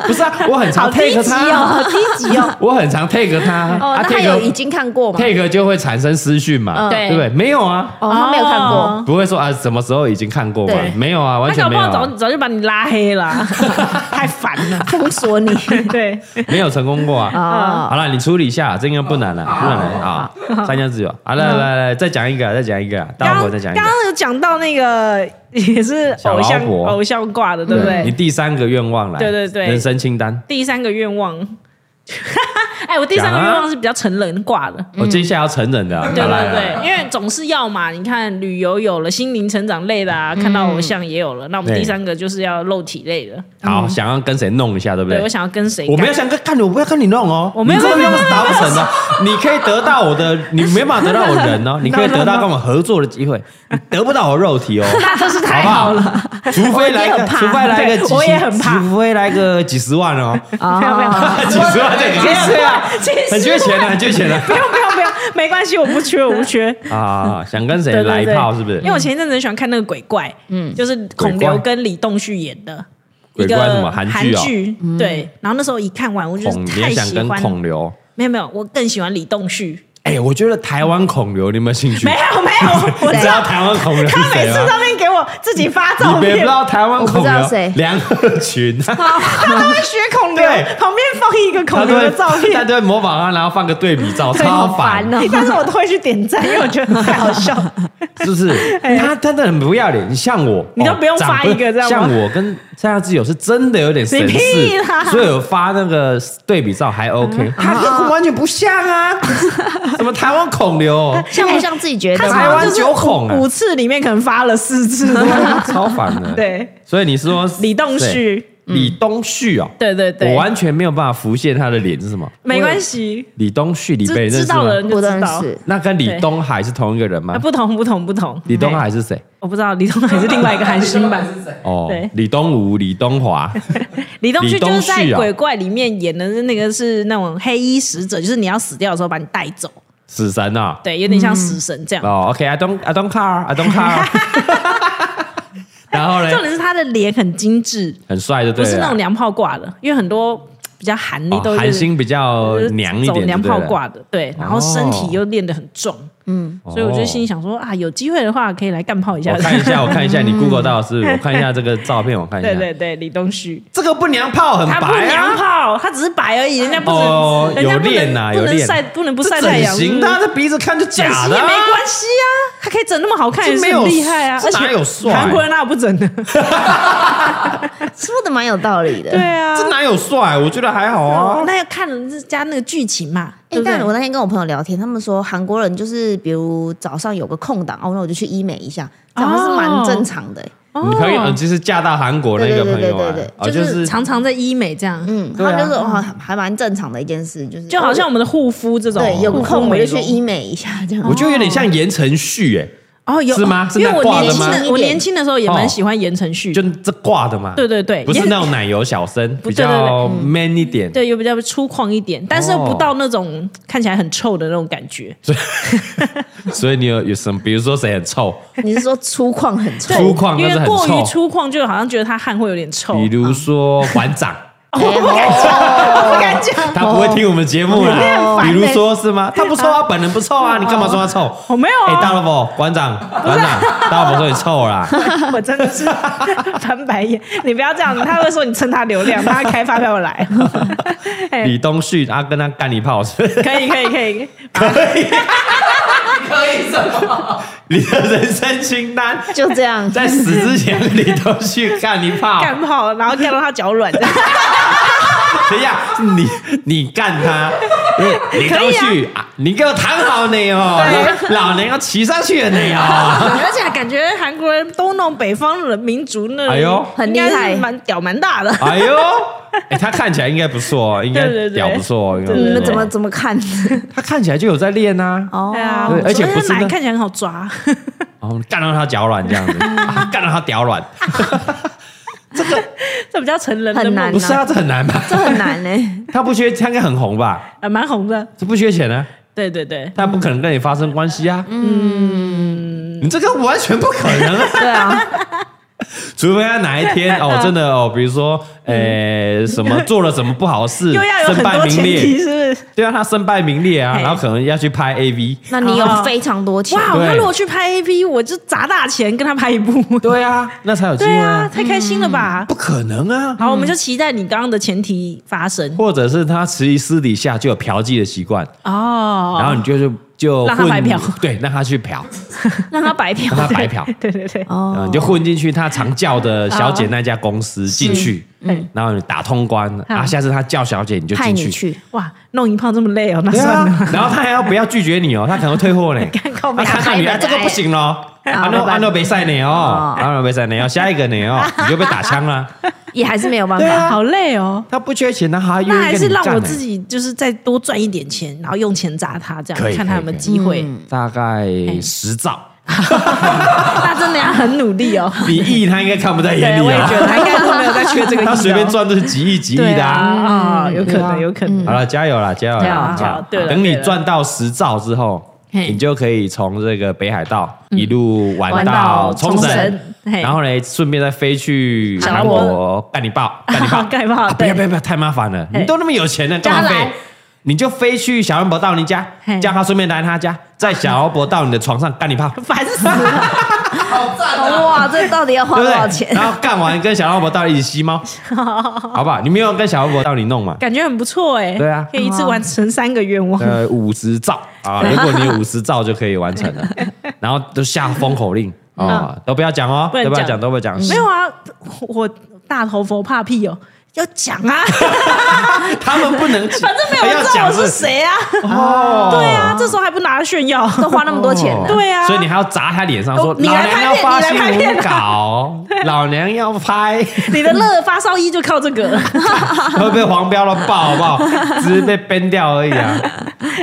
[SPEAKER 2] 不是啊，我很
[SPEAKER 3] 好
[SPEAKER 2] 常
[SPEAKER 3] 低
[SPEAKER 2] take
[SPEAKER 3] 级哦，
[SPEAKER 2] 他，
[SPEAKER 3] 好低级哦。
[SPEAKER 2] 我很常 take 他，
[SPEAKER 3] 哦，
[SPEAKER 2] 啊
[SPEAKER 3] 那他有已
[SPEAKER 2] take
[SPEAKER 3] 经看过吗？
[SPEAKER 2] take 就会产生私讯嘛，
[SPEAKER 3] 嗯
[SPEAKER 2] 对不对？没有啊，
[SPEAKER 3] 哦，他没有看过。
[SPEAKER 2] 不会说啊什么时候已经看过嘛
[SPEAKER 3] 对？
[SPEAKER 2] 没有啊，完
[SPEAKER 1] 他搞
[SPEAKER 2] 全
[SPEAKER 1] 不
[SPEAKER 2] 没有
[SPEAKER 1] 好早
[SPEAKER 2] 啊，
[SPEAKER 1] 早就把你拉黑了， 太烦了。
[SPEAKER 3] 封锁 你
[SPEAKER 1] 对，
[SPEAKER 2] 没有成功 过啊。
[SPEAKER 3] 哦，
[SPEAKER 2] 好了，你处理一下，这应该不难了，不难了啊！三家之友，好，
[SPEAKER 3] 嗯
[SPEAKER 2] 来来来，再讲一个，再讲一个，
[SPEAKER 1] 刚
[SPEAKER 2] 大伙
[SPEAKER 1] 刚
[SPEAKER 2] 再讲
[SPEAKER 1] 刚
[SPEAKER 2] 一个。
[SPEAKER 1] 刚有讲到那个也是
[SPEAKER 2] 小
[SPEAKER 1] 偶像
[SPEAKER 2] 老婆
[SPEAKER 1] 偶像挂的，对不对？
[SPEAKER 2] 你第三个愿望来，
[SPEAKER 1] 对对对
[SPEAKER 2] 人生清单。
[SPEAKER 1] 第三个愿望， 哎，我第三个
[SPEAKER 2] 讲啊
[SPEAKER 1] 愿望是比较成人挂的。
[SPEAKER 3] 嗯
[SPEAKER 2] 我哦接下来要成人的啊，
[SPEAKER 1] 对
[SPEAKER 2] 好来
[SPEAKER 1] 对
[SPEAKER 2] 来来
[SPEAKER 1] 对，因为总是要嘛，你看旅游有了，心灵成长类的啊，看到偶像也有了，那我们
[SPEAKER 2] 嗯对
[SPEAKER 1] 第三个就是要肉体类的。
[SPEAKER 3] 嗯
[SPEAKER 2] 好，想要跟谁弄一下，对不
[SPEAKER 1] 对
[SPEAKER 2] 对
[SPEAKER 1] 我？想要跟谁干？
[SPEAKER 2] 我没有想跟看你，我不要跟你弄哦，
[SPEAKER 1] 我没有
[SPEAKER 2] 你这个弄是达
[SPEAKER 1] 啊
[SPEAKER 2] 不成的。 你可以得到我的，你没办法得到我人 哦，你可以得到跟我合作的机会，你得不到我肉体哦，那真是太好了。 除非来
[SPEAKER 1] 我也
[SPEAKER 2] 个，
[SPEAKER 1] 很怕
[SPEAKER 2] 除非来个
[SPEAKER 1] 对
[SPEAKER 2] 几十，
[SPEAKER 1] 我也很怕
[SPEAKER 2] 除非来个几十万哦，
[SPEAKER 1] 没有没有，
[SPEAKER 2] 几十万这个
[SPEAKER 1] 对啊， 其实
[SPEAKER 2] 很缺钱的，很缺钱的。
[SPEAKER 1] 不用不用不用，没关系，我不缺我不缺。
[SPEAKER 2] 啊，想跟谁
[SPEAKER 1] 对
[SPEAKER 2] 来
[SPEAKER 1] 对对，
[SPEAKER 2] 炮是不是
[SPEAKER 1] 因？为我前一阵子很喜欢看那个鬼怪，嗯，就是孔
[SPEAKER 2] 鬼
[SPEAKER 1] 刘
[SPEAKER 2] 怪
[SPEAKER 1] 跟李栋旭演的。
[SPEAKER 2] 鬼
[SPEAKER 1] 一
[SPEAKER 2] 怪
[SPEAKER 1] 个
[SPEAKER 2] 什么韩剧哦
[SPEAKER 1] 剧对，然后那时候一看完，我就
[SPEAKER 2] 孔，
[SPEAKER 1] 是
[SPEAKER 2] 你
[SPEAKER 1] 太
[SPEAKER 2] 也想
[SPEAKER 1] 喜
[SPEAKER 2] 跟
[SPEAKER 1] 欢，
[SPEAKER 2] 孔刘？
[SPEAKER 1] 没有没有，我更喜欢李栋旭，
[SPEAKER 2] 哎，我觉得台湾孔刘，你有没有兴趣？
[SPEAKER 1] 没有没 有，我
[SPEAKER 2] 你
[SPEAKER 1] 知
[SPEAKER 2] 知道
[SPEAKER 1] 道
[SPEAKER 2] 台湾孔刘是
[SPEAKER 1] 他每
[SPEAKER 2] 谁啊
[SPEAKER 1] 次
[SPEAKER 2] 吗？
[SPEAKER 1] 上面给我自己发照
[SPEAKER 2] 你别不
[SPEAKER 1] 片
[SPEAKER 2] 知，道台湾
[SPEAKER 3] 我
[SPEAKER 2] 孔
[SPEAKER 3] 不知道谁
[SPEAKER 2] 刘梁鹤 群，
[SPEAKER 1] 他都会学孔刘
[SPEAKER 2] 对，
[SPEAKER 1] 旁边放一个
[SPEAKER 2] 他
[SPEAKER 1] 孔
[SPEAKER 2] 都
[SPEAKER 1] 刘
[SPEAKER 2] 会
[SPEAKER 1] 的照
[SPEAKER 2] 他
[SPEAKER 1] 片，
[SPEAKER 2] 都会模仿啊他，然后放个对比照，
[SPEAKER 3] 对
[SPEAKER 2] 超
[SPEAKER 3] 好烦 哦
[SPEAKER 1] 但是我都会去点赞，因为我觉得太好 笑。哎
[SPEAKER 2] 是不是？他真的很不要脸，你像我，
[SPEAKER 1] 你都
[SPEAKER 2] 哦
[SPEAKER 1] 不用发
[SPEAKER 2] 长辈
[SPEAKER 1] 一 个这样吗
[SPEAKER 2] 像我跟三亚之友是真的有点神
[SPEAKER 1] 你
[SPEAKER 2] 似
[SPEAKER 1] 屁啦，嗯
[SPEAKER 2] 所以有发那个对比照还 OK，他跟完全不像啊， 什么台湾孔刘，
[SPEAKER 3] 像不像自己觉
[SPEAKER 1] 他
[SPEAKER 3] 得
[SPEAKER 1] 台
[SPEAKER 2] 台
[SPEAKER 1] 湾
[SPEAKER 2] 湾
[SPEAKER 1] 就是
[SPEAKER 2] 九孔啊
[SPEAKER 1] 五五次里面可能发了四 次，
[SPEAKER 2] 超烦的。，
[SPEAKER 1] 对，
[SPEAKER 2] 所以你是说
[SPEAKER 1] 李栋
[SPEAKER 2] 谁，
[SPEAKER 1] 旭，嗯
[SPEAKER 2] 李东旭哦，
[SPEAKER 1] 对对对，
[SPEAKER 2] 我完全没有办法浮现他的脸是什么？
[SPEAKER 1] 没关系，
[SPEAKER 2] 李东旭，你被
[SPEAKER 1] 知知
[SPEAKER 2] 认识
[SPEAKER 1] 道
[SPEAKER 2] 吗
[SPEAKER 1] 的？人就
[SPEAKER 3] 我
[SPEAKER 1] 知
[SPEAKER 3] 认
[SPEAKER 1] 道。
[SPEAKER 3] 识，
[SPEAKER 2] 那跟李
[SPEAKER 1] 对
[SPEAKER 2] 东海是同一个人吗
[SPEAKER 1] 啊，？不同不同不同。
[SPEAKER 2] 李东
[SPEAKER 1] 哎
[SPEAKER 2] 海是谁？
[SPEAKER 1] 我不知道，李东海是另外一个韩星 版。
[SPEAKER 4] 是谁？
[SPEAKER 2] 哦
[SPEAKER 1] 对，
[SPEAKER 2] 李东武、李东 华，
[SPEAKER 1] 李东旭就是在
[SPEAKER 2] 李东
[SPEAKER 1] 《
[SPEAKER 2] 旭啊
[SPEAKER 1] 鬼怪》里面演的那个是那种黑衣使者，就是你要死掉的时候把你带走，
[SPEAKER 2] 死神啊！
[SPEAKER 1] 对，有点像死神这样。
[SPEAKER 2] 哦，OK，I don't I don't care，I don't care。然后
[SPEAKER 1] 重
[SPEAKER 2] 呢，
[SPEAKER 1] 点是他的脸很精致，
[SPEAKER 2] 很帅嗯就对
[SPEAKER 1] 不
[SPEAKER 2] 了
[SPEAKER 1] 是那
[SPEAKER 2] 啦
[SPEAKER 1] 种。娘炮挂的，因为很多比较韩的都
[SPEAKER 2] 哦
[SPEAKER 1] 是
[SPEAKER 2] 韩星比较
[SPEAKER 1] 就是
[SPEAKER 2] 娘一
[SPEAKER 1] 走
[SPEAKER 2] 点，
[SPEAKER 1] 娘
[SPEAKER 2] 就对哦
[SPEAKER 1] 炮
[SPEAKER 2] 了，
[SPEAKER 1] 挂的，对，然后身体又练得很壮，嗯，所以我就心里想说啊，有机会的话可以来干炮一下
[SPEAKER 2] 哦我。看一下，我看一下，你 Google 到的是不是？我看一下这个照片，我看一下。
[SPEAKER 1] 对对对，李东旭，
[SPEAKER 2] 这个不娘炮很
[SPEAKER 1] 他不
[SPEAKER 2] 白
[SPEAKER 1] 娘
[SPEAKER 2] 啊，
[SPEAKER 1] 炮，他只是白而已，人家不
[SPEAKER 2] 哦
[SPEAKER 1] 能，人家不
[SPEAKER 2] 有练
[SPEAKER 1] 能
[SPEAKER 2] 呐
[SPEAKER 1] 不
[SPEAKER 2] 有
[SPEAKER 1] 能
[SPEAKER 2] 练
[SPEAKER 1] 晒，不能不晒
[SPEAKER 2] 这
[SPEAKER 1] 太
[SPEAKER 2] 整
[SPEAKER 1] 阳。
[SPEAKER 2] 形的啊，这鼻子看就
[SPEAKER 1] 整
[SPEAKER 2] 假
[SPEAKER 1] 形
[SPEAKER 2] 的
[SPEAKER 1] 也
[SPEAKER 2] 啊，
[SPEAKER 1] 没关系啊，他可以整那么好看，也
[SPEAKER 2] 这
[SPEAKER 1] 是
[SPEAKER 2] 没有
[SPEAKER 1] 很厉害啊。
[SPEAKER 2] 这
[SPEAKER 1] 而且
[SPEAKER 2] 哪有帅
[SPEAKER 1] 韩国人哪有不整的？
[SPEAKER 3] 说的蛮有道理的。
[SPEAKER 1] 对 啊，
[SPEAKER 2] 这哪有帅？我觉得还好啊。
[SPEAKER 1] 那要看人家那个剧情嘛，
[SPEAKER 3] 哎、
[SPEAKER 1] 对不对
[SPEAKER 3] 但我那天跟我朋友聊天，他们说韩国人就是比如早上有个空档，哦，那我就去医美一下，这好像是蛮正常的、
[SPEAKER 2] 你可以，呃就是嫁到韩国那个朋友啊
[SPEAKER 3] 对对对对对，
[SPEAKER 2] 哦，
[SPEAKER 1] 哦就
[SPEAKER 2] 就是是
[SPEAKER 1] 常常在医美这样，
[SPEAKER 3] 嗯，他
[SPEAKER 2] 对啊
[SPEAKER 3] 们就说、哦，还蛮正常的一件事，就是
[SPEAKER 1] 就好像我们的护肤这种，
[SPEAKER 3] 对有个空我
[SPEAKER 1] 美
[SPEAKER 3] 就
[SPEAKER 1] 容
[SPEAKER 3] 去医美一下这样。
[SPEAKER 2] 我觉得有点像言承旭，哎，
[SPEAKER 1] 哦，有
[SPEAKER 2] 是吗是
[SPEAKER 1] 因
[SPEAKER 2] 那
[SPEAKER 1] 为我
[SPEAKER 2] 挂
[SPEAKER 1] 年
[SPEAKER 2] 的
[SPEAKER 1] 轻
[SPEAKER 2] 吗
[SPEAKER 1] 的，我年轻的时候也蛮喜欢言承旭，
[SPEAKER 2] 就这挂的嘛。
[SPEAKER 1] 对对对
[SPEAKER 2] 不是
[SPEAKER 1] 言
[SPEAKER 2] 那种奶油 小生，比
[SPEAKER 1] 对对对
[SPEAKER 2] 较 man 一点。
[SPEAKER 1] 对，又比较粗犷一点，但是
[SPEAKER 2] 哦
[SPEAKER 1] 又不到那种看起来很臭的那种感觉。
[SPEAKER 2] 所以你有有什么？比如说谁很臭，
[SPEAKER 3] 你是说粗犷很
[SPEAKER 1] 对
[SPEAKER 2] 粗
[SPEAKER 3] 臭？
[SPEAKER 2] 犷
[SPEAKER 1] 因
[SPEAKER 2] 但是
[SPEAKER 1] 为
[SPEAKER 2] 很
[SPEAKER 1] 过于
[SPEAKER 2] 臭
[SPEAKER 1] 粗犷，就好像觉得他汗会有点臭。
[SPEAKER 2] 比如说馆长，
[SPEAKER 1] 哦
[SPEAKER 3] 啊
[SPEAKER 1] 不敢讲，
[SPEAKER 2] 他不会听我们节目
[SPEAKER 1] 哦
[SPEAKER 2] 啦。比如说是吗？他不臭啊，本人不臭啊，你干嘛说他臭？
[SPEAKER 1] 我没有
[SPEAKER 2] 哎，大
[SPEAKER 1] 啊，
[SPEAKER 2] 老婆，馆长，
[SPEAKER 1] 哦
[SPEAKER 2] 馆长，大老婆说你臭啦。
[SPEAKER 1] 我真的是 翻白眼。你不要这样，他会说你蹭他流量，他开发票 来。哎
[SPEAKER 2] 李东旭，啊，跟他干一炮是不 是
[SPEAKER 1] 可以可以可以，
[SPEAKER 2] 可以。
[SPEAKER 4] 你可以什么？
[SPEAKER 2] 你的人生清单
[SPEAKER 3] 就这样，
[SPEAKER 2] 在死之前，你都去干一炮。
[SPEAKER 1] 干炮，然后干到他脚 软。
[SPEAKER 2] 等一下，你你干他，你你都去，啊你给我躺好你哦，老老娘要骑上去了 你哦。
[SPEAKER 1] 而且感觉韩国人都弄北方人民族那，
[SPEAKER 2] 哎呦
[SPEAKER 3] 很厉害
[SPEAKER 1] 应该是蛮屌蛮大的。
[SPEAKER 2] 哎呦，哎，他看起来应该不错，哦应该
[SPEAKER 1] 对对对
[SPEAKER 2] 屌不错。哦应该不错
[SPEAKER 3] 你们怎么？怎么看？
[SPEAKER 2] 他看起来就有在练啊，
[SPEAKER 3] 哦
[SPEAKER 1] 对啊，
[SPEAKER 2] 对而且不是
[SPEAKER 1] 他奶
[SPEAKER 2] 那
[SPEAKER 1] 看起来很好抓，
[SPEAKER 2] 哦，干到他脚软这样子，啊干到他屌软，
[SPEAKER 1] 这比较成人的
[SPEAKER 3] 很
[SPEAKER 1] 梦
[SPEAKER 3] 难
[SPEAKER 2] 不是啊，这很难吧？
[SPEAKER 3] 这很难呢、
[SPEAKER 2] 他不缺，他应该很红吧？
[SPEAKER 1] 呃，蛮红的。
[SPEAKER 2] 这不缺钱啊，
[SPEAKER 1] 对对对，
[SPEAKER 2] 他不可能跟你发 生关系啊。嗯，你这个完全不可能啊。
[SPEAKER 3] 对啊，
[SPEAKER 2] 除非他哪一天哦，真的哦，比如说呃什么做了什么不好的事
[SPEAKER 1] 嗯 又要，有
[SPEAKER 2] 身
[SPEAKER 1] 很
[SPEAKER 2] 败
[SPEAKER 1] 多
[SPEAKER 2] 名
[SPEAKER 1] 前提，
[SPEAKER 2] 裂，
[SPEAKER 1] 是不是？
[SPEAKER 2] 对啊，他身败名裂啊，
[SPEAKER 1] 嘿
[SPEAKER 2] 然后可能要去拍 AV，
[SPEAKER 3] 那你
[SPEAKER 1] 哦
[SPEAKER 3] 有非常多钱，
[SPEAKER 1] 哇，
[SPEAKER 2] 对
[SPEAKER 1] 他如果去拍 A P，我就砸大钱跟他拍一部。
[SPEAKER 2] 对啊，那才有机
[SPEAKER 1] 对
[SPEAKER 2] 会
[SPEAKER 1] 啊，
[SPEAKER 2] 啊，
[SPEAKER 1] 太开心了吧！
[SPEAKER 2] 不可能啊，
[SPEAKER 1] 好，我们就期待你刚刚的前提发生
[SPEAKER 2] 或者是他其实私底下就有嫖妓的习惯，
[SPEAKER 1] 哦，
[SPEAKER 2] 然后你就是就
[SPEAKER 1] 让他
[SPEAKER 2] 混
[SPEAKER 1] 白嫖
[SPEAKER 2] 对，让他去嫖，
[SPEAKER 1] 让他白嫖，
[SPEAKER 2] 让他白嫖
[SPEAKER 1] 对对对，
[SPEAKER 3] 哦
[SPEAKER 2] 嗯，你就混进去他常叫的小姐那家公司进去，
[SPEAKER 1] 嗯
[SPEAKER 2] 然后你打通关，然后下次他叫小姐你就
[SPEAKER 3] 派
[SPEAKER 2] 进
[SPEAKER 3] 你
[SPEAKER 2] 去。
[SPEAKER 3] 去，
[SPEAKER 1] 哇，弄一炮这么累哦，那
[SPEAKER 2] 对
[SPEAKER 1] 算
[SPEAKER 2] 啊
[SPEAKER 1] 了，，
[SPEAKER 2] 然后他还要不要拒绝你哦？他可能会退货呢。
[SPEAKER 1] 靠
[SPEAKER 2] 他
[SPEAKER 1] 背
[SPEAKER 2] 看到你啊，这个不行咯， 啊安诺安诺没赛你哦，安诺没赛你哦，下一个你 哦，你就被打枪了。
[SPEAKER 3] 也还是没有办
[SPEAKER 2] 对
[SPEAKER 3] 法。
[SPEAKER 2] 啊
[SPEAKER 1] 好累哦。
[SPEAKER 2] 他不缺钱，他还愿
[SPEAKER 1] 那
[SPEAKER 2] 意
[SPEAKER 1] 还
[SPEAKER 2] 跟
[SPEAKER 1] 是
[SPEAKER 2] 你
[SPEAKER 1] 让
[SPEAKER 2] 干
[SPEAKER 1] 我
[SPEAKER 2] 呢
[SPEAKER 1] 自己就是再多赚一点钱，然后用钱砸他，这
[SPEAKER 2] 可以
[SPEAKER 1] 样看他有没有
[SPEAKER 2] 可以
[SPEAKER 1] 机会。
[SPEAKER 2] 大概十兆，
[SPEAKER 1] 那真的要很努力哦。
[SPEAKER 2] 你亿他应该看不在眼
[SPEAKER 1] 对，
[SPEAKER 2] 里
[SPEAKER 1] 我也
[SPEAKER 2] 啊
[SPEAKER 1] 觉。得他应该都没 有在缺这个意料。
[SPEAKER 2] 他随便赚都是几亿、几亿
[SPEAKER 1] 对
[SPEAKER 2] 的
[SPEAKER 1] 啊，
[SPEAKER 2] 啊。
[SPEAKER 1] 啊，有可
[SPEAKER 2] 对啊
[SPEAKER 1] 能，有可能。
[SPEAKER 2] 好了，加油啦，加油
[SPEAKER 1] 加油
[SPEAKER 2] 啦！
[SPEAKER 1] 加油
[SPEAKER 2] 好
[SPEAKER 1] 对了
[SPEAKER 2] 等你
[SPEAKER 1] 对了
[SPEAKER 2] 赚到十兆之后，
[SPEAKER 1] 嘿嗯
[SPEAKER 2] 你就可以从这个北海道一路玩
[SPEAKER 3] 玩
[SPEAKER 2] 到
[SPEAKER 3] 到
[SPEAKER 2] 冲
[SPEAKER 3] 冲
[SPEAKER 2] 绳
[SPEAKER 3] 绳，
[SPEAKER 1] 嘿
[SPEAKER 2] 然后呢，顺便再飞去
[SPEAKER 1] 小
[SPEAKER 2] 韩
[SPEAKER 1] 国
[SPEAKER 2] 国干你 爆，干你爆，
[SPEAKER 1] 干你爆
[SPEAKER 2] 啊不要
[SPEAKER 1] 对
[SPEAKER 2] 不要不要，太麻烦了，
[SPEAKER 1] 嘿
[SPEAKER 2] 你都那么有钱了，干嘛
[SPEAKER 3] 叫他
[SPEAKER 2] 飞
[SPEAKER 3] 来？
[SPEAKER 2] 你就飞去小人伯到你家
[SPEAKER 1] 嘿，
[SPEAKER 2] 叫他顺便来他家，在小人伯到你的床上干 你炮，
[SPEAKER 1] 烦死了！
[SPEAKER 4] 好赞啊！
[SPEAKER 3] 嗯哇，这到底要花
[SPEAKER 2] 对
[SPEAKER 3] 多
[SPEAKER 2] 不
[SPEAKER 3] 少
[SPEAKER 2] 对？
[SPEAKER 3] 钱？
[SPEAKER 2] 然后干完跟小老婆到一起吸 猫，好不好？你没有跟小老婆到你弄嘛？
[SPEAKER 1] 感觉很不错哎。
[SPEAKER 2] 对啊
[SPEAKER 1] 可以一次完成三个愿望。
[SPEAKER 2] 呃，五十兆 啊，如果你有五十兆就可以完成了，然后就下封口令啊，都不要讲哦，
[SPEAKER 1] 嗯不能
[SPEAKER 2] 都不要
[SPEAKER 1] 讲
[SPEAKER 2] 讲，都不要讲，
[SPEAKER 1] 没有啊，我大头佛怕屁哦，要讲啊，
[SPEAKER 2] 他们不能讲，
[SPEAKER 1] 反正没有
[SPEAKER 2] 哎要
[SPEAKER 1] 人知道
[SPEAKER 2] 讲
[SPEAKER 1] 我是谁啊。
[SPEAKER 2] 哦，
[SPEAKER 1] 对啊，这时候还不拿来炫耀，
[SPEAKER 3] 都花那么多钱 了，
[SPEAKER 1] 对啊
[SPEAKER 2] 所以你还要砸他脸上说，
[SPEAKER 1] 哦你
[SPEAKER 2] 老
[SPEAKER 1] 来
[SPEAKER 2] 娘要发
[SPEAKER 1] 拍片
[SPEAKER 2] 新
[SPEAKER 1] 你来拍片
[SPEAKER 2] 闻稿， 老娘要 拍，
[SPEAKER 1] 你的乐发烧衣就靠这 个了。
[SPEAKER 2] 会被黄标了爆，好 不好？只是被 ban 掉而已啊，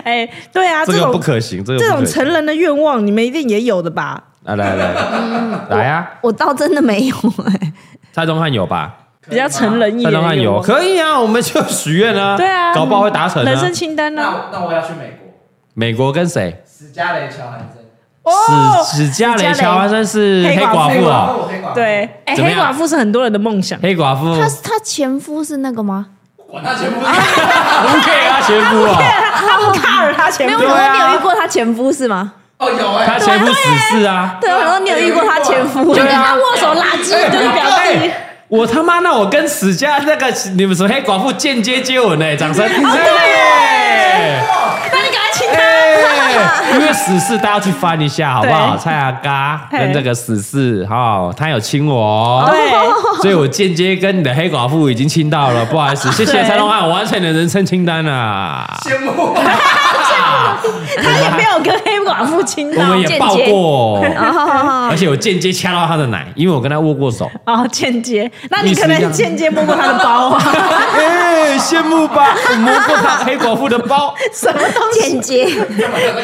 [SPEAKER 1] 哎，对啊，
[SPEAKER 2] 这
[SPEAKER 1] 这
[SPEAKER 2] 个不
[SPEAKER 1] 种
[SPEAKER 2] 可行，这个
[SPEAKER 1] 这
[SPEAKER 2] 不可
[SPEAKER 1] 种
[SPEAKER 2] 行
[SPEAKER 1] 成人的愿望，你们一定也有的吧？
[SPEAKER 2] 啊，来来
[SPEAKER 1] 嗯
[SPEAKER 2] 来，来啊！
[SPEAKER 3] 我倒真的没有哎，
[SPEAKER 2] 蔡宗翰有吧？
[SPEAKER 1] 比较成人一
[SPEAKER 2] 蔡
[SPEAKER 1] 点的
[SPEAKER 2] 宗翰
[SPEAKER 1] 愿
[SPEAKER 2] 有，
[SPEAKER 1] 望。
[SPEAKER 2] 可以啊，我们就许愿啊，
[SPEAKER 1] 对啊，
[SPEAKER 2] 搞不好会达成
[SPEAKER 1] 人
[SPEAKER 2] 啊
[SPEAKER 1] 生。清单呢、
[SPEAKER 4] 那
[SPEAKER 1] 啊。
[SPEAKER 4] 我那我要去美国，
[SPEAKER 2] 美国跟谁？
[SPEAKER 4] 史嘉蕾·乔韩森，
[SPEAKER 1] 哦
[SPEAKER 2] 史史嘉蕾·
[SPEAKER 1] 史嘉蕾
[SPEAKER 2] 乔安森是
[SPEAKER 1] 黑
[SPEAKER 2] 黑
[SPEAKER 1] 寡妇
[SPEAKER 2] 寡妇
[SPEAKER 4] 寡
[SPEAKER 2] 啊，
[SPEAKER 4] 妇，黑寡妇，
[SPEAKER 1] 对，，哎、
[SPEAKER 2] 怎么
[SPEAKER 1] 黑
[SPEAKER 2] 样
[SPEAKER 1] 寡妇是很多人的梦 想。
[SPEAKER 2] 黑寡妇
[SPEAKER 3] 他他前夫是那个吗？
[SPEAKER 4] 管他全部 都是。
[SPEAKER 2] 不 可以啊，前夫啊，
[SPEAKER 1] 他不看了他前
[SPEAKER 3] 没有，
[SPEAKER 1] 夫
[SPEAKER 3] 我
[SPEAKER 2] 对
[SPEAKER 3] 想
[SPEAKER 2] 啊
[SPEAKER 3] 说你有遇过他前夫是吗？
[SPEAKER 4] 哦，有哎
[SPEAKER 2] 他，前夫死侍啊。
[SPEAKER 3] 对，我想说你有遇过他前夫，
[SPEAKER 1] 就跟他握手拉鸡，就是表
[SPEAKER 2] 哎
[SPEAKER 1] 弟。
[SPEAKER 2] 我他妈，那我跟史嘉那个你们什么黑寡妇间接接吻呢？掌
[SPEAKER 1] 哦
[SPEAKER 2] 声！对
[SPEAKER 1] 那你赶快亲他。
[SPEAKER 2] 哎，因为死侍大家去翻一下好不好？
[SPEAKER 1] 对
[SPEAKER 2] 蔡阿嘎
[SPEAKER 1] 嘿
[SPEAKER 2] 跟这个死侍，哈，他有亲我哦，
[SPEAKER 1] 对，
[SPEAKER 2] 所以我间接跟你的黑寡妇已经亲到了，不好意思，谢谢
[SPEAKER 1] 对
[SPEAKER 2] 蔡东汉，我完成你的人生清单啊啦。
[SPEAKER 4] 羡慕。
[SPEAKER 1] 他也没有跟黑寡妇亲
[SPEAKER 2] 我
[SPEAKER 1] 到
[SPEAKER 2] 们也抱
[SPEAKER 3] 间接
[SPEAKER 2] 过，而且我间接掐到他的奶，因为我跟他握过手。
[SPEAKER 1] 哦，间接。那
[SPEAKER 2] 意
[SPEAKER 1] 你
[SPEAKER 2] 思
[SPEAKER 1] 可
[SPEAKER 2] 一
[SPEAKER 1] 能
[SPEAKER 2] 样
[SPEAKER 1] 间接摸过他的包 啊，
[SPEAKER 2] 哎，羡慕吧？我摸过他黑寡妇的包，
[SPEAKER 1] 什么东西？
[SPEAKER 3] 间接，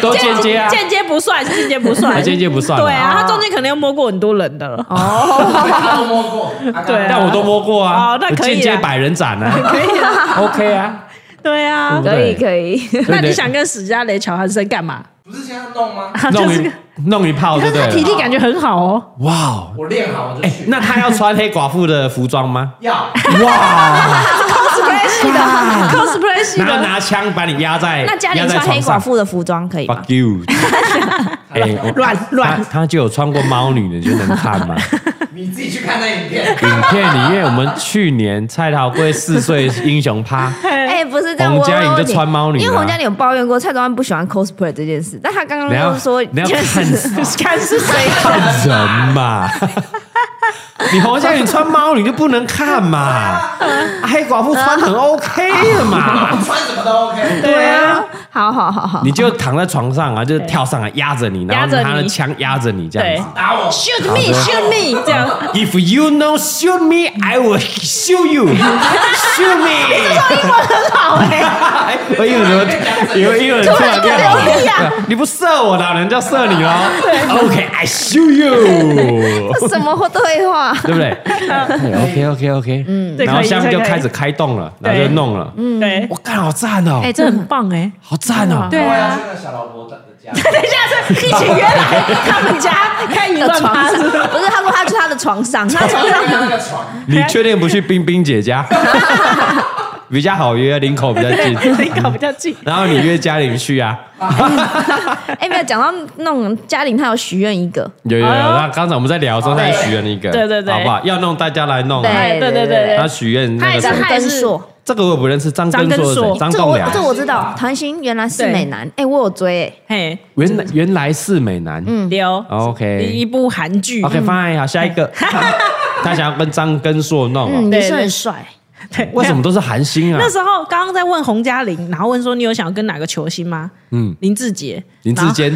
[SPEAKER 2] 都间接啊，
[SPEAKER 1] 间接不算，间接不算，
[SPEAKER 2] 间接不算啊
[SPEAKER 1] 对啊，他中间可能又摸过很多人的了。
[SPEAKER 4] 他都摸过，
[SPEAKER 1] 对啊
[SPEAKER 2] 但我都摸过啊，
[SPEAKER 1] 哦那
[SPEAKER 2] 我
[SPEAKER 1] 可以啊
[SPEAKER 2] 间接百人斩啊，可以，OK 啊。
[SPEAKER 1] 对啊，
[SPEAKER 3] 可以可以，
[SPEAKER 1] 那你想跟史嘉蕾·乔韩森干嘛？
[SPEAKER 4] 不是现在弄 吗？
[SPEAKER 2] 弄
[SPEAKER 1] 就是
[SPEAKER 2] 一弄一炮，对不
[SPEAKER 1] 他体
[SPEAKER 2] 对了？
[SPEAKER 1] 力感觉很好哦。
[SPEAKER 2] 哇哦，
[SPEAKER 4] 我练好我就
[SPEAKER 2] 哎
[SPEAKER 4] 去。，
[SPEAKER 2] 那哎他要穿黑寡妇的服装吗？
[SPEAKER 4] 要
[SPEAKER 2] 哇，
[SPEAKER 1] cosplay 系的，cosplay 系
[SPEAKER 2] 然后
[SPEAKER 1] 的，
[SPEAKER 2] 拿枪把你压在
[SPEAKER 3] 那家里
[SPEAKER 2] 压在
[SPEAKER 3] 穿
[SPEAKER 2] 床
[SPEAKER 3] 黑
[SPEAKER 2] 上
[SPEAKER 3] 寡妇的服装可以吗？
[SPEAKER 2] Fuck you！哎、我
[SPEAKER 1] 乱
[SPEAKER 2] 他
[SPEAKER 1] 乱
[SPEAKER 2] 他就有穿过猫女的，你就能看吗？
[SPEAKER 4] 你自己去看那影片。
[SPEAKER 2] 影片里面，我们去年蔡桃贵四岁英雄趴，
[SPEAKER 3] 哎，不是这样，
[SPEAKER 2] 洪
[SPEAKER 3] 我
[SPEAKER 2] 嘉玲
[SPEAKER 3] 我
[SPEAKER 2] 就穿猫女啊
[SPEAKER 3] 因为洪嘉玲有抱怨过蔡宗翰不喜欢 cosplay 这件事，但他刚刚
[SPEAKER 2] 你要
[SPEAKER 3] 就是说，
[SPEAKER 2] 你要 看
[SPEAKER 1] 看是谁的。
[SPEAKER 2] 人嘛。 你洪嘉玲穿猫女就不能看嘛？啊黑寡妇穿很 OK 的 嘛？
[SPEAKER 4] 穿什么都 OK。
[SPEAKER 2] 对啊，
[SPEAKER 3] 好好 好好，
[SPEAKER 2] 你就躺在床上啊，就是跳上来压着你，然后
[SPEAKER 1] 压着你
[SPEAKER 2] 拿着枪压着你这样子
[SPEAKER 1] 对。
[SPEAKER 4] 打我，
[SPEAKER 1] Shoot me, shoot me，这样
[SPEAKER 2] If you no shoot me, I will shoot you. Shoot me.
[SPEAKER 1] 很好哎，
[SPEAKER 2] 我英文怎么？有英文突然变好
[SPEAKER 1] 就流利啊
[SPEAKER 2] 对你不射我，老人家射你喽。OK, I shoot you，
[SPEAKER 3] 什么对话？
[SPEAKER 2] 对不对？OK, OK, OK。嗯，
[SPEAKER 1] 对
[SPEAKER 2] 然后
[SPEAKER 1] 可以
[SPEAKER 2] 下面
[SPEAKER 1] 这
[SPEAKER 2] 就
[SPEAKER 1] 可以
[SPEAKER 2] 开始开动了，然后就
[SPEAKER 1] 对
[SPEAKER 2] 弄了。
[SPEAKER 1] 对
[SPEAKER 2] 我，看好赞哦
[SPEAKER 1] 哎，，这很棒 哎。
[SPEAKER 2] 好赞哦。
[SPEAKER 1] 对
[SPEAKER 4] 我要去
[SPEAKER 1] 啊，
[SPEAKER 4] 那小老婆的家。
[SPEAKER 1] 等一下是一起约来他们家看一
[SPEAKER 3] 的
[SPEAKER 1] 段
[SPEAKER 3] 床
[SPEAKER 1] 趴
[SPEAKER 3] 上，不是他说他去他的床上，他床上
[SPEAKER 4] 那个床，
[SPEAKER 2] 你确定不去冰冰姐家？ 比较好约，领口比较近。
[SPEAKER 1] 离搞比较近。
[SPEAKER 2] 然后你约嘉玲去啊？
[SPEAKER 3] 哎，没有讲到那种嘉玲，她有许愿一个，
[SPEAKER 2] 有有有。
[SPEAKER 1] 哎呦
[SPEAKER 2] 那刚才我们在聊的时候，他也许愿一个，
[SPEAKER 1] 对对对
[SPEAKER 2] 好不好？要弄大家来弄啊。
[SPEAKER 1] 哎对对对对
[SPEAKER 2] 他许愿那
[SPEAKER 1] 他
[SPEAKER 2] 个
[SPEAKER 1] 也是
[SPEAKER 2] 谁
[SPEAKER 1] 害？
[SPEAKER 3] 跟硕，
[SPEAKER 2] 这个我不认识，张
[SPEAKER 1] 张
[SPEAKER 2] 根
[SPEAKER 1] 根
[SPEAKER 2] 硕是
[SPEAKER 1] 硕
[SPEAKER 2] 谁？张
[SPEAKER 3] 这
[SPEAKER 2] 栋
[SPEAKER 3] 我
[SPEAKER 2] 梁。
[SPEAKER 3] 这我知道，谭鑫原来是美男，哎，我有追，哎，
[SPEAKER 1] 嘿，
[SPEAKER 2] 原来原来是美男。
[SPEAKER 1] 刘
[SPEAKER 2] OK
[SPEAKER 1] 一部韩剧嗯
[SPEAKER 2] 嗯 OK fine，好，下一 个。他想要跟张根硕弄啊，
[SPEAKER 3] 嗯，
[SPEAKER 1] 对
[SPEAKER 3] 也是
[SPEAKER 1] 对
[SPEAKER 3] 很帅，
[SPEAKER 1] 对，
[SPEAKER 2] 为什么都是韩星啊
[SPEAKER 1] 那？时候刚刚在问洪嘉玲，然后问说你有想要跟哪个球星吗？
[SPEAKER 2] 嗯，
[SPEAKER 1] 林志杰，
[SPEAKER 2] 林志 坚，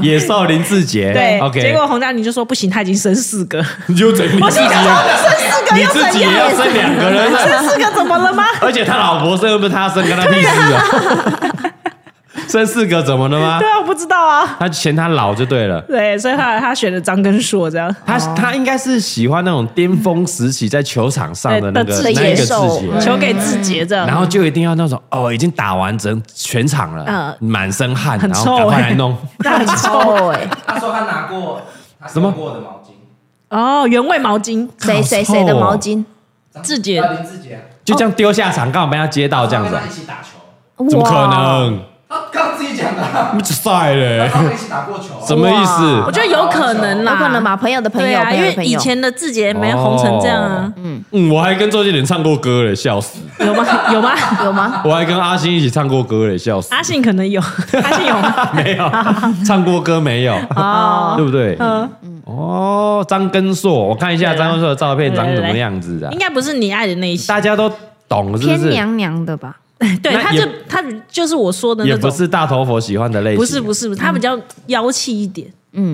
[SPEAKER 2] 野兽林志杰。
[SPEAKER 1] 然 后。对
[SPEAKER 2] ，OK。
[SPEAKER 1] 结果洪嘉玲就说不行，他已经生四个，
[SPEAKER 2] 你就整你自己啊，
[SPEAKER 1] 哦
[SPEAKER 2] 你自己也要生两个人 啊，
[SPEAKER 1] 生四个怎么了吗？
[SPEAKER 2] 而且他老婆生又不是他生，跟他屁事啊！生四个怎么了吗
[SPEAKER 1] 对？啊，我不知道啊。
[SPEAKER 2] 他嫌他老就对了。
[SPEAKER 1] 对，所以后来他选了张根硕这样。
[SPEAKER 2] 他他应该是喜欢那种巅峰时期在球场上的那个
[SPEAKER 1] 对的嗯
[SPEAKER 2] 那一个
[SPEAKER 3] 野
[SPEAKER 2] 自
[SPEAKER 3] 兽
[SPEAKER 2] 己，
[SPEAKER 1] 球给志杰这样，
[SPEAKER 2] 然后就一定要那种哦，已经打完整全场了，
[SPEAKER 1] 嗯
[SPEAKER 2] 满身汗，
[SPEAKER 1] 很
[SPEAKER 2] 然
[SPEAKER 1] 臭
[SPEAKER 2] 后赶快来 弄。
[SPEAKER 1] 那很 臭
[SPEAKER 3] 哦，哎，
[SPEAKER 4] 他说他拿过，他
[SPEAKER 2] 什么
[SPEAKER 4] 收过的毛巾，
[SPEAKER 1] 哦，原味毛巾，
[SPEAKER 3] 谁谁谁的
[SPEAKER 2] 哦
[SPEAKER 3] 毛巾，
[SPEAKER 1] 志杰
[SPEAKER 4] 啊林志杰啊，
[SPEAKER 2] 就这样丢下场，刚好被他接哦到这样子啊
[SPEAKER 1] 哦
[SPEAKER 4] 跟，他一起打球，
[SPEAKER 2] 怎么可
[SPEAKER 3] 哇？
[SPEAKER 2] 能？
[SPEAKER 4] 他刚自己讲的啊，
[SPEAKER 2] 晒
[SPEAKER 4] 他
[SPEAKER 2] 嘞，
[SPEAKER 4] 跟他一起打过球啊，
[SPEAKER 2] 哎什么意
[SPEAKER 1] 我
[SPEAKER 2] 思？
[SPEAKER 1] 觉得有可能啦，
[SPEAKER 3] 有可能吧，朋友的朋
[SPEAKER 1] 对
[SPEAKER 3] 友，
[SPEAKER 1] 啊，
[SPEAKER 3] 朋
[SPEAKER 1] 因
[SPEAKER 3] 友的
[SPEAKER 1] 为
[SPEAKER 3] 朋
[SPEAKER 1] 以
[SPEAKER 3] 友，
[SPEAKER 1] 前的志杰没红成这样啊，
[SPEAKER 2] 嗯，我还跟周杰伦唱过歌嘞，笑死！
[SPEAKER 1] 有吗？有吗？
[SPEAKER 3] 有吗？
[SPEAKER 2] 我还跟阿星一起唱过歌嘞，笑死！
[SPEAKER 1] 阿信可能 有，阿信有吗？
[SPEAKER 2] 没有 唱过歌没有，
[SPEAKER 1] 哦，
[SPEAKER 2] 对不对？哦，张根硕，我看一
[SPEAKER 1] 对
[SPEAKER 2] 下
[SPEAKER 1] 啊
[SPEAKER 2] 张根硕的照片
[SPEAKER 1] 对
[SPEAKER 2] 长什
[SPEAKER 1] 对
[SPEAKER 2] 么
[SPEAKER 1] 对
[SPEAKER 2] 样子啊
[SPEAKER 1] 应？该不是你爱的那一型，
[SPEAKER 2] 大家都懂是不
[SPEAKER 3] 偏
[SPEAKER 2] 是？
[SPEAKER 3] 娘娘的吧？
[SPEAKER 1] 对，
[SPEAKER 2] 那
[SPEAKER 1] 他
[SPEAKER 2] 也
[SPEAKER 1] 就他就是我说的
[SPEAKER 2] 也
[SPEAKER 1] 那
[SPEAKER 2] 不
[SPEAKER 1] 种，
[SPEAKER 2] 是大头佛喜欢的类型，
[SPEAKER 1] 不是不是，他比较妖气一点，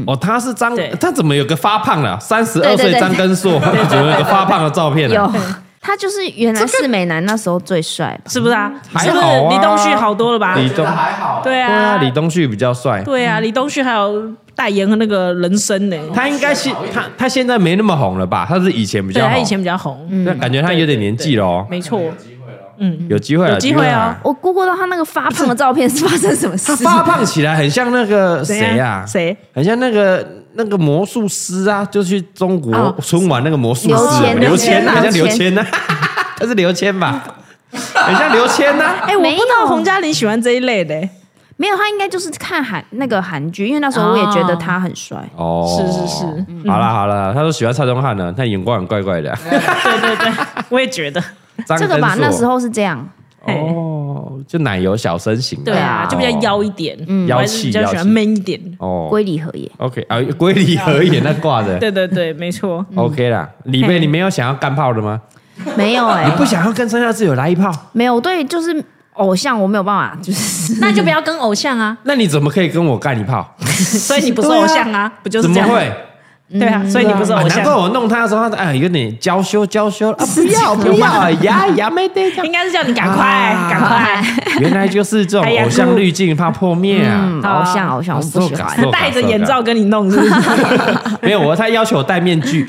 [SPEAKER 2] 哦，他是张
[SPEAKER 1] 对，
[SPEAKER 2] 他怎么有个发胖了？三十二
[SPEAKER 3] 对对
[SPEAKER 2] 岁
[SPEAKER 3] 对
[SPEAKER 2] 张根硕，怎么有个发胖的照片啊
[SPEAKER 3] 有
[SPEAKER 2] 呢？，
[SPEAKER 3] 他就是原来是美男那时候最帅吧？
[SPEAKER 1] 是不是啊？
[SPEAKER 2] 还
[SPEAKER 1] 是不是
[SPEAKER 2] 好啊
[SPEAKER 1] 李东旭好多了吧？
[SPEAKER 2] 李
[SPEAKER 4] 觉得还好，
[SPEAKER 1] 对
[SPEAKER 2] 对啊，
[SPEAKER 1] 啊，
[SPEAKER 2] 李东旭比较帅，
[SPEAKER 1] 对啊，李东旭还有代言和那个人参呢，
[SPEAKER 2] 他应该是他他现在没那么红了吧？他是以前比
[SPEAKER 1] 对
[SPEAKER 2] 较
[SPEAKER 1] 他
[SPEAKER 2] 红
[SPEAKER 1] 以，前比较红，
[SPEAKER 2] 那感觉他有点年纪了哦，
[SPEAKER 1] 没错，
[SPEAKER 4] 有机会
[SPEAKER 2] 有机会
[SPEAKER 4] 了，
[SPEAKER 2] 了，
[SPEAKER 1] 有机会啊
[SPEAKER 3] 我 Google 到他那个发胖的照片是发生什么事
[SPEAKER 2] 他？ 发胖起来很像那个谁啊呀？
[SPEAKER 1] 谁？
[SPEAKER 2] 很像那个那个魔术师啊，就去中国
[SPEAKER 3] 哦
[SPEAKER 2] 春晚那个魔术师
[SPEAKER 3] 刘谦
[SPEAKER 2] 刘谦啊，很像
[SPEAKER 3] 刘
[SPEAKER 2] 刘
[SPEAKER 3] 谦
[SPEAKER 2] 谦呐， 他是刘谦吧？很像刘谦啊呐。
[SPEAKER 3] 哎
[SPEAKER 1] 哎，我不知道洪
[SPEAKER 3] 家
[SPEAKER 1] 嘉玲喜欢这一类的，
[SPEAKER 3] 没有，他应该就是看韩那个韩剧，因为那时候我也觉得他很帅。
[SPEAKER 2] 哦，
[SPEAKER 1] 是是是，
[SPEAKER 2] 好啦好啦，他说喜欢蔡宗翰呢，他眼光很怪怪的。
[SPEAKER 1] 对对对， 我也觉得，
[SPEAKER 2] 张
[SPEAKER 3] 这个
[SPEAKER 2] 根
[SPEAKER 3] 吧，
[SPEAKER 2] 硕
[SPEAKER 3] 那时候是这样，
[SPEAKER 2] 哦，就奶油小身形，
[SPEAKER 1] 对啊，嗯就比较妖一点，我还是比较喜欢
[SPEAKER 2] 妖气
[SPEAKER 1] man 一点，
[SPEAKER 2] 哦。
[SPEAKER 3] 龟梨和也。
[SPEAKER 2] OK 啊，龟梨和也那挂的
[SPEAKER 1] 对对对，没 错，
[SPEAKER 2] ，OK 啦。李贝，你没有想要干炮的吗？
[SPEAKER 3] 没有哎、
[SPEAKER 2] 你不想要跟山下智友来一炮？
[SPEAKER 3] 没有，我对就是偶像我没有办法，就是
[SPEAKER 1] 那就不要跟偶像啊，
[SPEAKER 2] 那你怎么可以跟我干一炮？
[SPEAKER 1] 所以你不是偶像啊，不就是
[SPEAKER 2] 怎
[SPEAKER 1] 这
[SPEAKER 2] 么
[SPEAKER 1] 样？
[SPEAKER 2] 会？
[SPEAKER 1] 对啊，所以你不是
[SPEAKER 2] 啊
[SPEAKER 1] 偶
[SPEAKER 2] 难怪
[SPEAKER 1] 像，
[SPEAKER 2] 我弄他的时候，他哎有点娇羞娇羞 啊，不要
[SPEAKER 3] 是
[SPEAKER 2] 不要呀呀没得
[SPEAKER 1] 应该是叫你赶快
[SPEAKER 2] 啊
[SPEAKER 1] 赶快。
[SPEAKER 2] 原来就是这
[SPEAKER 1] 哎
[SPEAKER 2] 种
[SPEAKER 1] 呀
[SPEAKER 2] 偶像滤镜怕破灭啊
[SPEAKER 3] 嗯，。偶像偶像我不喜
[SPEAKER 2] 啊
[SPEAKER 3] 欢
[SPEAKER 2] 是。哦
[SPEAKER 1] 戴着眼罩跟你弄 是不是？
[SPEAKER 2] 没有，我他要求我戴面具，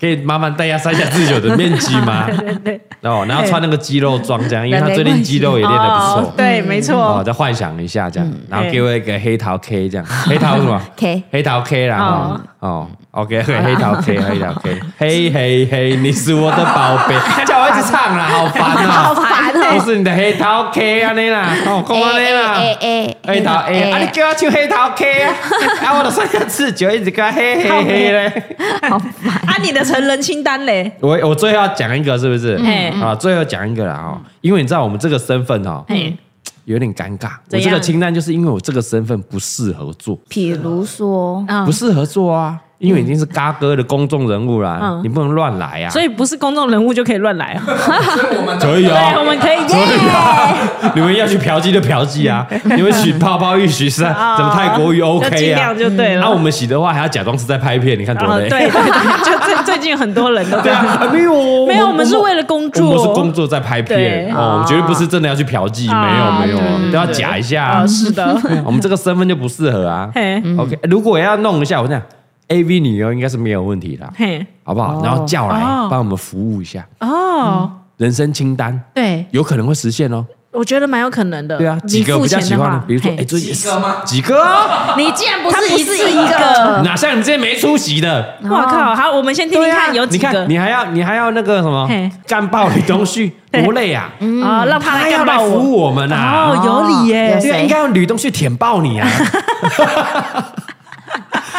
[SPEAKER 2] 可以麻烦戴一下三下四九的面具吗？
[SPEAKER 1] 对对，
[SPEAKER 2] 哦，然后穿那个肌肉装这样，因为他最近肌肉也练得不
[SPEAKER 1] 哦
[SPEAKER 2] 错。
[SPEAKER 1] 对，没
[SPEAKER 2] 哦，
[SPEAKER 1] 错，
[SPEAKER 2] 再幻想一下这样，然后给我一个黑桃 K 这样，黑桃什么
[SPEAKER 3] K
[SPEAKER 2] 黑桃 K 啦，哦
[SPEAKER 1] 哦
[SPEAKER 2] 哦，OK，黑桃 K，黑桃 K，嘿嘿嘿，你是我的宝贝，叫我一直唱啦，好烦
[SPEAKER 3] 好
[SPEAKER 2] 啊！
[SPEAKER 3] 烦
[SPEAKER 2] 我
[SPEAKER 3] 哦！
[SPEAKER 2] 是你的黑桃 K 啊，你啦，哦，讲安尼啦，
[SPEAKER 3] 哎
[SPEAKER 2] 黑桃 A，啊你叫我唱黑桃 K 啊，啊我的三下四九一直跟他嘿嘿嘿嘞。
[SPEAKER 1] 啊，你的成人清单嘞，
[SPEAKER 2] 我我最后要讲一个是不是？
[SPEAKER 1] 嘿
[SPEAKER 2] 啊，最后讲一个啦哦，因为你知道我们这个身份哦，
[SPEAKER 1] 嘿
[SPEAKER 2] 有点尴尬。
[SPEAKER 1] 嗯
[SPEAKER 2] 我
[SPEAKER 1] 怎
[SPEAKER 2] 这
[SPEAKER 1] 样
[SPEAKER 2] 个清单就是因为我这个身份不适合做，
[SPEAKER 3] 比如说，
[SPEAKER 1] 嗯
[SPEAKER 2] 不适合做啊，因为已经是嘎哥的公众人物啦，
[SPEAKER 1] 嗯
[SPEAKER 2] 你不能乱来啊。
[SPEAKER 1] 所以不是公众人物就可以乱来哦。
[SPEAKER 4] 所以我们
[SPEAKER 2] 可以
[SPEAKER 1] 对，
[SPEAKER 2] 啊
[SPEAKER 1] 我，们可以
[SPEAKER 2] 可以
[SPEAKER 1] 耶，
[SPEAKER 2] 啊，你们要去嫖妓就嫖妓 啊，你们许泡泡浴、许三
[SPEAKER 1] 哦
[SPEAKER 2] 什么泰国浴
[SPEAKER 1] 就
[SPEAKER 2] OK
[SPEAKER 1] 尽
[SPEAKER 2] 啊
[SPEAKER 1] 量。就对
[SPEAKER 2] 那我
[SPEAKER 1] 了。
[SPEAKER 2] 们洗的话还要假装是在拍片，你看多
[SPEAKER 1] 嗯，
[SPEAKER 2] 累
[SPEAKER 1] 对。对对，就最最近有很多人都这
[SPEAKER 2] 对
[SPEAKER 1] 样。
[SPEAKER 2] 啊，没有
[SPEAKER 1] 哎没有，我们啊是为了工
[SPEAKER 2] 我
[SPEAKER 1] 作，
[SPEAKER 2] 们是工作在拍片
[SPEAKER 1] 对
[SPEAKER 2] 哦，我们绝对不是真的要去嫖妓，
[SPEAKER 1] 啊
[SPEAKER 2] 没有没
[SPEAKER 1] 对
[SPEAKER 2] 有，
[SPEAKER 1] 对
[SPEAKER 2] 都要假一下啊
[SPEAKER 1] 啊，。是的，
[SPEAKER 2] 我们这个身份就不适合啊。
[SPEAKER 1] 嘿
[SPEAKER 2] OK，如果要弄一下，我想 AV 女优应该是没有问题啦，
[SPEAKER 1] 嘿，
[SPEAKER 2] 好不好
[SPEAKER 3] 哦？
[SPEAKER 2] 然后叫来
[SPEAKER 1] 哦
[SPEAKER 2] 帮我们服务一下，
[SPEAKER 1] 哦，
[SPEAKER 2] 人生清单
[SPEAKER 1] 对，
[SPEAKER 2] 有可能会实现哦。
[SPEAKER 1] 我觉得蛮有可能的。
[SPEAKER 2] 对啊，几
[SPEAKER 1] 你
[SPEAKER 2] 个
[SPEAKER 1] 付
[SPEAKER 2] 比较
[SPEAKER 1] 钱
[SPEAKER 2] 喜
[SPEAKER 1] 的
[SPEAKER 2] 欢的
[SPEAKER 1] 话，，
[SPEAKER 2] 比如说
[SPEAKER 1] 嘿
[SPEAKER 2] 哎，最
[SPEAKER 4] 几个吗？
[SPEAKER 2] 几个啊，
[SPEAKER 3] 你竟然不
[SPEAKER 1] 他不
[SPEAKER 3] 是一
[SPEAKER 1] 是
[SPEAKER 3] 次
[SPEAKER 1] 一
[SPEAKER 3] 一
[SPEAKER 1] 个
[SPEAKER 3] 个，
[SPEAKER 2] 哪像你这些没出息的，
[SPEAKER 1] 哇靠！好，我们先听听看有
[SPEAKER 2] 你
[SPEAKER 1] 几个
[SPEAKER 2] 看你还要你还要那个什么
[SPEAKER 1] 嘿
[SPEAKER 2] 干爆李东旭，多累啊！
[SPEAKER 1] 啊，让他
[SPEAKER 2] 他
[SPEAKER 1] 来
[SPEAKER 2] 要
[SPEAKER 1] 干
[SPEAKER 2] 来
[SPEAKER 1] 爆
[SPEAKER 2] 服
[SPEAKER 1] 我。
[SPEAKER 2] 务我们啊！
[SPEAKER 1] 哦，有理耶
[SPEAKER 3] 哦！
[SPEAKER 2] 对啊，
[SPEAKER 3] 谁
[SPEAKER 2] 应该用吕东旭舔爆 你啊！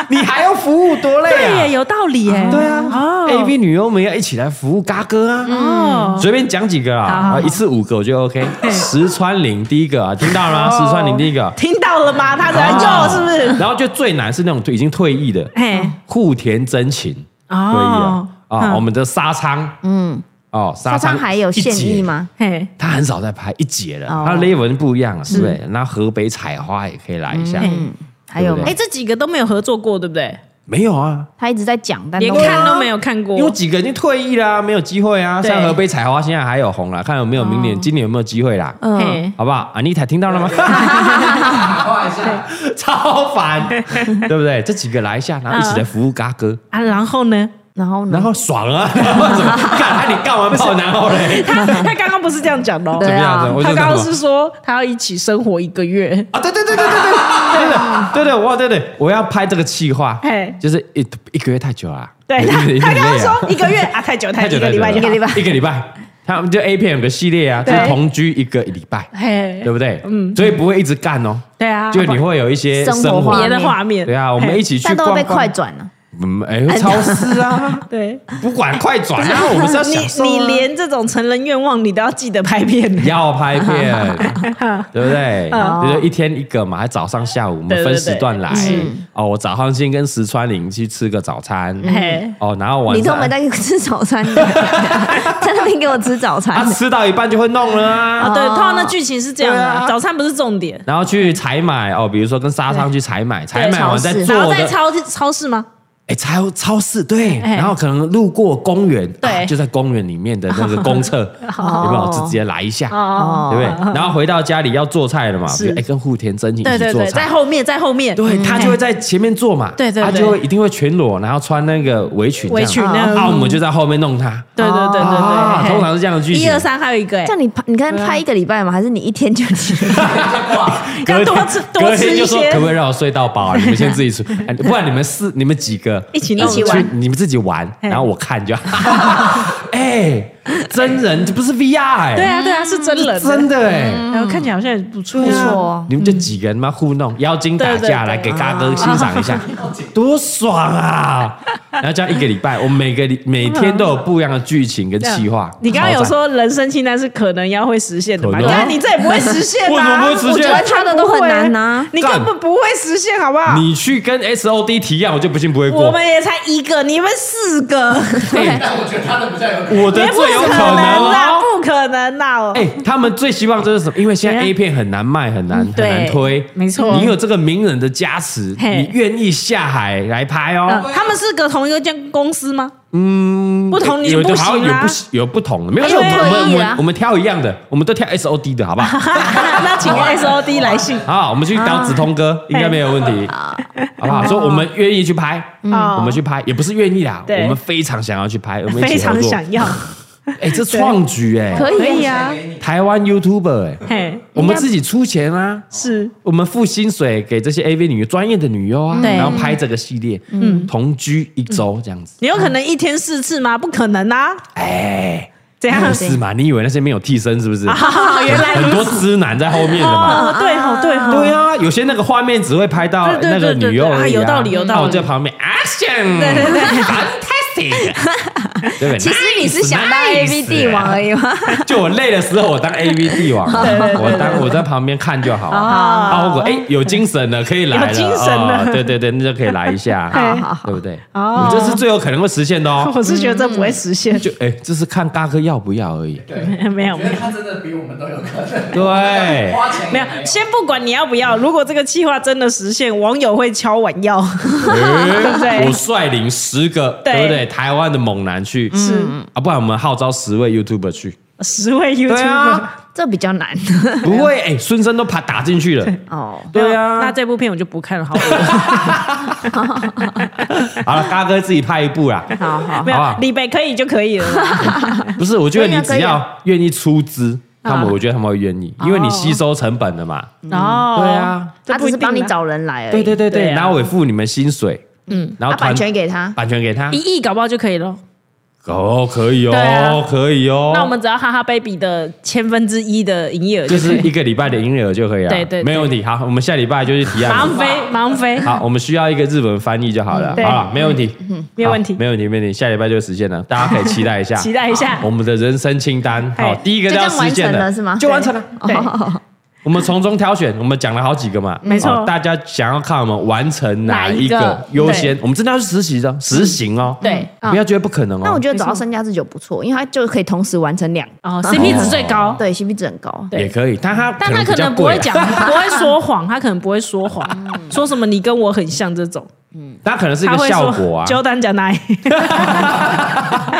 [SPEAKER 2] 你还要服务多累
[SPEAKER 1] 对耶，
[SPEAKER 2] 啊！
[SPEAKER 1] 有道理耶。
[SPEAKER 2] 对啊、
[SPEAKER 1] 哦
[SPEAKER 2] a v 女优们要一起来服务嘎哥啊！
[SPEAKER 1] 哦，
[SPEAKER 2] 随便讲几个啊，
[SPEAKER 1] 好好好
[SPEAKER 2] 啊一次五个我就 OK。石川绫第一个啊，听到了吗？
[SPEAKER 1] 哦
[SPEAKER 2] 石川绫第一个，
[SPEAKER 1] 听到了吗？他在用
[SPEAKER 2] 哦
[SPEAKER 1] 是不是？
[SPEAKER 2] 然后就最难是那种已经退役的，
[SPEAKER 1] 嘿，
[SPEAKER 2] 户田真情退役
[SPEAKER 1] 哦
[SPEAKER 2] 了，啊，我们的沙仓，嗯，哦，沙
[SPEAKER 3] 沙
[SPEAKER 2] 仓
[SPEAKER 3] 仓还有
[SPEAKER 2] 一
[SPEAKER 3] 现
[SPEAKER 2] 姐
[SPEAKER 3] 役？吗？
[SPEAKER 1] 嘿，
[SPEAKER 2] 他很少在拍一节了，
[SPEAKER 3] 哦
[SPEAKER 2] 他 level 就不一样了，对不对？那河北采花也可以来一下，
[SPEAKER 1] 嗯
[SPEAKER 3] 嗯，还有吗
[SPEAKER 1] 哎，？这几个都没有合作过，对不对？
[SPEAKER 2] 没有啊，
[SPEAKER 3] 他一直在讲，但
[SPEAKER 1] 连
[SPEAKER 3] 都
[SPEAKER 1] 看都没有看过。
[SPEAKER 2] 有几个已经退役啦，没有机会啊。
[SPEAKER 1] 对哦
[SPEAKER 2] 像河北采花现在还有红啦，看有没有明年、今年有没有机会啦，
[SPEAKER 1] 嘿，
[SPEAKER 2] 好不好？安妮塔听到了吗？
[SPEAKER 1] 嗯
[SPEAKER 4] 打坏一下，
[SPEAKER 2] 超烦，对不对？这几个来一下，然后一起来服务嘎哥，
[SPEAKER 1] 啊，然后呢？
[SPEAKER 3] 然后
[SPEAKER 2] 然
[SPEAKER 3] 呢？
[SPEAKER 2] 后爽啊！ 然后怎么干？啊、你干完炮然后嘞？
[SPEAKER 1] 他他刚刚不是这样讲的哦，
[SPEAKER 2] 怎
[SPEAKER 3] 对
[SPEAKER 2] 么样
[SPEAKER 3] 啊
[SPEAKER 2] 子？我就
[SPEAKER 1] 他刚刚
[SPEAKER 2] 什么
[SPEAKER 1] 是说他要一起生活一个月。
[SPEAKER 2] 啊，对对对对 对对对的对对，我对对，我要拍这个企划
[SPEAKER 1] 嘿，
[SPEAKER 2] 就是一一个月太久了啊，
[SPEAKER 1] 对他
[SPEAKER 2] 有点有，点
[SPEAKER 1] 他刚刚
[SPEAKER 2] 累啊
[SPEAKER 1] 说一个月啊，太久太
[SPEAKER 2] 太
[SPEAKER 1] 久，
[SPEAKER 2] 久
[SPEAKER 1] 一个
[SPEAKER 2] 太
[SPEAKER 1] 礼
[SPEAKER 2] 久
[SPEAKER 1] 拜
[SPEAKER 2] 了，
[SPEAKER 1] 就好
[SPEAKER 2] 一个礼拜，他们就 A 片有个系列啊，就
[SPEAKER 1] 对
[SPEAKER 2] 是同居一个礼拜，
[SPEAKER 1] 嘿
[SPEAKER 2] 对，不对？嗯，所以不会一直干哦，
[SPEAKER 1] 对啊，
[SPEAKER 2] 就你会有一些
[SPEAKER 3] 生活
[SPEAKER 2] 生
[SPEAKER 3] 化
[SPEAKER 2] 活
[SPEAKER 1] 别，的画面，
[SPEAKER 2] 对啊，我们一
[SPEAKER 1] 起
[SPEAKER 2] 起去
[SPEAKER 3] 但都
[SPEAKER 2] 逛
[SPEAKER 3] 会
[SPEAKER 2] 逛
[SPEAKER 3] 被快，转了。
[SPEAKER 2] 嗯，哎，超市啊，
[SPEAKER 1] 对。
[SPEAKER 2] 不管快转啊，我们是要享受啊
[SPEAKER 1] 你你连这种成人愿望你都要记得拍片呢，
[SPEAKER 2] 要拍片，对不对？就是一天一个嘛，还早上下午，我
[SPEAKER 1] 对对
[SPEAKER 2] 们分
[SPEAKER 1] 对
[SPEAKER 2] 时段来
[SPEAKER 1] 是。
[SPEAKER 2] 哦，我早上先跟石川绫去吃个早餐
[SPEAKER 1] 嘿，
[SPEAKER 2] 哦，然后晚
[SPEAKER 3] 你都
[SPEAKER 2] 上
[SPEAKER 3] 没在吃早餐的，在那边给我吃早
[SPEAKER 2] 啊
[SPEAKER 3] 餐，
[SPEAKER 2] 吃到一半就会弄了啊
[SPEAKER 1] 啊，对，通常的剧情是这样
[SPEAKER 2] 对
[SPEAKER 1] 的，
[SPEAKER 2] 啊
[SPEAKER 1] 早餐不是重点，
[SPEAKER 2] 然后去采买哦，比如说跟沙仓去采买，采买完再
[SPEAKER 3] 超市
[SPEAKER 1] 然
[SPEAKER 2] 做
[SPEAKER 1] 后在
[SPEAKER 2] 的，
[SPEAKER 1] 超超市吗？
[SPEAKER 2] 哎，超超市对，
[SPEAKER 1] 哎
[SPEAKER 2] 然后可能路过公园，
[SPEAKER 1] 对哦
[SPEAKER 2] 啊就在公园里面的那个 公厕，有没有直接来一下，对
[SPEAKER 3] 哦
[SPEAKER 2] 不对？然后回到家里要做菜了嘛，
[SPEAKER 1] 是
[SPEAKER 2] 比如哎，跟户田真景一
[SPEAKER 1] 对
[SPEAKER 2] 起
[SPEAKER 1] 对
[SPEAKER 2] 做
[SPEAKER 1] 对，在
[SPEAKER 2] 菜。
[SPEAKER 1] 后面，在后面，
[SPEAKER 2] 对他就会在前面做嘛，
[SPEAKER 1] 对对
[SPEAKER 2] 他
[SPEAKER 1] 对
[SPEAKER 2] 就会一定会全裸，然后穿那个围裙这样，
[SPEAKER 1] 围裙那样
[SPEAKER 2] 啊，我们就在后面弄他，
[SPEAKER 1] 对对对
[SPEAKER 2] 啊，
[SPEAKER 1] 对对，
[SPEAKER 2] 通常是这样的剧情，
[SPEAKER 1] 一二三还有一个哎
[SPEAKER 3] 这，样你拍，你看拍一个礼拜吗？还是你一天就吃？
[SPEAKER 1] 要
[SPEAKER 2] 隔
[SPEAKER 1] 多
[SPEAKER 2] 天
[SPEAKER 1] 吃
[SPEAKER 2] 隔
[SPEAKER 1] 多吃
[SPEAKER 2] 天
[SPEAKER 1] 一
[SPEAKER 2] 就说
[SPEAKER 1] 些
[SPEAKER 2] 可不可以让我睡到饱啊？你们先 自己吃，哎不然你们四你们几个
[SPEAKER 1] 一起弄
[SPEAKER 2] 然后
[SPEAKER 1] 一起玩哎
[SPEAKER 2] 去，你们自己玩，
[SPEAKER 1] 嘿
[SPEAKER 2] 然后我看就好。 哎，真人这不是 VR 哎，
[SPEAKER 1] 对啊对啊，是真人的，嗯
[SPEAKER 2] 真的哎，
[SPEAKER 1] 然后看起来好像也不错，
[SPEAKER 2] 对啊
[SPEAKER 3] 错哦
[SPEAKER 2] 你们就几个人嘛糊弄，妖精打
[SPEAKER 1] 对对
[SPEAKER 2] 架
[SPEAKER 1] 对
[SPEAKER 2] 来给嘎哥欣赏一下，
[SPEAKER 1] 嗯
[SPEAKER 2] 多 爽啊！然后这样一个礼拜，我每个礼每天都有不一样的剧情跟企划。
[SPEAKER 1] 嗯你刚刚
[SPEAKER 2] 超
[SPEAKER 1] 有
[SPEAKER 2] 赞
[SPEAKER 1] 说人生清单是可能要会实现的嘛？
[SPEAKER 2] 可
[SPEAKER 1] 你
[SPEAKER 2] 能啊
[SPEAKER 1] 看你这也不会实现
[SPEAKER 2] 为什
[SPEAKER 1] 啊！
[SPEAKER 2] 么不会实现
[SPEAKER 1] 我觉得他的都很难啊，你
[SPEAKER 2] 干
[SPEAKER 1] 根本不会实现，好不好？
[SPEAKER 2] 你去跟 S O D 提案，我就不信不会
[SPEAKER 1] 我
[SPEAKER 2] 过。
[SPEAKER 1] 们也才一个，你们四 个，
[SPEAKER 4] 但我觉得他的比较有可能。
[SPEAKER 2] 我的
[SPEAKER 1] 也不
[SPEAKER 2] 最有
[SPEAKER 1] 可
[SPEAKER 2] 哎可
[SPEAKER 1] 能
[SPEAKER 2] 能
[SPEAKER 1] 啦，
[SPEAKER 2] 哦。
[SPEAKER 1] 不可能啦！哦
[SPEAKER 2] 哎、他们最希望就是什么？因为现在
[SPEAKER 1] 怎
[SPEAKER 2] A
[SPEAKER 1] 样
[SPEAKER 2] 片很难卖，很难很
[SPEAKER 1] 啊嗯对
[SPEAKER 2] 难推，
[SPEAKER 1] 没错
[SPEAKER 2] 你有这个名人的加持，
[SPEAKER 1] 嘿
[SPEAKER 2] 你愿意下海来拍哦。
[SPEAKER 1] 嗯他们四个同一个间公司吗？嗯，不同你
[SPEAKER 2] 有
[SPEAKER 1] 就不
[SPEAKER 2] 好像
[SPEAKER 1] 行啊
[SPEAKER 2] 有
[SPEAKER 1] 啦
[SPEAKER 2] 不。有不同的，没有，
[SPEAKER 3] 哎
[SPEAKER 2] 我们
[SPEAKER 3] 有
[SPEAKER 1] 啊
[SPEAKER 2] 我们我
[SPEAKER 3] 退役啦
[SPEAKER 2] 们我们挑一样的，我们都挑 S O D 的好不好？
[SPEAKER 1] 那请 S O D 来信
[SPEAKER 2] 好，我们去当梓 通哥，应该没有问题，好不好？说我们愿意去拍，
[SPEAKER 1] 哦
[SPEAKER 2] 我们去拍，也不是愿意啦，
[SPEAKER 1] 对
[SPEAKER 2] 我们非常想要去拍，我们一
[SPEAKER 1] 非
[SPEAKER 2] 起合
[SPEAKER 1] 常
[SPEAKER 2] 作。
[SPEAKER 1] 想要，
[SPEAKER 2] 哎，这创举哎，
[SPEAKER 3] 可
[SPEAKER 1] 可以
[SPEAKER 3] 以啊，
[SPEAKER 1] 啊，
[SPEAKER 2] 台湾 YouTuber 哎，
[SPEAKER 1] 嘿，
[SPEAKER 2] 我们自己出钱啊，
[SPEAKER 1] 是
[SPEAKER 2] 我们付薪水给这些 AV 女优专业的女优啊，
[SPEAKER 1] 对嗯
[SPEAKER 2] 然后拍这个系列，同居一周这样子，
[SPEAKER 1] 你有可能一天四次吗？不可能 啊！
[SPEAKER 2] 哎。
[SPEAKER 1] 怎样？
[SPEAKER 2] 是嘛？你以为那些没有替身是不是？
[SPEAKER 1] 啊，原来
[SPEAKER 2] 很
[SPEAKER 1] 如
[SPEAKER 2] 多
[SPEAKER 1] 此。
[SPEAKER 2] 直男在后面的嘛。
[SPEAKER 1] 哦，对哦，对哦，
[SPEAKER 2] 对啊，有些那个画面只会拍到
[SPEAKER 1] 对对
[SPEAKER 2] 那个
[SPEAKER 1] 对对
[SPEAKER 2] 女优
[SPEAKER 1] 对
[SPEAKER 2] 而已
[SPEAKER 1] 啊
[SPEAKER 2] 啊，
[SPEAKER 1] 有道理有道理
[SPEAKER 2] 那我在旁边 action，
[SPEAKER 1] 对对对
[SPEAKER 2] ，fantastic，对不对？
[SPEAKER 3] 其实你是想当 A V 帝王而
[SPEAKER 2] 已。
[SPEAKER 3] 已吗？
[SPEAKER 2] 就我累的时候，我当 A V 帝王，啊
[SPEAKER 1] 对对对
[SPEAKER 2] 我当我在旁边看就好了。
[SPEAKER 1] 啊
[SPEAKER 2] 啊，我哎，有精神 了，可以来了，
[SPEAKER 1] 有精神了
[SPEAKER 2] 哦对对对，那就可以来一下，
[SPEAKER 1] 好
[SPEAKER 3] 好
[SPEAKER 2] 对不对？
[SPEAKER 1] 哦
[SPEAKER 2] 你这是最有可能会实现 的哦。
[SPEAKER 1] 我是觉得这不会实现。
[SPEAKER 2] 就哎，这是看大哥要不要而已。
[SPEAKER 4] 对，
[SPEAKER 1] 没有
[SPEAKER 4] 我觉得他真的比我们都有可能。
[SPEAKER 2] 对
[SPEAKER 4] 花钱也
[SPEAKER 1] 没有，先不管你要不要，如果这个计划真的实现，网友会敲碗要， 对不
[SPEAKER 2] 我
[SPEAKER 1] 对？
[SPEAKER 2] 率领十个，
[SPEAKER 1] 对嗯
[SPEAKER 2] 对不对？台湾的猛男去，是啊，不然我们号召十位 YouTuber 去。
[SPEAKER 1] 十位 YouTube，
[SPEAKER 2] 对啊，
[SPEAKER 3] 这比较难
[SPEAKER 2] 不会，哎，孙生都爬打进去了。
[SPEAKER 3] 哦。
[SPEAKER 2] 对
[SPEAKER 1] 那
[SPEAKER 2] 啊，
[SPEAKER 1] 这部片我就不看了，好 恶
[SPEAKER 2] 好了，嘎哥自己拍一部 啦。
[SPEAKER 3] 好好
[SPEAKER 1] 没
[SPEAKER 2] 好啊
[SPEAKER 1] 有，李北可以就可以了。嗯
[SPEAKER 2] 不是，我觉得你
[SPEAKER 3] 可以啊
[SPEAKER 2] 只要愿意出资，他们我觉得他们会愿意，因为你吸收成本了嘛。
[SPEAKER 1] 哦，
[SPEAKER 2] 嗯对啊，
[SPEAKER 1] 这
[SPEAKER 3] 他
[SPEAKER 1] 不
[SPEAKER 3] 只
[SPEAKER 1] 一
[SPEAKER 3] 是
[SPEAKER 1] 定
[SPEAKER 3] 帮你
[SPEAKER 1] 啦
[SPEAKER 3] 找人来而已。
[SPEAKER 2] 对对对
[SPEAKER 1] 对
[SPEAKER 2] 对，
[SPEAKER 1] 啊
[SPEAKER 2] 然后我也付你们薪水，嗯，然
[SPEAKER 3] 把
[SPEAKER 2] 后团
[SPEAKER 3] 版权给他，
[SPEAKER 2] 版权给他
[SPEAKER 1] 一，亿搞不好就可以了。
[SPEAKER 2] 哦，可以
[SPEAKER 1] 对啊
[SPEAKER 2] 哦，可以哦。
[SPEAKER 1] 那我们只要哈哈 baby 的千分之一的营业额
[SPEAKER 2] 就
[SPEAKER 1] 可
[SPEAKER 2] 是
[SPEAKER 1] 以
[SPEAKER 2] 一个礼拜的营业额就可以了，啊
[SPEAKER 1] 对对对
[SPEAKER 2] 没有问题。好，我们下礼拜就去提案
[SPEAKER 1] 盲
[SPEAKER 2] 了。
[SPEAKER 1] 飞盲飞，
[SPEAKER 2] 好，我们需要一个日文翻译就好了。
[SPEAKER 1] 对嗯
[SPEAKER 2] 好了，没有问题，
[SPEAKER 1] 没有
[SPEAKER 2] 好
[SPEAKER 1] 问题
[SPEAKER 2] 没有问题，没有问题。下礼拜就实现了，大家可以期待一 下，
[SPEAKER 1] 期待一下
[SPEAKER 2] 我们的人生清单。
[SPEAKER 1] 哎
[SPEAKER 2] 好，第一个
[SPEAKER 3] 就
[SPEAKER 2] 就
[SPEAKER 3] 这
[SPEAKER 2] 要
[SPEAKER 3] 样
[SPEAKER 2] 实
[SPEAKER 3] 完
[SPEAKER 2] 现
[SPEAKER 3] 成
[SPEAKER 2] 的
[SPEAKER 3] 了是吗？
[SPEAKER 2] 就完成了。
[SPEAKER 1] 对
[SPEAKER 3] 哦
[SPEAKER 2] 我们从中挑选，我们讲了好几个嘛，
[SPEAKER 1] 没错
[SPEAKER 2] 好大家想要看我们完成哪一
[SPEAKER 1] 哪一个
[SPEAKER 2] 个优先，我们真的要去实习的实行哦。
[SPEAKER 1] 对
[SPEAKER 3] 嗯
[SPEAKER 2] 不要觉得不可能哦。
[SPEAKER 3] 那我觉得
[SPEAKER 1] 没
[SPEAKER 3] 找
[SPEAKER 1] 错
[SPEAKER 3] 到身家之久不错，因为他就可以同时完成两，
[SPEAKER 1] 哦，CP 值最高。
[SPEAKER 3] 啊对，CP 值很高。
[SPEAKER 1] 对嗯
[SPEAKER 2] 也可以，但他
[SPEAKER 1] 但他
[SPEAKER 2] 可
[SPEAKER 1] 可
[SPEAKER 2] 能
[SPEAKER 1] 能
[SPEAKER 2] 比较
[SPEAKER 1] 不
[SPEAKER 2] 贵
[SPEAKER 1] 会
[SPEAKER 2] 啊
[SPEAKER 1] 讲， 不会说谎，他可能不会说
[SPEAKER 3] 嗯
[SPEAKER 1] 谎，说什么你跟我很像这种，
[SPEAKER 2] 他可能是一
[SPEAKER 1] 他
[SPEAKER 2] 个
[SPEAKER 1] 会
[SPEAKER 2] 效果
[SPEAKER 1] 说
[SPEAKER 2] 啊。
[SPEAKER 1] 九单讲哪里？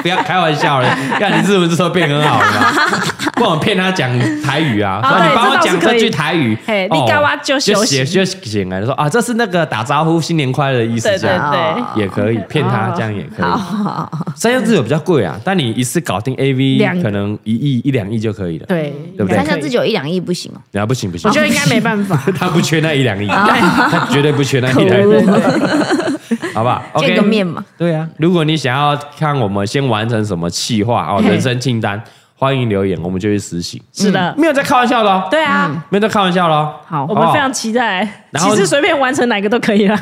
[SPEAKER 2] 不要开玩 笑了，看你日文这时候变很好了嘛，不然我骗他讲台语啊，
[SPEAKER 1] 啊
[SPEAKER 2] 说
[SPEAKER 1] 对
[SPEAKER 2] 你帮我
[SPEAKER 1] 这倒是
[SPEAKER 2] 讲
[SPEAKER 1] 可以
[SPEAKER 2] 这句台语，哦
[SPEAKER 1] 嘿你干嘛就休
[SPEAKER 2] 就
[SPEAKER 1] 息
[SPEAKER 2] 写就行了，说啊这是那个打招呼新年快乐的意思
[SPEAKER 1] 对，
[SPEAKER 2] 这
[SPEAKER 1] 对
[SPEAKER 2] 样
[SPEAKER 1] 对
[SPEAKER 3] 哦，
[SPEAKER 2] 也可以骗他
[SPEAKER 1] 哦
[SPEAKER 2] 这样也可以，三幺自有比较贵啊，但你一次搞定 AV
[SPEAKER 1] 两
[SPEAKER 2] 可能一亿一两亿就可以了，
[SPEAKER 1] 对
[SPEAKER 2] 对不对
[SPEAKER 3] 三下之久一两亿不行哦，
[SPEAKER 2] 然后不行不行，
[SPEAKER 1] 我觉得应该没哦办 法。
[SPEAKER 2] 他不缺那一两亿，他绝对不缺那一两亿，好不好？OK，
[SPEAKER 3] 见个面嘛。
[SPEAKER 2] 对啊，如果你想要看我们先完成什么计划哦，
[SPEAKER 1] 嘿
[SPEAKER 2] 人生清单，欢迎留言，我们就去实行。
[SPEAKER 1] 是的，
[SPEAKER 2] 没有在开玩笑的哦，
[SPEAKER 1] 对
[SPEAKER 3] 嗯
[SPEAKER 1] 啊，
[SPEAKER 2] 没有在开玩笑的哦，
[SPEAKER 1] 嗯好，
[SPEAKER 2] 不
[SPEAKER 1] 我们非常期待，
[SPEAKER 2] 然
[SPEAKER 1] 其
[SPEAKER 2] 后
[SPEAKER 1] 实随便完成哪个都可以了。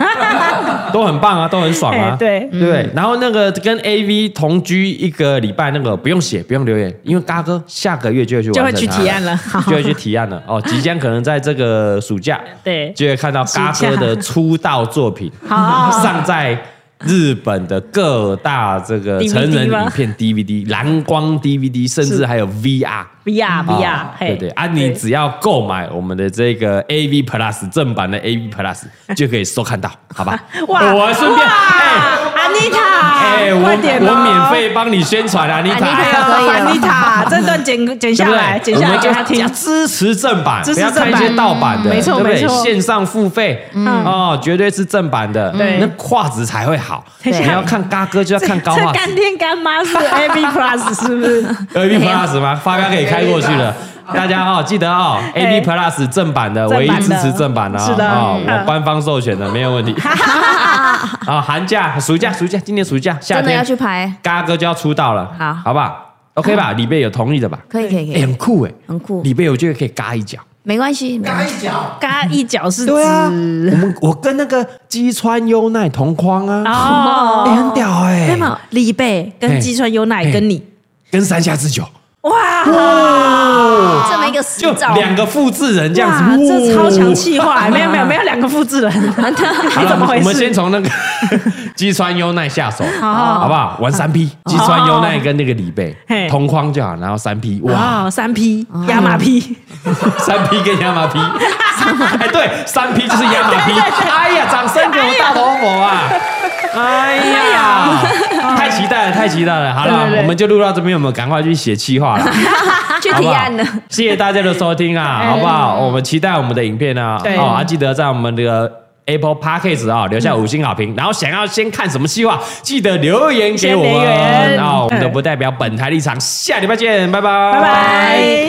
[SPEAKER 2] 都很棒啊，都很爽啊
[SPEAKER 1] 哎，对
[SPEAKER 2] 对不对。然后那个跟 A V 同居一个礼拜，那个不用写，不用留言，因为嘎哥下个月就会去
[SPEAKER 1] 就会
[SPEAKER 2] 完成它
[SPEAKER 1] 去提案了好
[SPEAKER 2] 就会去提案了哦，即将可能在这个暑假
[SPEAKER 1] 对，
[SPEAKER 2] 就会看到嘎
[SPEAKER 1] 暑假
[SPEAKER 2] 哥的出道作品，
[SPEAKER 1] 好
[SPEAKER 2] 上在日本的各大这个
[SPEAKER 1] DVD
[SPEAKER 2] 成人
[SPEAKER 1] 吗
[SPEAKER 2] 影片 DVD、蓝光 DVD，甚至还有 VR。
[SPEAKER 1] ，VR
[SPEAKER 2] 啊
[SPEAKER 1] VR，
[SPEAKER 2] 对
[SPEAKER 1] 嘿，
[SPEAKER 2] 对啊，你只要购买我们的这个 AV Plus 正版的 AV Plus 就可以收看到，好吧？
[SPEAKER 1] 哇，
[SPEAKER 2] 我顺便
[SPEAKER 1] 哇
[SPEAKER 2] 哎哎，
[SPEAKER 1] ，Anita，
[SPEAKER 2] 我
[SPEAKER 1] 快点
[SPEAKER 2] 我
[SPEAKER 1] 哦哎
[SPEAKER 2] 免费帮你宣传啊，你
[SPEAKER 3] 啊你可以
[SPEAKER 2] 塔。
[SPEAKER 3] 可以了
[SPEAKER 1] Anita，这段剪剪
[SPEAKER 2] 对
[SPEAKER 1] 下
[SPEAKER 2] 不
[SPEAKER 1] 来，
[SPEAKER 2] 对？
[SPEAKER 1] 剪下来
[SPEAKER 2] 我们
[SPEAKER 1] 给
[SPEAKER 2] 就
[SPEAKER 1] 他听。
[SPEAKER 2] 支持正版，
[SPEAKER 1] 支持
[SPEAKER 2] 不要看一些
[SPEAKER 1] 正版
[SPEAKER 2] 盗版的，
[SPEAKER 1] 嗯没错
[SPEAKER 2] 对不对
[SPEAKER 1] 没错嗯
[SPEAKER 2] 线上付费，哦，绝对是正版的，
[SPEAKER 1] 对
[SPEAKER 2] 那画质才会好。
[SPEAKER 1] 等一下
[SPEAKER 2] 你要看嘎哥就要看高
[SPEAKER 1] 这
[SPEAKER 2] 画质
[SPEAKER 1] 干爹干妈是 A B Plus 是不是？
[SPEAKER 2] ，A B Plus 吗？发票可以开过去了。大家哦，记得哦，A
[SPEAKER 1] 哎
[SPEAKER 2] B Plus 正版的，
[SPEAKER 1] 正
[SPEAKER 2] 唯
[SPEAKER 1] 版
[SPEAKER 2] 一
[SPEAKER 1] 的
[SPEAKER 2] 支持正版的哦，
[SPEAKER 1] 是的
[SPEAKER 2] 哦
[SPEAKER 1] 嗯
[SPEAKER 2] 我官方授权的，没有问题。 啊，寒假、暑假、暑假，今年暑假、夏
[SPEAKER 3] 真的要
[SPEAKER 2] 天，
[SPEAKER 3] 去拍，
[SPEAKER 2] 嘎哥就要出道了，
[SPEAKER 3] 好
[SPEAKER 2] 好不好？OK 吧？里贝有同意的吧？
[SPEAKER 3] 可以可以可
[SPEAKER 2] 哎，
[SPEAKER 3] 以，
[SPEAKER 2] 很酷哎，
[SPEAKER 3] 很酷
[SPEAKER 2] 里贝我觉得可以嘎一脚。
[SPEAKER 3] 没关系，没
[SPEAKER 4] 嘎
[SPEAKER 3] 关系。
[SPEAKER 4] 一脚，
[SPEAKER 1] 嘎一脚是
[SPEAKER 2] 对啊，我们我跟那个姬川优奈同框啊，
[SPEAKER 1] 哦，
[SPEAKER 2] 哎很屌哎、
[SPEAKER 1] 对吗？李贝跟姬川优奈
[SPEAKER 2] 嘿
[SPEAKER 1] 跟你，
[SPEAKER 2] 跟山下智久
[SPEAKER 3] 这么一个死
[SPEAKER 2] 哎就
[SPEAKER 3] 照，
[SPEAKER 2] 两个复制人这样
[SPEAKER 1] 哇，
[SPEAKER 2] 子，
[SPEAKER 1] 这超强
[SPEAKER 2] 气。
[SPEAKER 1] 气化，哎没有没有没有两个复制人，
[SPEAKER 2] 好
[SPEAKER 1] 你
[SPEAKER 2] 了，
[SPEAKER 1] 怎么
[SPEAKER 2] 我
[SPEAKER 1] 回
[SPEAKER 2] 们我们
[SPEAKER 1] 事哦
[SPEAKER 2] 先？从那个 姬川优奈下手，
[SPEAKER 1] 好
[SPEAKER 2] 好不好？玩三 P，姬川优奈跟那个李贝
[SPEAKER 1] 哦嘿
[SPEAKER 2] 同框就好，然后三 P，哇，
[SPEAKER 1] 哦，三 P 亚麻 P，
[SPEAKER 2] 三 P 跟亚麻 P，哎，对，三 P 就是亚麻 P，哎呀，掌声给我们大头 佛啊！哎呀， 太期待了，太期待了！好了
[SPEAKER 1] 对对，对
[SPEAKER 2] 我们就录到这边，我们赶快去写企划了。
[SPEAKER 3] 去
[SPEAKER 2] 好
[SPEAKER 3] 提
[SPEAKER 2] 不好
[SPEAKER 3] 案了。
[SPEAKER 2] 谢谢大家的收听啊，好不好？我们期待我们的影片啊，
[SPEAKER 1] 哎对
[SPEAKER 2] 哦，啊，记得在我们的 Apple Podcast 啊留下五星好
[SPEAKER 1] 嗯
[SPEAKER 2] 评，然后想要先看什么计划，记得留言给
[SPEAKER 1] 先留
[SPEAKER 2] 我们
[SPEAKER 1] 言
[SPEAKER 2] 啊，我们
[SPEAKER 1] 对
[SPEAKER 2] 都不代表本台立场，下礼拜见，拜拜，
[SPEAKER 1] 拜拜。